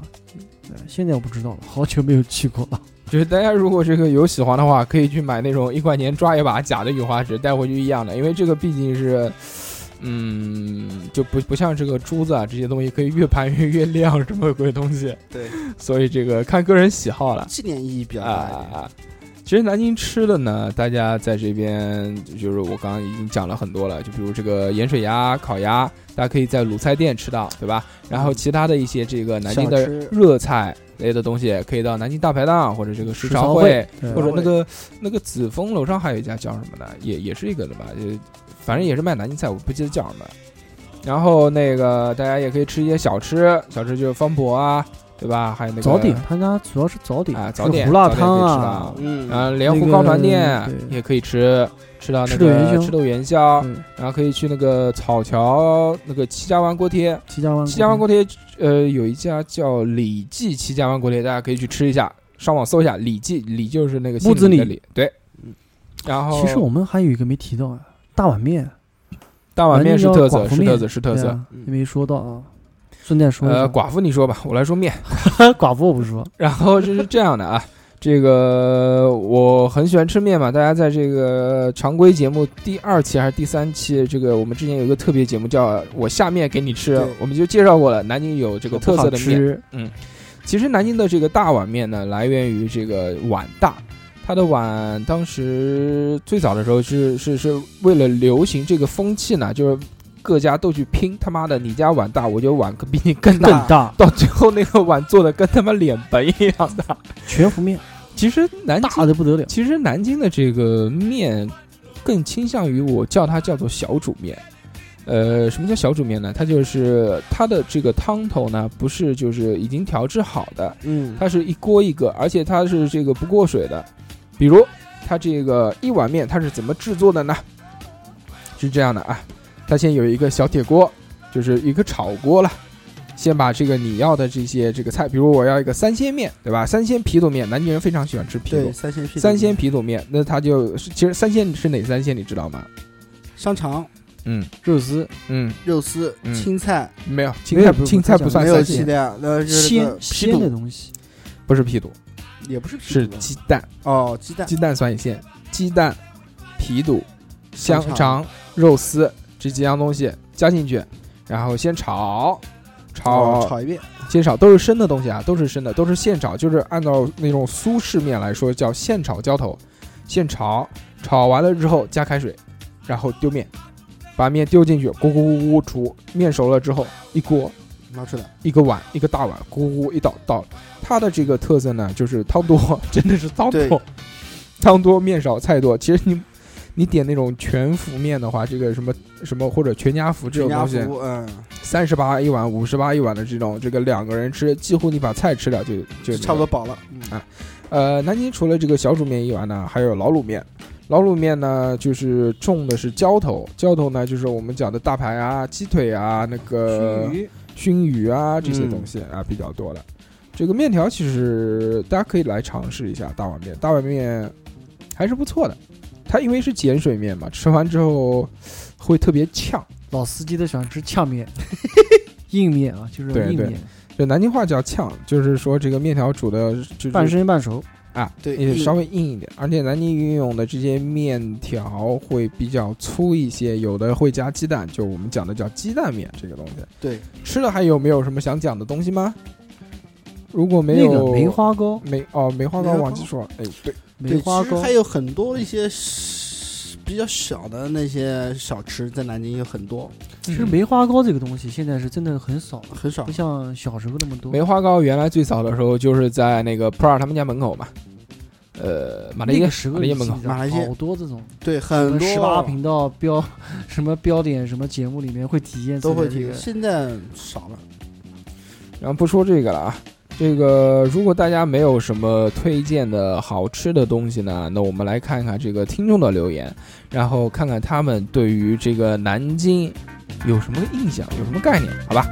哎，现在我不知道了，好久没有去过了。
就是大家如果这个有喜欢的话，可以去买那种一块钱抓一把假的雨花石带回去一样的，因为这个毕竟是，嗯，就不不像这个珠子啊这些东西可以越盘越越亮这么贵东西，
对，
所以这个看个人喜好了
纪念意义比较大一点。
啊。其实南京吃的呢，大家在这边就是我刚刚已经讲了很多了，就比如这个盐水鸭、烤鸭，大家可以在鲁菜店吃到，对吧？然后其他的一些这个南京的
小嗯吃
热菜类的东西，可以到南京大排档或者这个
时
时
常
常会，
对
或者那个那个紫峰楼上还有一家叫什么的，也也是一个的吧，就反正也是卖南京菜，我不记得叫什么。然后那个大家也可以吃一些小吃，小吃就是方博啊，对吧？还有那个
早点，他家主要是早点
啊，
这
早
个
点
胡辣
早点
汤
可以吃
啊
到，
嗯
啊，莲
那
湖
个
高船店
对
也可以吃，吃到那
吃豆元
个
宵嗯
吃豆元宵，
对，
然后可以去那个草桥那个戚家湾锅贴，
七家湾，
戚家湾锅贴，呃，有一家叫李记戚家湾锅贴，大家可以去吃一下，上网搜一下李记，李就是那个
木子
姓的
李
李，对。然后
其实我们还有一个没提到啊，大碗面，
大碗面是特色，
南京
是
叫
特色，是特
对
色。嗯
啊，也没说到啊。顺带说一下哎
呃，，寡妇你说吧，我来说面。
寡妇我不说，
然后就是这样的啊，这个我很喜欢吃面嘛，大家在这个常规节目第二期还是第三期，这个我们之前有一个特别节目叫“我下面给你吃
对”，
我们就介绍过了，南京有这个特色的
好
面。
吃，
其实南京的这个大碗面呢，来源于这个碗大。它的碗当时最早的时候是是是为了流行这个风气呢，就是各家都去拼，他妈的你家碗大，我就碗比你更
更
大，
大
到最后那个碗做的跟他妈脸盆一样大。
全福面，
其实南京
大的不得了。
其实南京的这个面，更倾向于我叫它叫做小煮面。呃，什么叫小煮面呢？它就是它的这个汤头呢，不是就是已经调制好的，
嗯，
它是一锅一个，而且它是这个不过水的。比如它这个一碗面，它是怎么制作的呢？是这样的啊，它先有一个小铁锅，就是一个炒锅了。先把这个你要的这些这个菜，比如我要一个三鲜面，对吧？三鲜皮肚面，南京人非常喜欢吃皮肚
对，，三鲜屁股
三鲜皮肚面，那它就是其实三鲜是哪三鲜，你知道吗？
香肠、
嗯
肉丝、
嗯，
肉丝、
嗯
青菜，
没有青
没
菜
有不
青菜不算
没有
三
鸡
鲜，
蛋，那就是那
鲜
个
鲜的东西，
不是皮肚，
也不是屁
是
股
鸡蛋，
哦，鸡蛋
鸡蛋算一鲜，鸡蛋、皮肚、香
香
肠、肉丝这几样东西加进去，然后先炒，
哦，
炒
炒一遍，
先炒都是生的东西啊，都是生的，都是现炒，就是按照那种苏式面来说叫现炒浇头，现炒，炒完了之后加开水，然后丢面，把面丢进去，咕咕咕咕咕煮，面熟了之后一锅
拿出来，
一个碗一个大碗，咕咕咕一倒倒。它的这个特色呢，就是汤多， 真的是汤
对
多，汤多面少菜多。其实你你点那种全福面的话，这个什么什么或者全家福这
全
种
家
东西，
福，嗯，
三十八一碗、五十八一碗的这种，这个两个人吃，几乎你把菜吃掉就就
差不
多。
多饱了，嗯
呃，南京除了这个小煮面以外呢，还有老卤面。老卤面呢，就是
呃
种的是浇头，浇头呢就是我们讲的大排啊、鸡腿啊、那个
熏鱼
熏鱼啊这些东西啊比较多的。这个面条其实大家可以来尝试一下大碗面，大碗面还是不错的。它因为是碱水面嘛，吃完之后会特别呛，
老司机都喜欢吃 呛面、硬面啊，就是
对
硬
对
面，
就南京话叫呛，就是说这个面条煮的就是
半生半熟。
啊，
对
也
硬
稍微硬一点。而且南京运用的这些面条会比较粗一些，有的会加鸡蛋，就我们讲的叫鸡蛋面这个东西。
对，
吃了还有没有什么想讲的东西吗？如果没
那
有
个梅花糕，
梅哦梅花糕
梅花糕
忘记说了，哎对，
梅
对，
花
其实
糕
还有很多一些是比较小的那些小吃，在南京有很多，
其实梅花糕这个东西现在是真的很少了，
很少
不。像小时候那么多。
梅花糕原来最早的时候就是在那个普洱他们家门口嘛，呃马来
那
街
个时
马
候
来街
你
门
记
口，
得
马来街
好多这种
对，很多
十八频道标什么标点什么节目里面会体验
都会
这
提
个，
现在少了。
然后不说这个了啊。这个如果大家没有什么推荐的好吃的东西呢，那我们来看看这个听众的留言，然后看看他们对于这个南京有什么印象，有什么概念，好吧？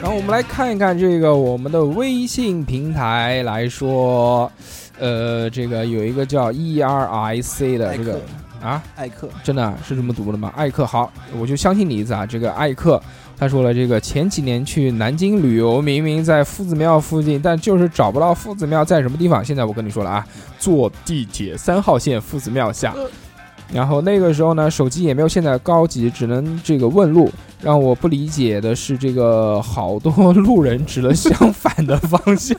然后我们来看一看这个我们的微信平台来说，呃，这个有一个叫 E R I C 的这个啊，
艾克，
真的是这么读的吗？艾克，好，我就相信你一次啊。这个艾克他说了，这个前几年去南京旅游，明明在夫子庙附近，但就是找不到夫子庙在什么地方。现在我跟你说了啊，坐地铁三号线夫子庙下。然后那个时候呢，手机也没有现在高级，只能这个问路。让我不理解的是，这个好多路人指了相反的方向，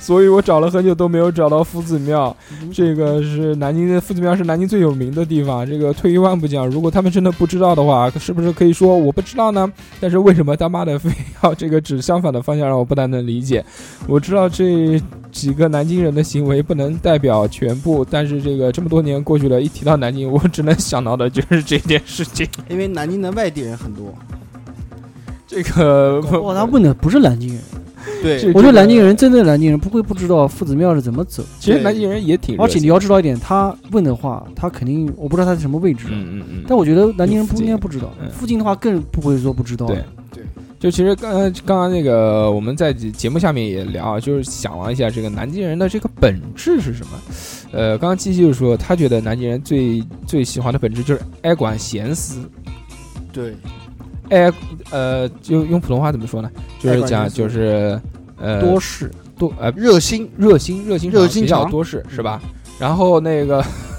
所以我找了很久都没有找到夫子庙。这个是南京的夫子庙，是南京最有名的地方。这个退一万步讲，如果他们真的不知道的话，是不是可以说我不知道呢？但是为什么他妈的非要这个指相反的方向，让我不太能理解。我知道这几个南京人的行为不能代表全部，但是这个这么多年过去了，一提到南京，我只能想到的就是这件事情。
因为南京的外地人很多。
这个
哇，他问的不是南京人，
这
对，
我觉得南京人真正的南京人不会不知道夫子庙是怎么走，
其实南京人也挺热
而且
情
你
的，
要知道一点，他问的话，他肯定我不知道他在什么位置，
嗯嗯嗯，
但我觉得南京人
附
不
近
应该不知道
嗯，
附近的话更不会说不知道。
对就其实刚刚刚刚那个我们在节目下面也聊啊，就是想了一下这个南京人的这个本质是什么。呃，刚刚七七就说他觉得南京人最最喜欢的本质就是爱管闲事，
对，
爱呃就用普通话怎么说呢？就是讲就是呃
多事，
多呃
热心
热心热心
热心
比较
肠
多事是吧？
嗯
然后那个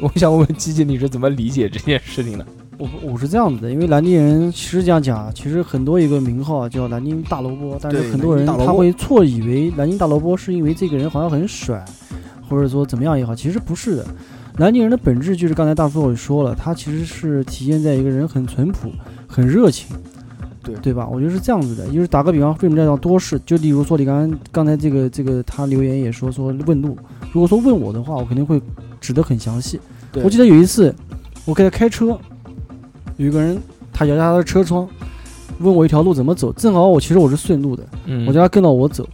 我想问问七七你是怎么理解这件事情的？
我我是这样子的，因为南京人其实这样讲啊，其实很多一个名号啊叫南京大萝卜，但是
对
很多人
南京大萝
他
卜
会错以为南京大萝卜是因为这个人好像很甩，或者说怎么样也好，其实不是的。南京人的本质就是刚才大叔也说了，他其实是体现在一个人很淳朴、很热情，
对
对吧？我觉得是这样子的，就是打个比方，为什么叫多事？就例如说你刚刚刚才这个这个他留言也说说问路，如果说问我的话，我肯定会指得很详细。
对
我记得有一次，我给他开车，有一个人他摇下他的车窗，问我一条路怎么走。正好我其实我是顺路的，
嗯
我叫他跟着我走，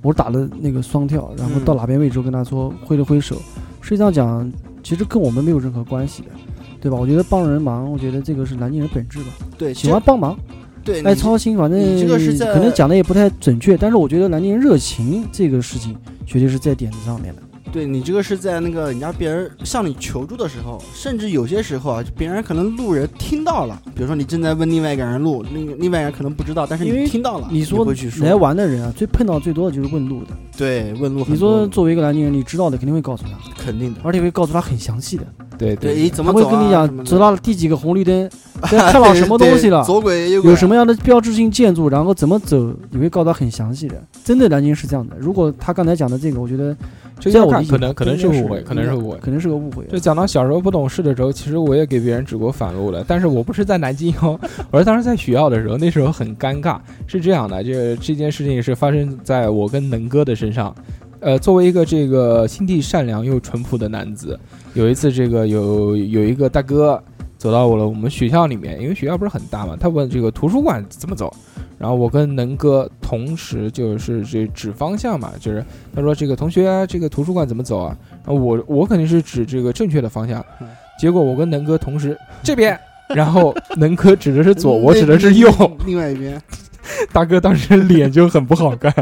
我打了那个双跳，然后
嗯
到哪边位置我跟他说挥了挥手。实际上讲，其实跟我们没有任何关系的，对吧？我觉得帮人忙，我觉得这个是南京人本质吧，
对，
喜欢帮忙，
对，
爱操心，反正
你这个是在
可能讲的也不太准确，但是我觉得南京人热情这个事情绝对是在点子上面的。
对你这个是在那个人家别人向你求助的时候，甚至有些时候啊，就别人可能路人听到了，比如说你正在问另外一个人路，另另外一个人可能不知道，但是
因为
你听到了，
你说
会去说
来玩的人啊，最碰到最多的就是问路的。
对问路很
你说
多，
作为一个南京人，你知道的肯定会告诉他，
肯定的，
而且会告诉他很详细的，
对
对，你怎么
他会
走啊
跟你
什么
讲
的
走到了第几个红绿灯，在看到什么东西了
对，左轨右轨
有什么样的标志性建筑，然后怎么走，也会告诉他很详细的。真的南京是这样的。如果他刚才讲的这个，我觉得
这
在
要
我
看
理解
可能可能是
真的
误会，可能是误会。
可能是个误会啊。
就讲到小时候不懂事的时候，其实我也给别人指过反路了，但是我不是在南京哦， 我是当时在学校的时候，那时候很尴尬。是这样的，这这件事情是发生在我跟能哥的身上。呃，作为一个这个心地善良又淳朴的男子，有一次这个有有一个大哥走到我了我们学校里面，因为学校不是很大嘛，他问这个图书馆怎么走，然后我跟能哥同时就是这指方向嘛，就是他说这个同学、啊、这个图书馆怎么走啊？然后我我肯定是指这个正确的方向
嗯，
结果我跟能哥同时这边，然后能哥指的是左，
嗯
我指的是右。
另外一边，
大哥当时脸就很不好看。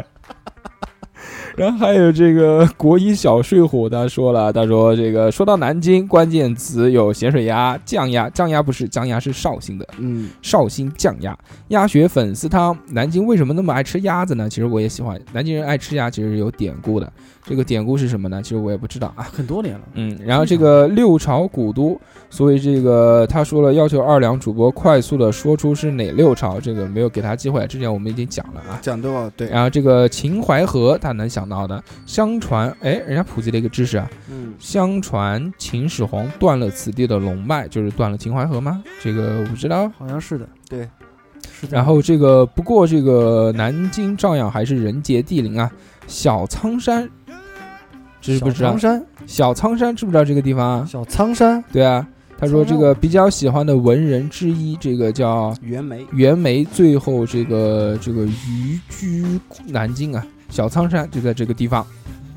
然后还有这个国一小睡虎，他说了，他说这个说到南京，关键词有咸水鸭、酱鸭，酱鸭不是酱鸭是绍兴的，
嗯，
绍兴酱鸭、鸭血粉丝汤。南京为什么那么爱吃鸭子呢？其实我也喜欢，南京人爱吃鸭其实是有典故的。这个典故是什么呢？其实我也不知道啊。
很多年了，
嗯，然后这个六朝古都，所以这个他说了要求二两主播快速的说出是哪六朝，这个没有给他机会，之前我们已经讲了啊。
讲到了对，
然后这个秦淮河，他能想到的，相传，哎，人家普及了一个知识啊，
嗯，
相传秦始皇断了此地的龙脉，就是断了秦淮河吗？这个我不知道。
好像是的，
对，
是的。
然后这个不过这个南京照样还是人杰地灵啊，小苍山，知不知
小
道
苍？山，
小苍山知不知道这个地方啊？
小苍山，
对啊，他说这
苍山
个比较喜欢的文人之一，这个叫
袁枚，
袁枚最后这个这个移居南京啊，小苍山就在这个地方，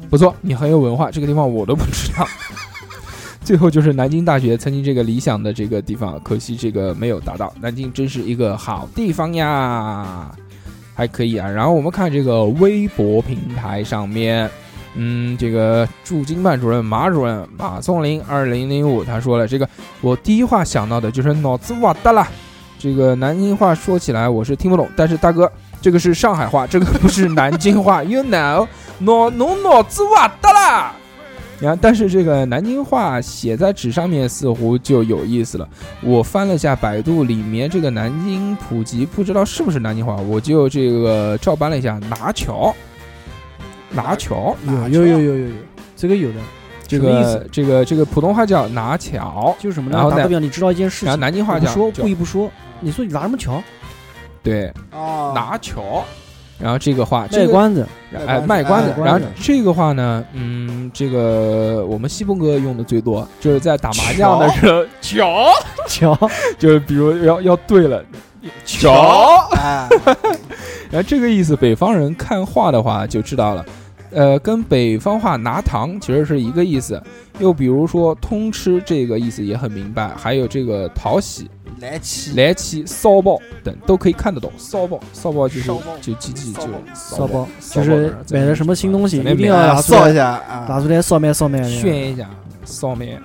不错，你很有文化，这个地方我都不知道。 最后就是南京大学曾经这个理想的这个地方，可惜这个没有达到。南京真是一个好地方呀，还可以啊。然后我们看这个微博平台上面，嗯，这个驻京办主任马主任马松林二零零五他说了，这个我第一话想到的就是脑子瓦达啦。这个南京话说起来我是听不懂，但是大哥，这个是上海话，这个不是南京话 ，you know，脑侬脑子瓦的啦。然后，但是这个南京话写在纸上面似乎就有意思了。我翻了下百度里面这个南京普及，不知道是不是南京话，我就这个照搬了一下，拿桥，拿桥，
啊
有有有有有有，这个有的，
这
什么意思
个这个这个普通话叫拿桥，
就是什么呢
然？后
打
呢
个比方，你知道一件事
然后
情，
南京话
不
叫
说
叫
故意不说，你说你拿什么桥？
对
啊
哦，
拿桥，然后这个话
卖
这个
关子，
哎，卖关子
卖。
然
关
后
子
这个话呢，嗯，这个我们西风哥用的最多，就是在打麻将的时候，巧，
桥，
就是比如要要对了，
瞧，
哎，
啊
然后这个意思，北方人看画的话就知道了。呃，跟北方话拿糖其实是一个意思。又比如说通吃这个意思也很明白，还有这个讨喜、
来气，
来气、骚包等都可以看得懂。骚包，骚包就是
骚包
就鸡鸡就
骚包
骚
骚包，
骚
就
包
是买了什么新东西，
在那
一定
边
要拿出
扫一
来，
下啊，
拿出来烧麦烧麦的。
炫一下，骚妹。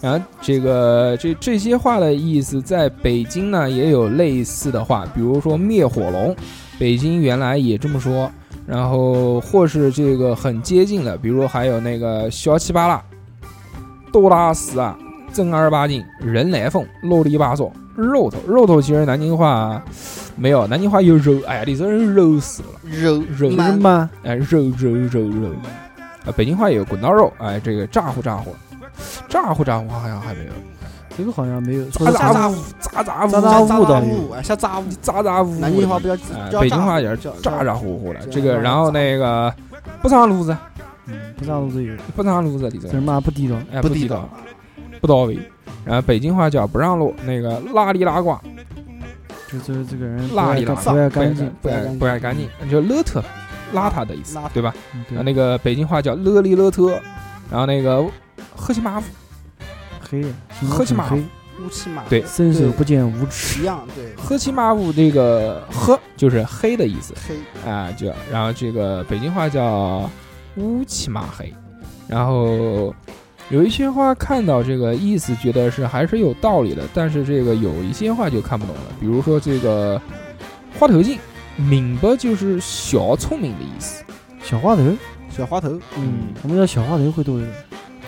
然后这个这这些话的意思，在北京呢也有类似的话，比如说灭火龙，北京原来也这么说。然后或是这个很接近的，比如还有那个小七八啦，豆拉丝啊，正儿八经，人来疯，啰里吧嗦，肉头肉头其实南京话没有，南京话有肉，哎呀，你这人肉死了。
肉
肉
就是
慢
嘛，
哎，肉肉肉肉，啊，北京话也有滚刀肉，哎，这个咋呼咋呼，咋呼咋呼好像还没有，
这个好像没有。说
咋
是
咋
炸
呼咋咋呼
咋
咋
咋
扎
呼
扎
误导
物，哎，像扎物，
咋咋呼，
南京话不叫
哎，
叫
北
咋
京话
呼
也是
叫
咋咋呼呼的，
叫
这个
叫
然后那个不上路子，
嗯不炸路子有，
不上路子里头
这，是嘛不地道。
哎，
不
地
地
道
道，
不到位。然后北京话叫不让路，那个邋里邋遢，
就就是这个人不
邋
爱
里
干不爱
邋遢，
干净，
不爱哎不爱干净，就邋遢、邋遢的意思
邋，
对吧？
嗯
然后
对，
啊那个北京话叫勒里勒特，然后那个黑漆麻糊，
黑的，形容
喝起
很
马
黑，
乌漆嘛
对
伸手不见五指。
一样，对，
黑漆麻糊这个黑就是黑的意思
黑
啊，就然后这个北京话叫乌漆麻黑，然后有一些话看到这个意思，觉得是还是有道理的，但是这个有一些话就看不懂了。比如说这个“花头精”，明白就是小聪明的意思。
小花头，
小花头，
嗯，我们叫小花头会多一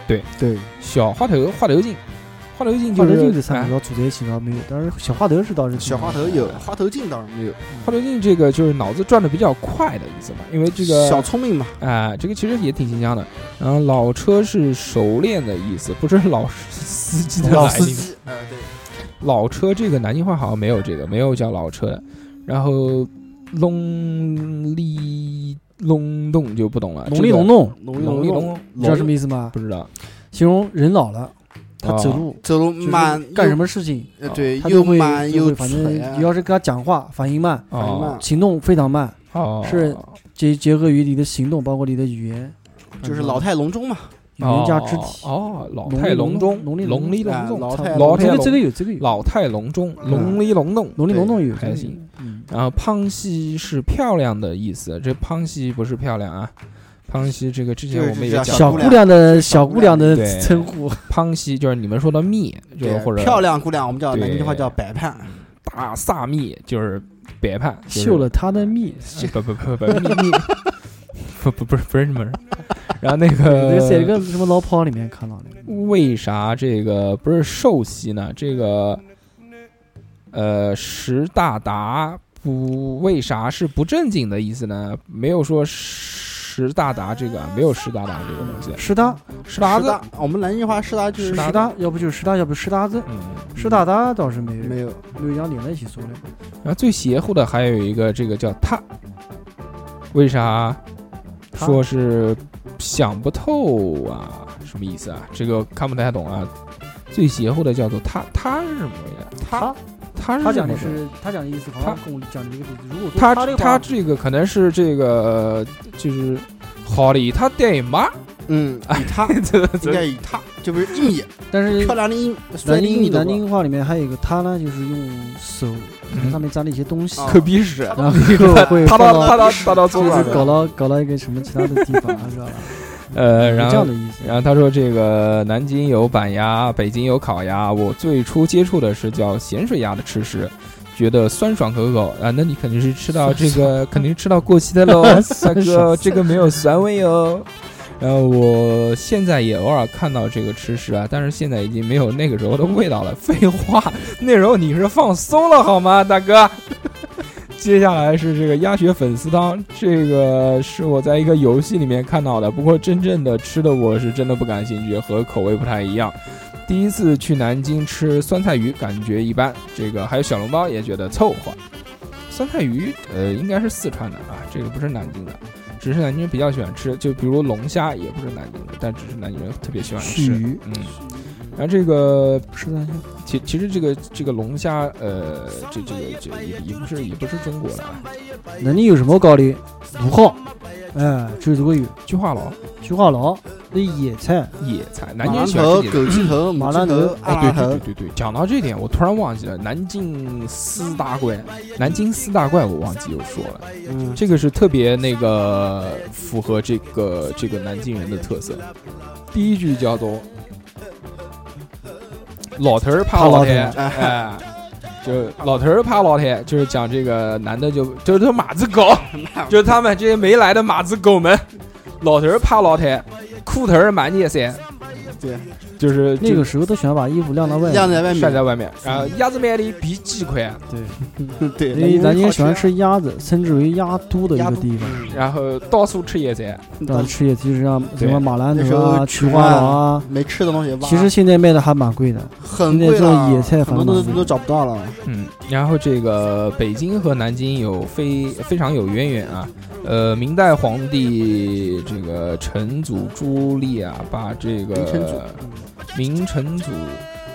点。
对，
小花头，花头精，花头精
花
就
头
是
这三
哎
个倒组在一起倒没有，但是小花头是倒是
小花头有，花头精当然没有，
花头精这个就是脑子转的比较快的意思嘛，因为这个
小聪明嘛，
啊、这个其实也挺形象的。然后老车是熟练的意思，不是老司机的
老
来
司
临。
机，哎，对，
老车这个南京话好像没有这个，没有叫老车的。然后隆里隆咚就不懂了，
龙里龙动，
龙
隆
龙
里
龙
隆，
你知道什么意思吗？
不知道。
形容人老了，他
啊
走路
走路
就是
慢，
干什
么？
么事情，
呃对，
他
又
就会
慢
就
又
会反正
蠢啊
你要是跟他讲话，反应慢，
反应
哦
慢，
行动非常慢，
哦，
是结结合于你的行动，包括你的语言，啊
就是老态龙钟嘛，
语言加肢体。
哦，老
龙
态
里
龙
龙
钟，
动
龙
龙里龙
里
啊
龙动，
老态
老
龙
态
这个
龙
这个有这个有，
老态龙钟，龙里龙动。
龙里龙洞有
还行。
嗯，
然后胖西是漂亮的意思，这胖西不是漂亮啊，胖西这个之前
就是
我们也
这
讲
样姑
小
过，
姑
娘
娘的
小
小
姑
姑
娘
娘的
对
称呼，
胖西就是你们说的蜜，就是
对，
或者
漂亮姑娘，我们叫
对
南京话叫白胖，
大萨蜜，就是别判
秀了，她的蜜，
就是 不不不不不蜜蜜， 不不不是不是这么人。然后那
这在一
个
个什么老炮里面看到的。
为啥这个不是寿喜呢？这个呃石大达不为啥是不正经的意思呢？没有说石大达这个没有石大达这个东西，
石搭
石达
是
子
的，我们南京话是的，就是
石搭，要不就是石搭，要不石搭子，
嗯，
石搭搭倒是没有，
没有，
没有像连在一起说的。
然后最邪乎的还有一个这个叫他，为啥
他
说是想不透啊？什么意思啊？这个看不太懂啊。最邪乎的叫做他，他是什么呀？他他是
他
什
讲
么
的
鬼？
是他讲的意思，好像跟我讲的一个例子。如果说
他
他的
他
话
这个可能是这个就是好的，他带妈，
嗯，以 他应该以他，就不是一米
但是
漂亮的一米，帅
南
的一米
京
多
南
高
京话里面还有一个他呢，就是用手
嗯
上面沾了一些东西，
啊
抠鼻屎，
然后会
啪
放
到啪
到
到啪到桌
就
子
是搞
上。
到搞到一个什么其他的地 方，啊知道吧？
呃，
有
然
这
后
样的意思。
然后他说：“这个南京有板鸭，北京有烤鸭。我最初接触的是叫咸水鸭的吃食，觉得酸爽可口啊。那你肯定是吃到这个， 肯定吃到过期的喽，帅哥，这个没有酸味哦。然后我现在也偶尔看到这个吃食啊，但是现在已经没有那个时候的味道了。废话，那时候你是放松了好吗，大哥？” 接下来是这个鸭血粉丝汤，这个是我在一个游戏里面看到的，不过真正的吃的我是真的不感兴趣，和口味不太一样。第一次去南京吃酸菜鱼，感觉一般。这个还有小笼包也觉得凑合。酸菜鱼，呃，应该是四川的啊，这个不是南京的，只是南京人比较喜欢吃。就比如龙虾也不是南京的，但只是南京人特别喜欢吃。
鲫鱼
嗯，然后这个
是的，
其其实这个这个龙虾，呃，这这个这也也不是也不是中国的啊，
南京有什么搞的？五号，哎，只有这个有
菊花螺、
菊花榔，那野菜，
野菜，南京
马
人
兰
喜欢
头、
吃野菜。
枸杞头、母
马
鸡
兰头
头、
哦
二，
对
拉
对
头
对，对对，讲到这一点，我突然忘记了，南京四大怪，南京四大怪我忘记又说了，
嗯，
这个是特别那个符合这个这个南京人的特色。第一句叫做“老头儿怕
怕
老
老
太”，
太
哎，就老头儿怕老太，就是讲这个男的就就是马子狗， 就是他们这些没来的马子狗们，老头儿怕老太，裤头儿满街塞，
对，
就是
那个时候都喜欢把衣服晾到外
晾
面。
在
嗯
外
晒在
面，
外面，然后鸭子卖的比鸡快，
嗯对，
因为南京
好
喜欢
啊
吃鸭子，称之为鸭都的一
鸭嗯
个
肚
地方。
然后到处吃野菜，
当时吃野菜，像什
对
么马兰
那时
头
候
啊、
吃
菊花榔啊，
没吃的东西吧，
其实现在卖的还蛮贵的。
很
现在
贵
这
了，
种野菜
很多
很
都
麻烦
都找不到了。
嗯，然后这个北京和南京有非非常有渊源啊。呃，明代皇帝这个成祖朱棣啊，把这个
明成祖
明成祖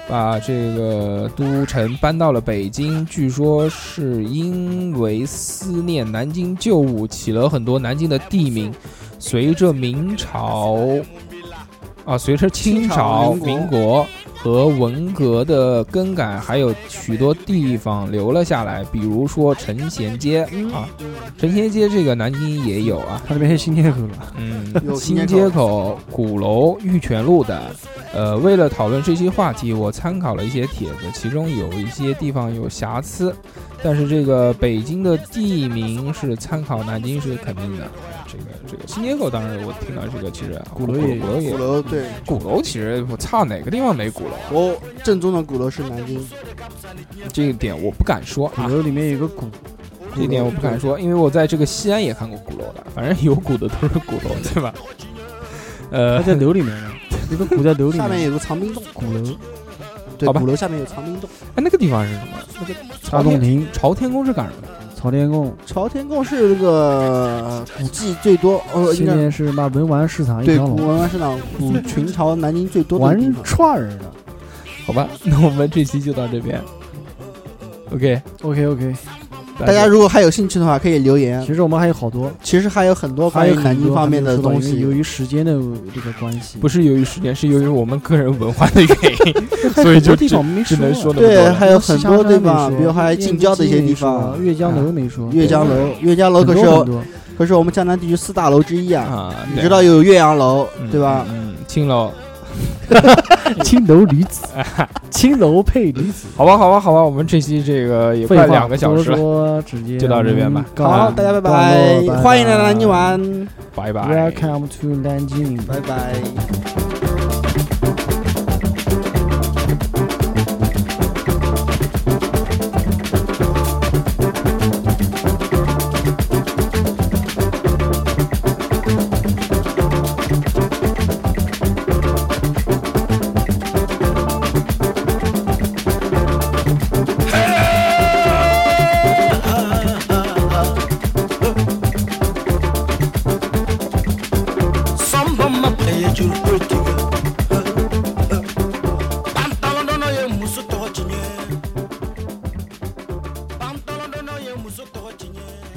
把这个都城搬到了北京，据说是因为思念南京旧物，起了很多南京的地名。随着明朝啊，随着清朝、
清朝民
民国和文革的更改，还有许多地方留了下来，比如说陈贤街啊，陈贤街这个南京也有啊，
他这边是新街口了，
嗯，
有
新
新
街
街
口、鼓楼、玉泉路的。呃，为了讨论这些话题，我参考了一些帖子，其中有一些地方有瑕疵，但是这个北京的地名是参考南京是肯定的。这个这个新街口，当然我听到这个其实
鼓楼也有
鼓楼也
鼓楼对
鼓楼其实我操哪个地方没鼓楼，
我正宗的鼓楼是南京，
这一点我不敢说
鼓
啊，
楼里面有个鼓，
这一点我不敢说，因为我在这个西安也看过鼓楼的，反正有鼓的都是鼓楼，对吧？
它
呃，
在楼里 面呢，有个鼓在楼里
下面
面，
有个藏兵洞，
鼓楼
对
好吧
鼓楼下面有藏兵洞。
哎，那个地方是什么？那个
大
朝
洞
天
亭、
朝天宫是干什么的？
朝天宫，
朝天宫是那个古迹最多，哦，
现
应该
在是嘛文玩市场一
对
条
古
龙，
文玩市场古群朝南京最多的地
嗯玩
方。
串儿的。
好吧， 那我们这期就到这边。OK，
OK OK，
大家如果还有兴趣的话，可以留言。
其实我们还有好多，
其实还有很多关
还
于
有很
南京
多
方面
还
的
没有说到
东
因为由
西。
于时间的这个关系，
不
是
是由于时间，是由于我们个人文化的原 因，所以就
很多地
只
方没
只能
说
说
啊
那么多
对，
了。
还有很多
西
地
乡山
方，
没
比如
说
还有
燕
近
子
郊的一些
矶没
地
说
方，
岳江楼没说，
岳江楼，岳江楼
很
可
多
是
很多
可是我们江南地区四大楼之一啊。
啊，
你
对
知道有岳阳楼，对吧？
嗯，嗯青楼。
青楼女 子，青楼配女子。
好吧，好吧，好吧，我们这期这个也
废
快
话
两个小时
不多
了，
说，直接
就到这边吧
告
好
段
大家拜
落嗯拜拜，
欢迎来南京玩，
拜拜。
Welcome to 南京，
拜拜。
Sambama peye juru protiga. Pantalon dono ye muso tɔgɔ tiɲɛ. Pantalon dono ye muso tɔgɔ tiɲɛ.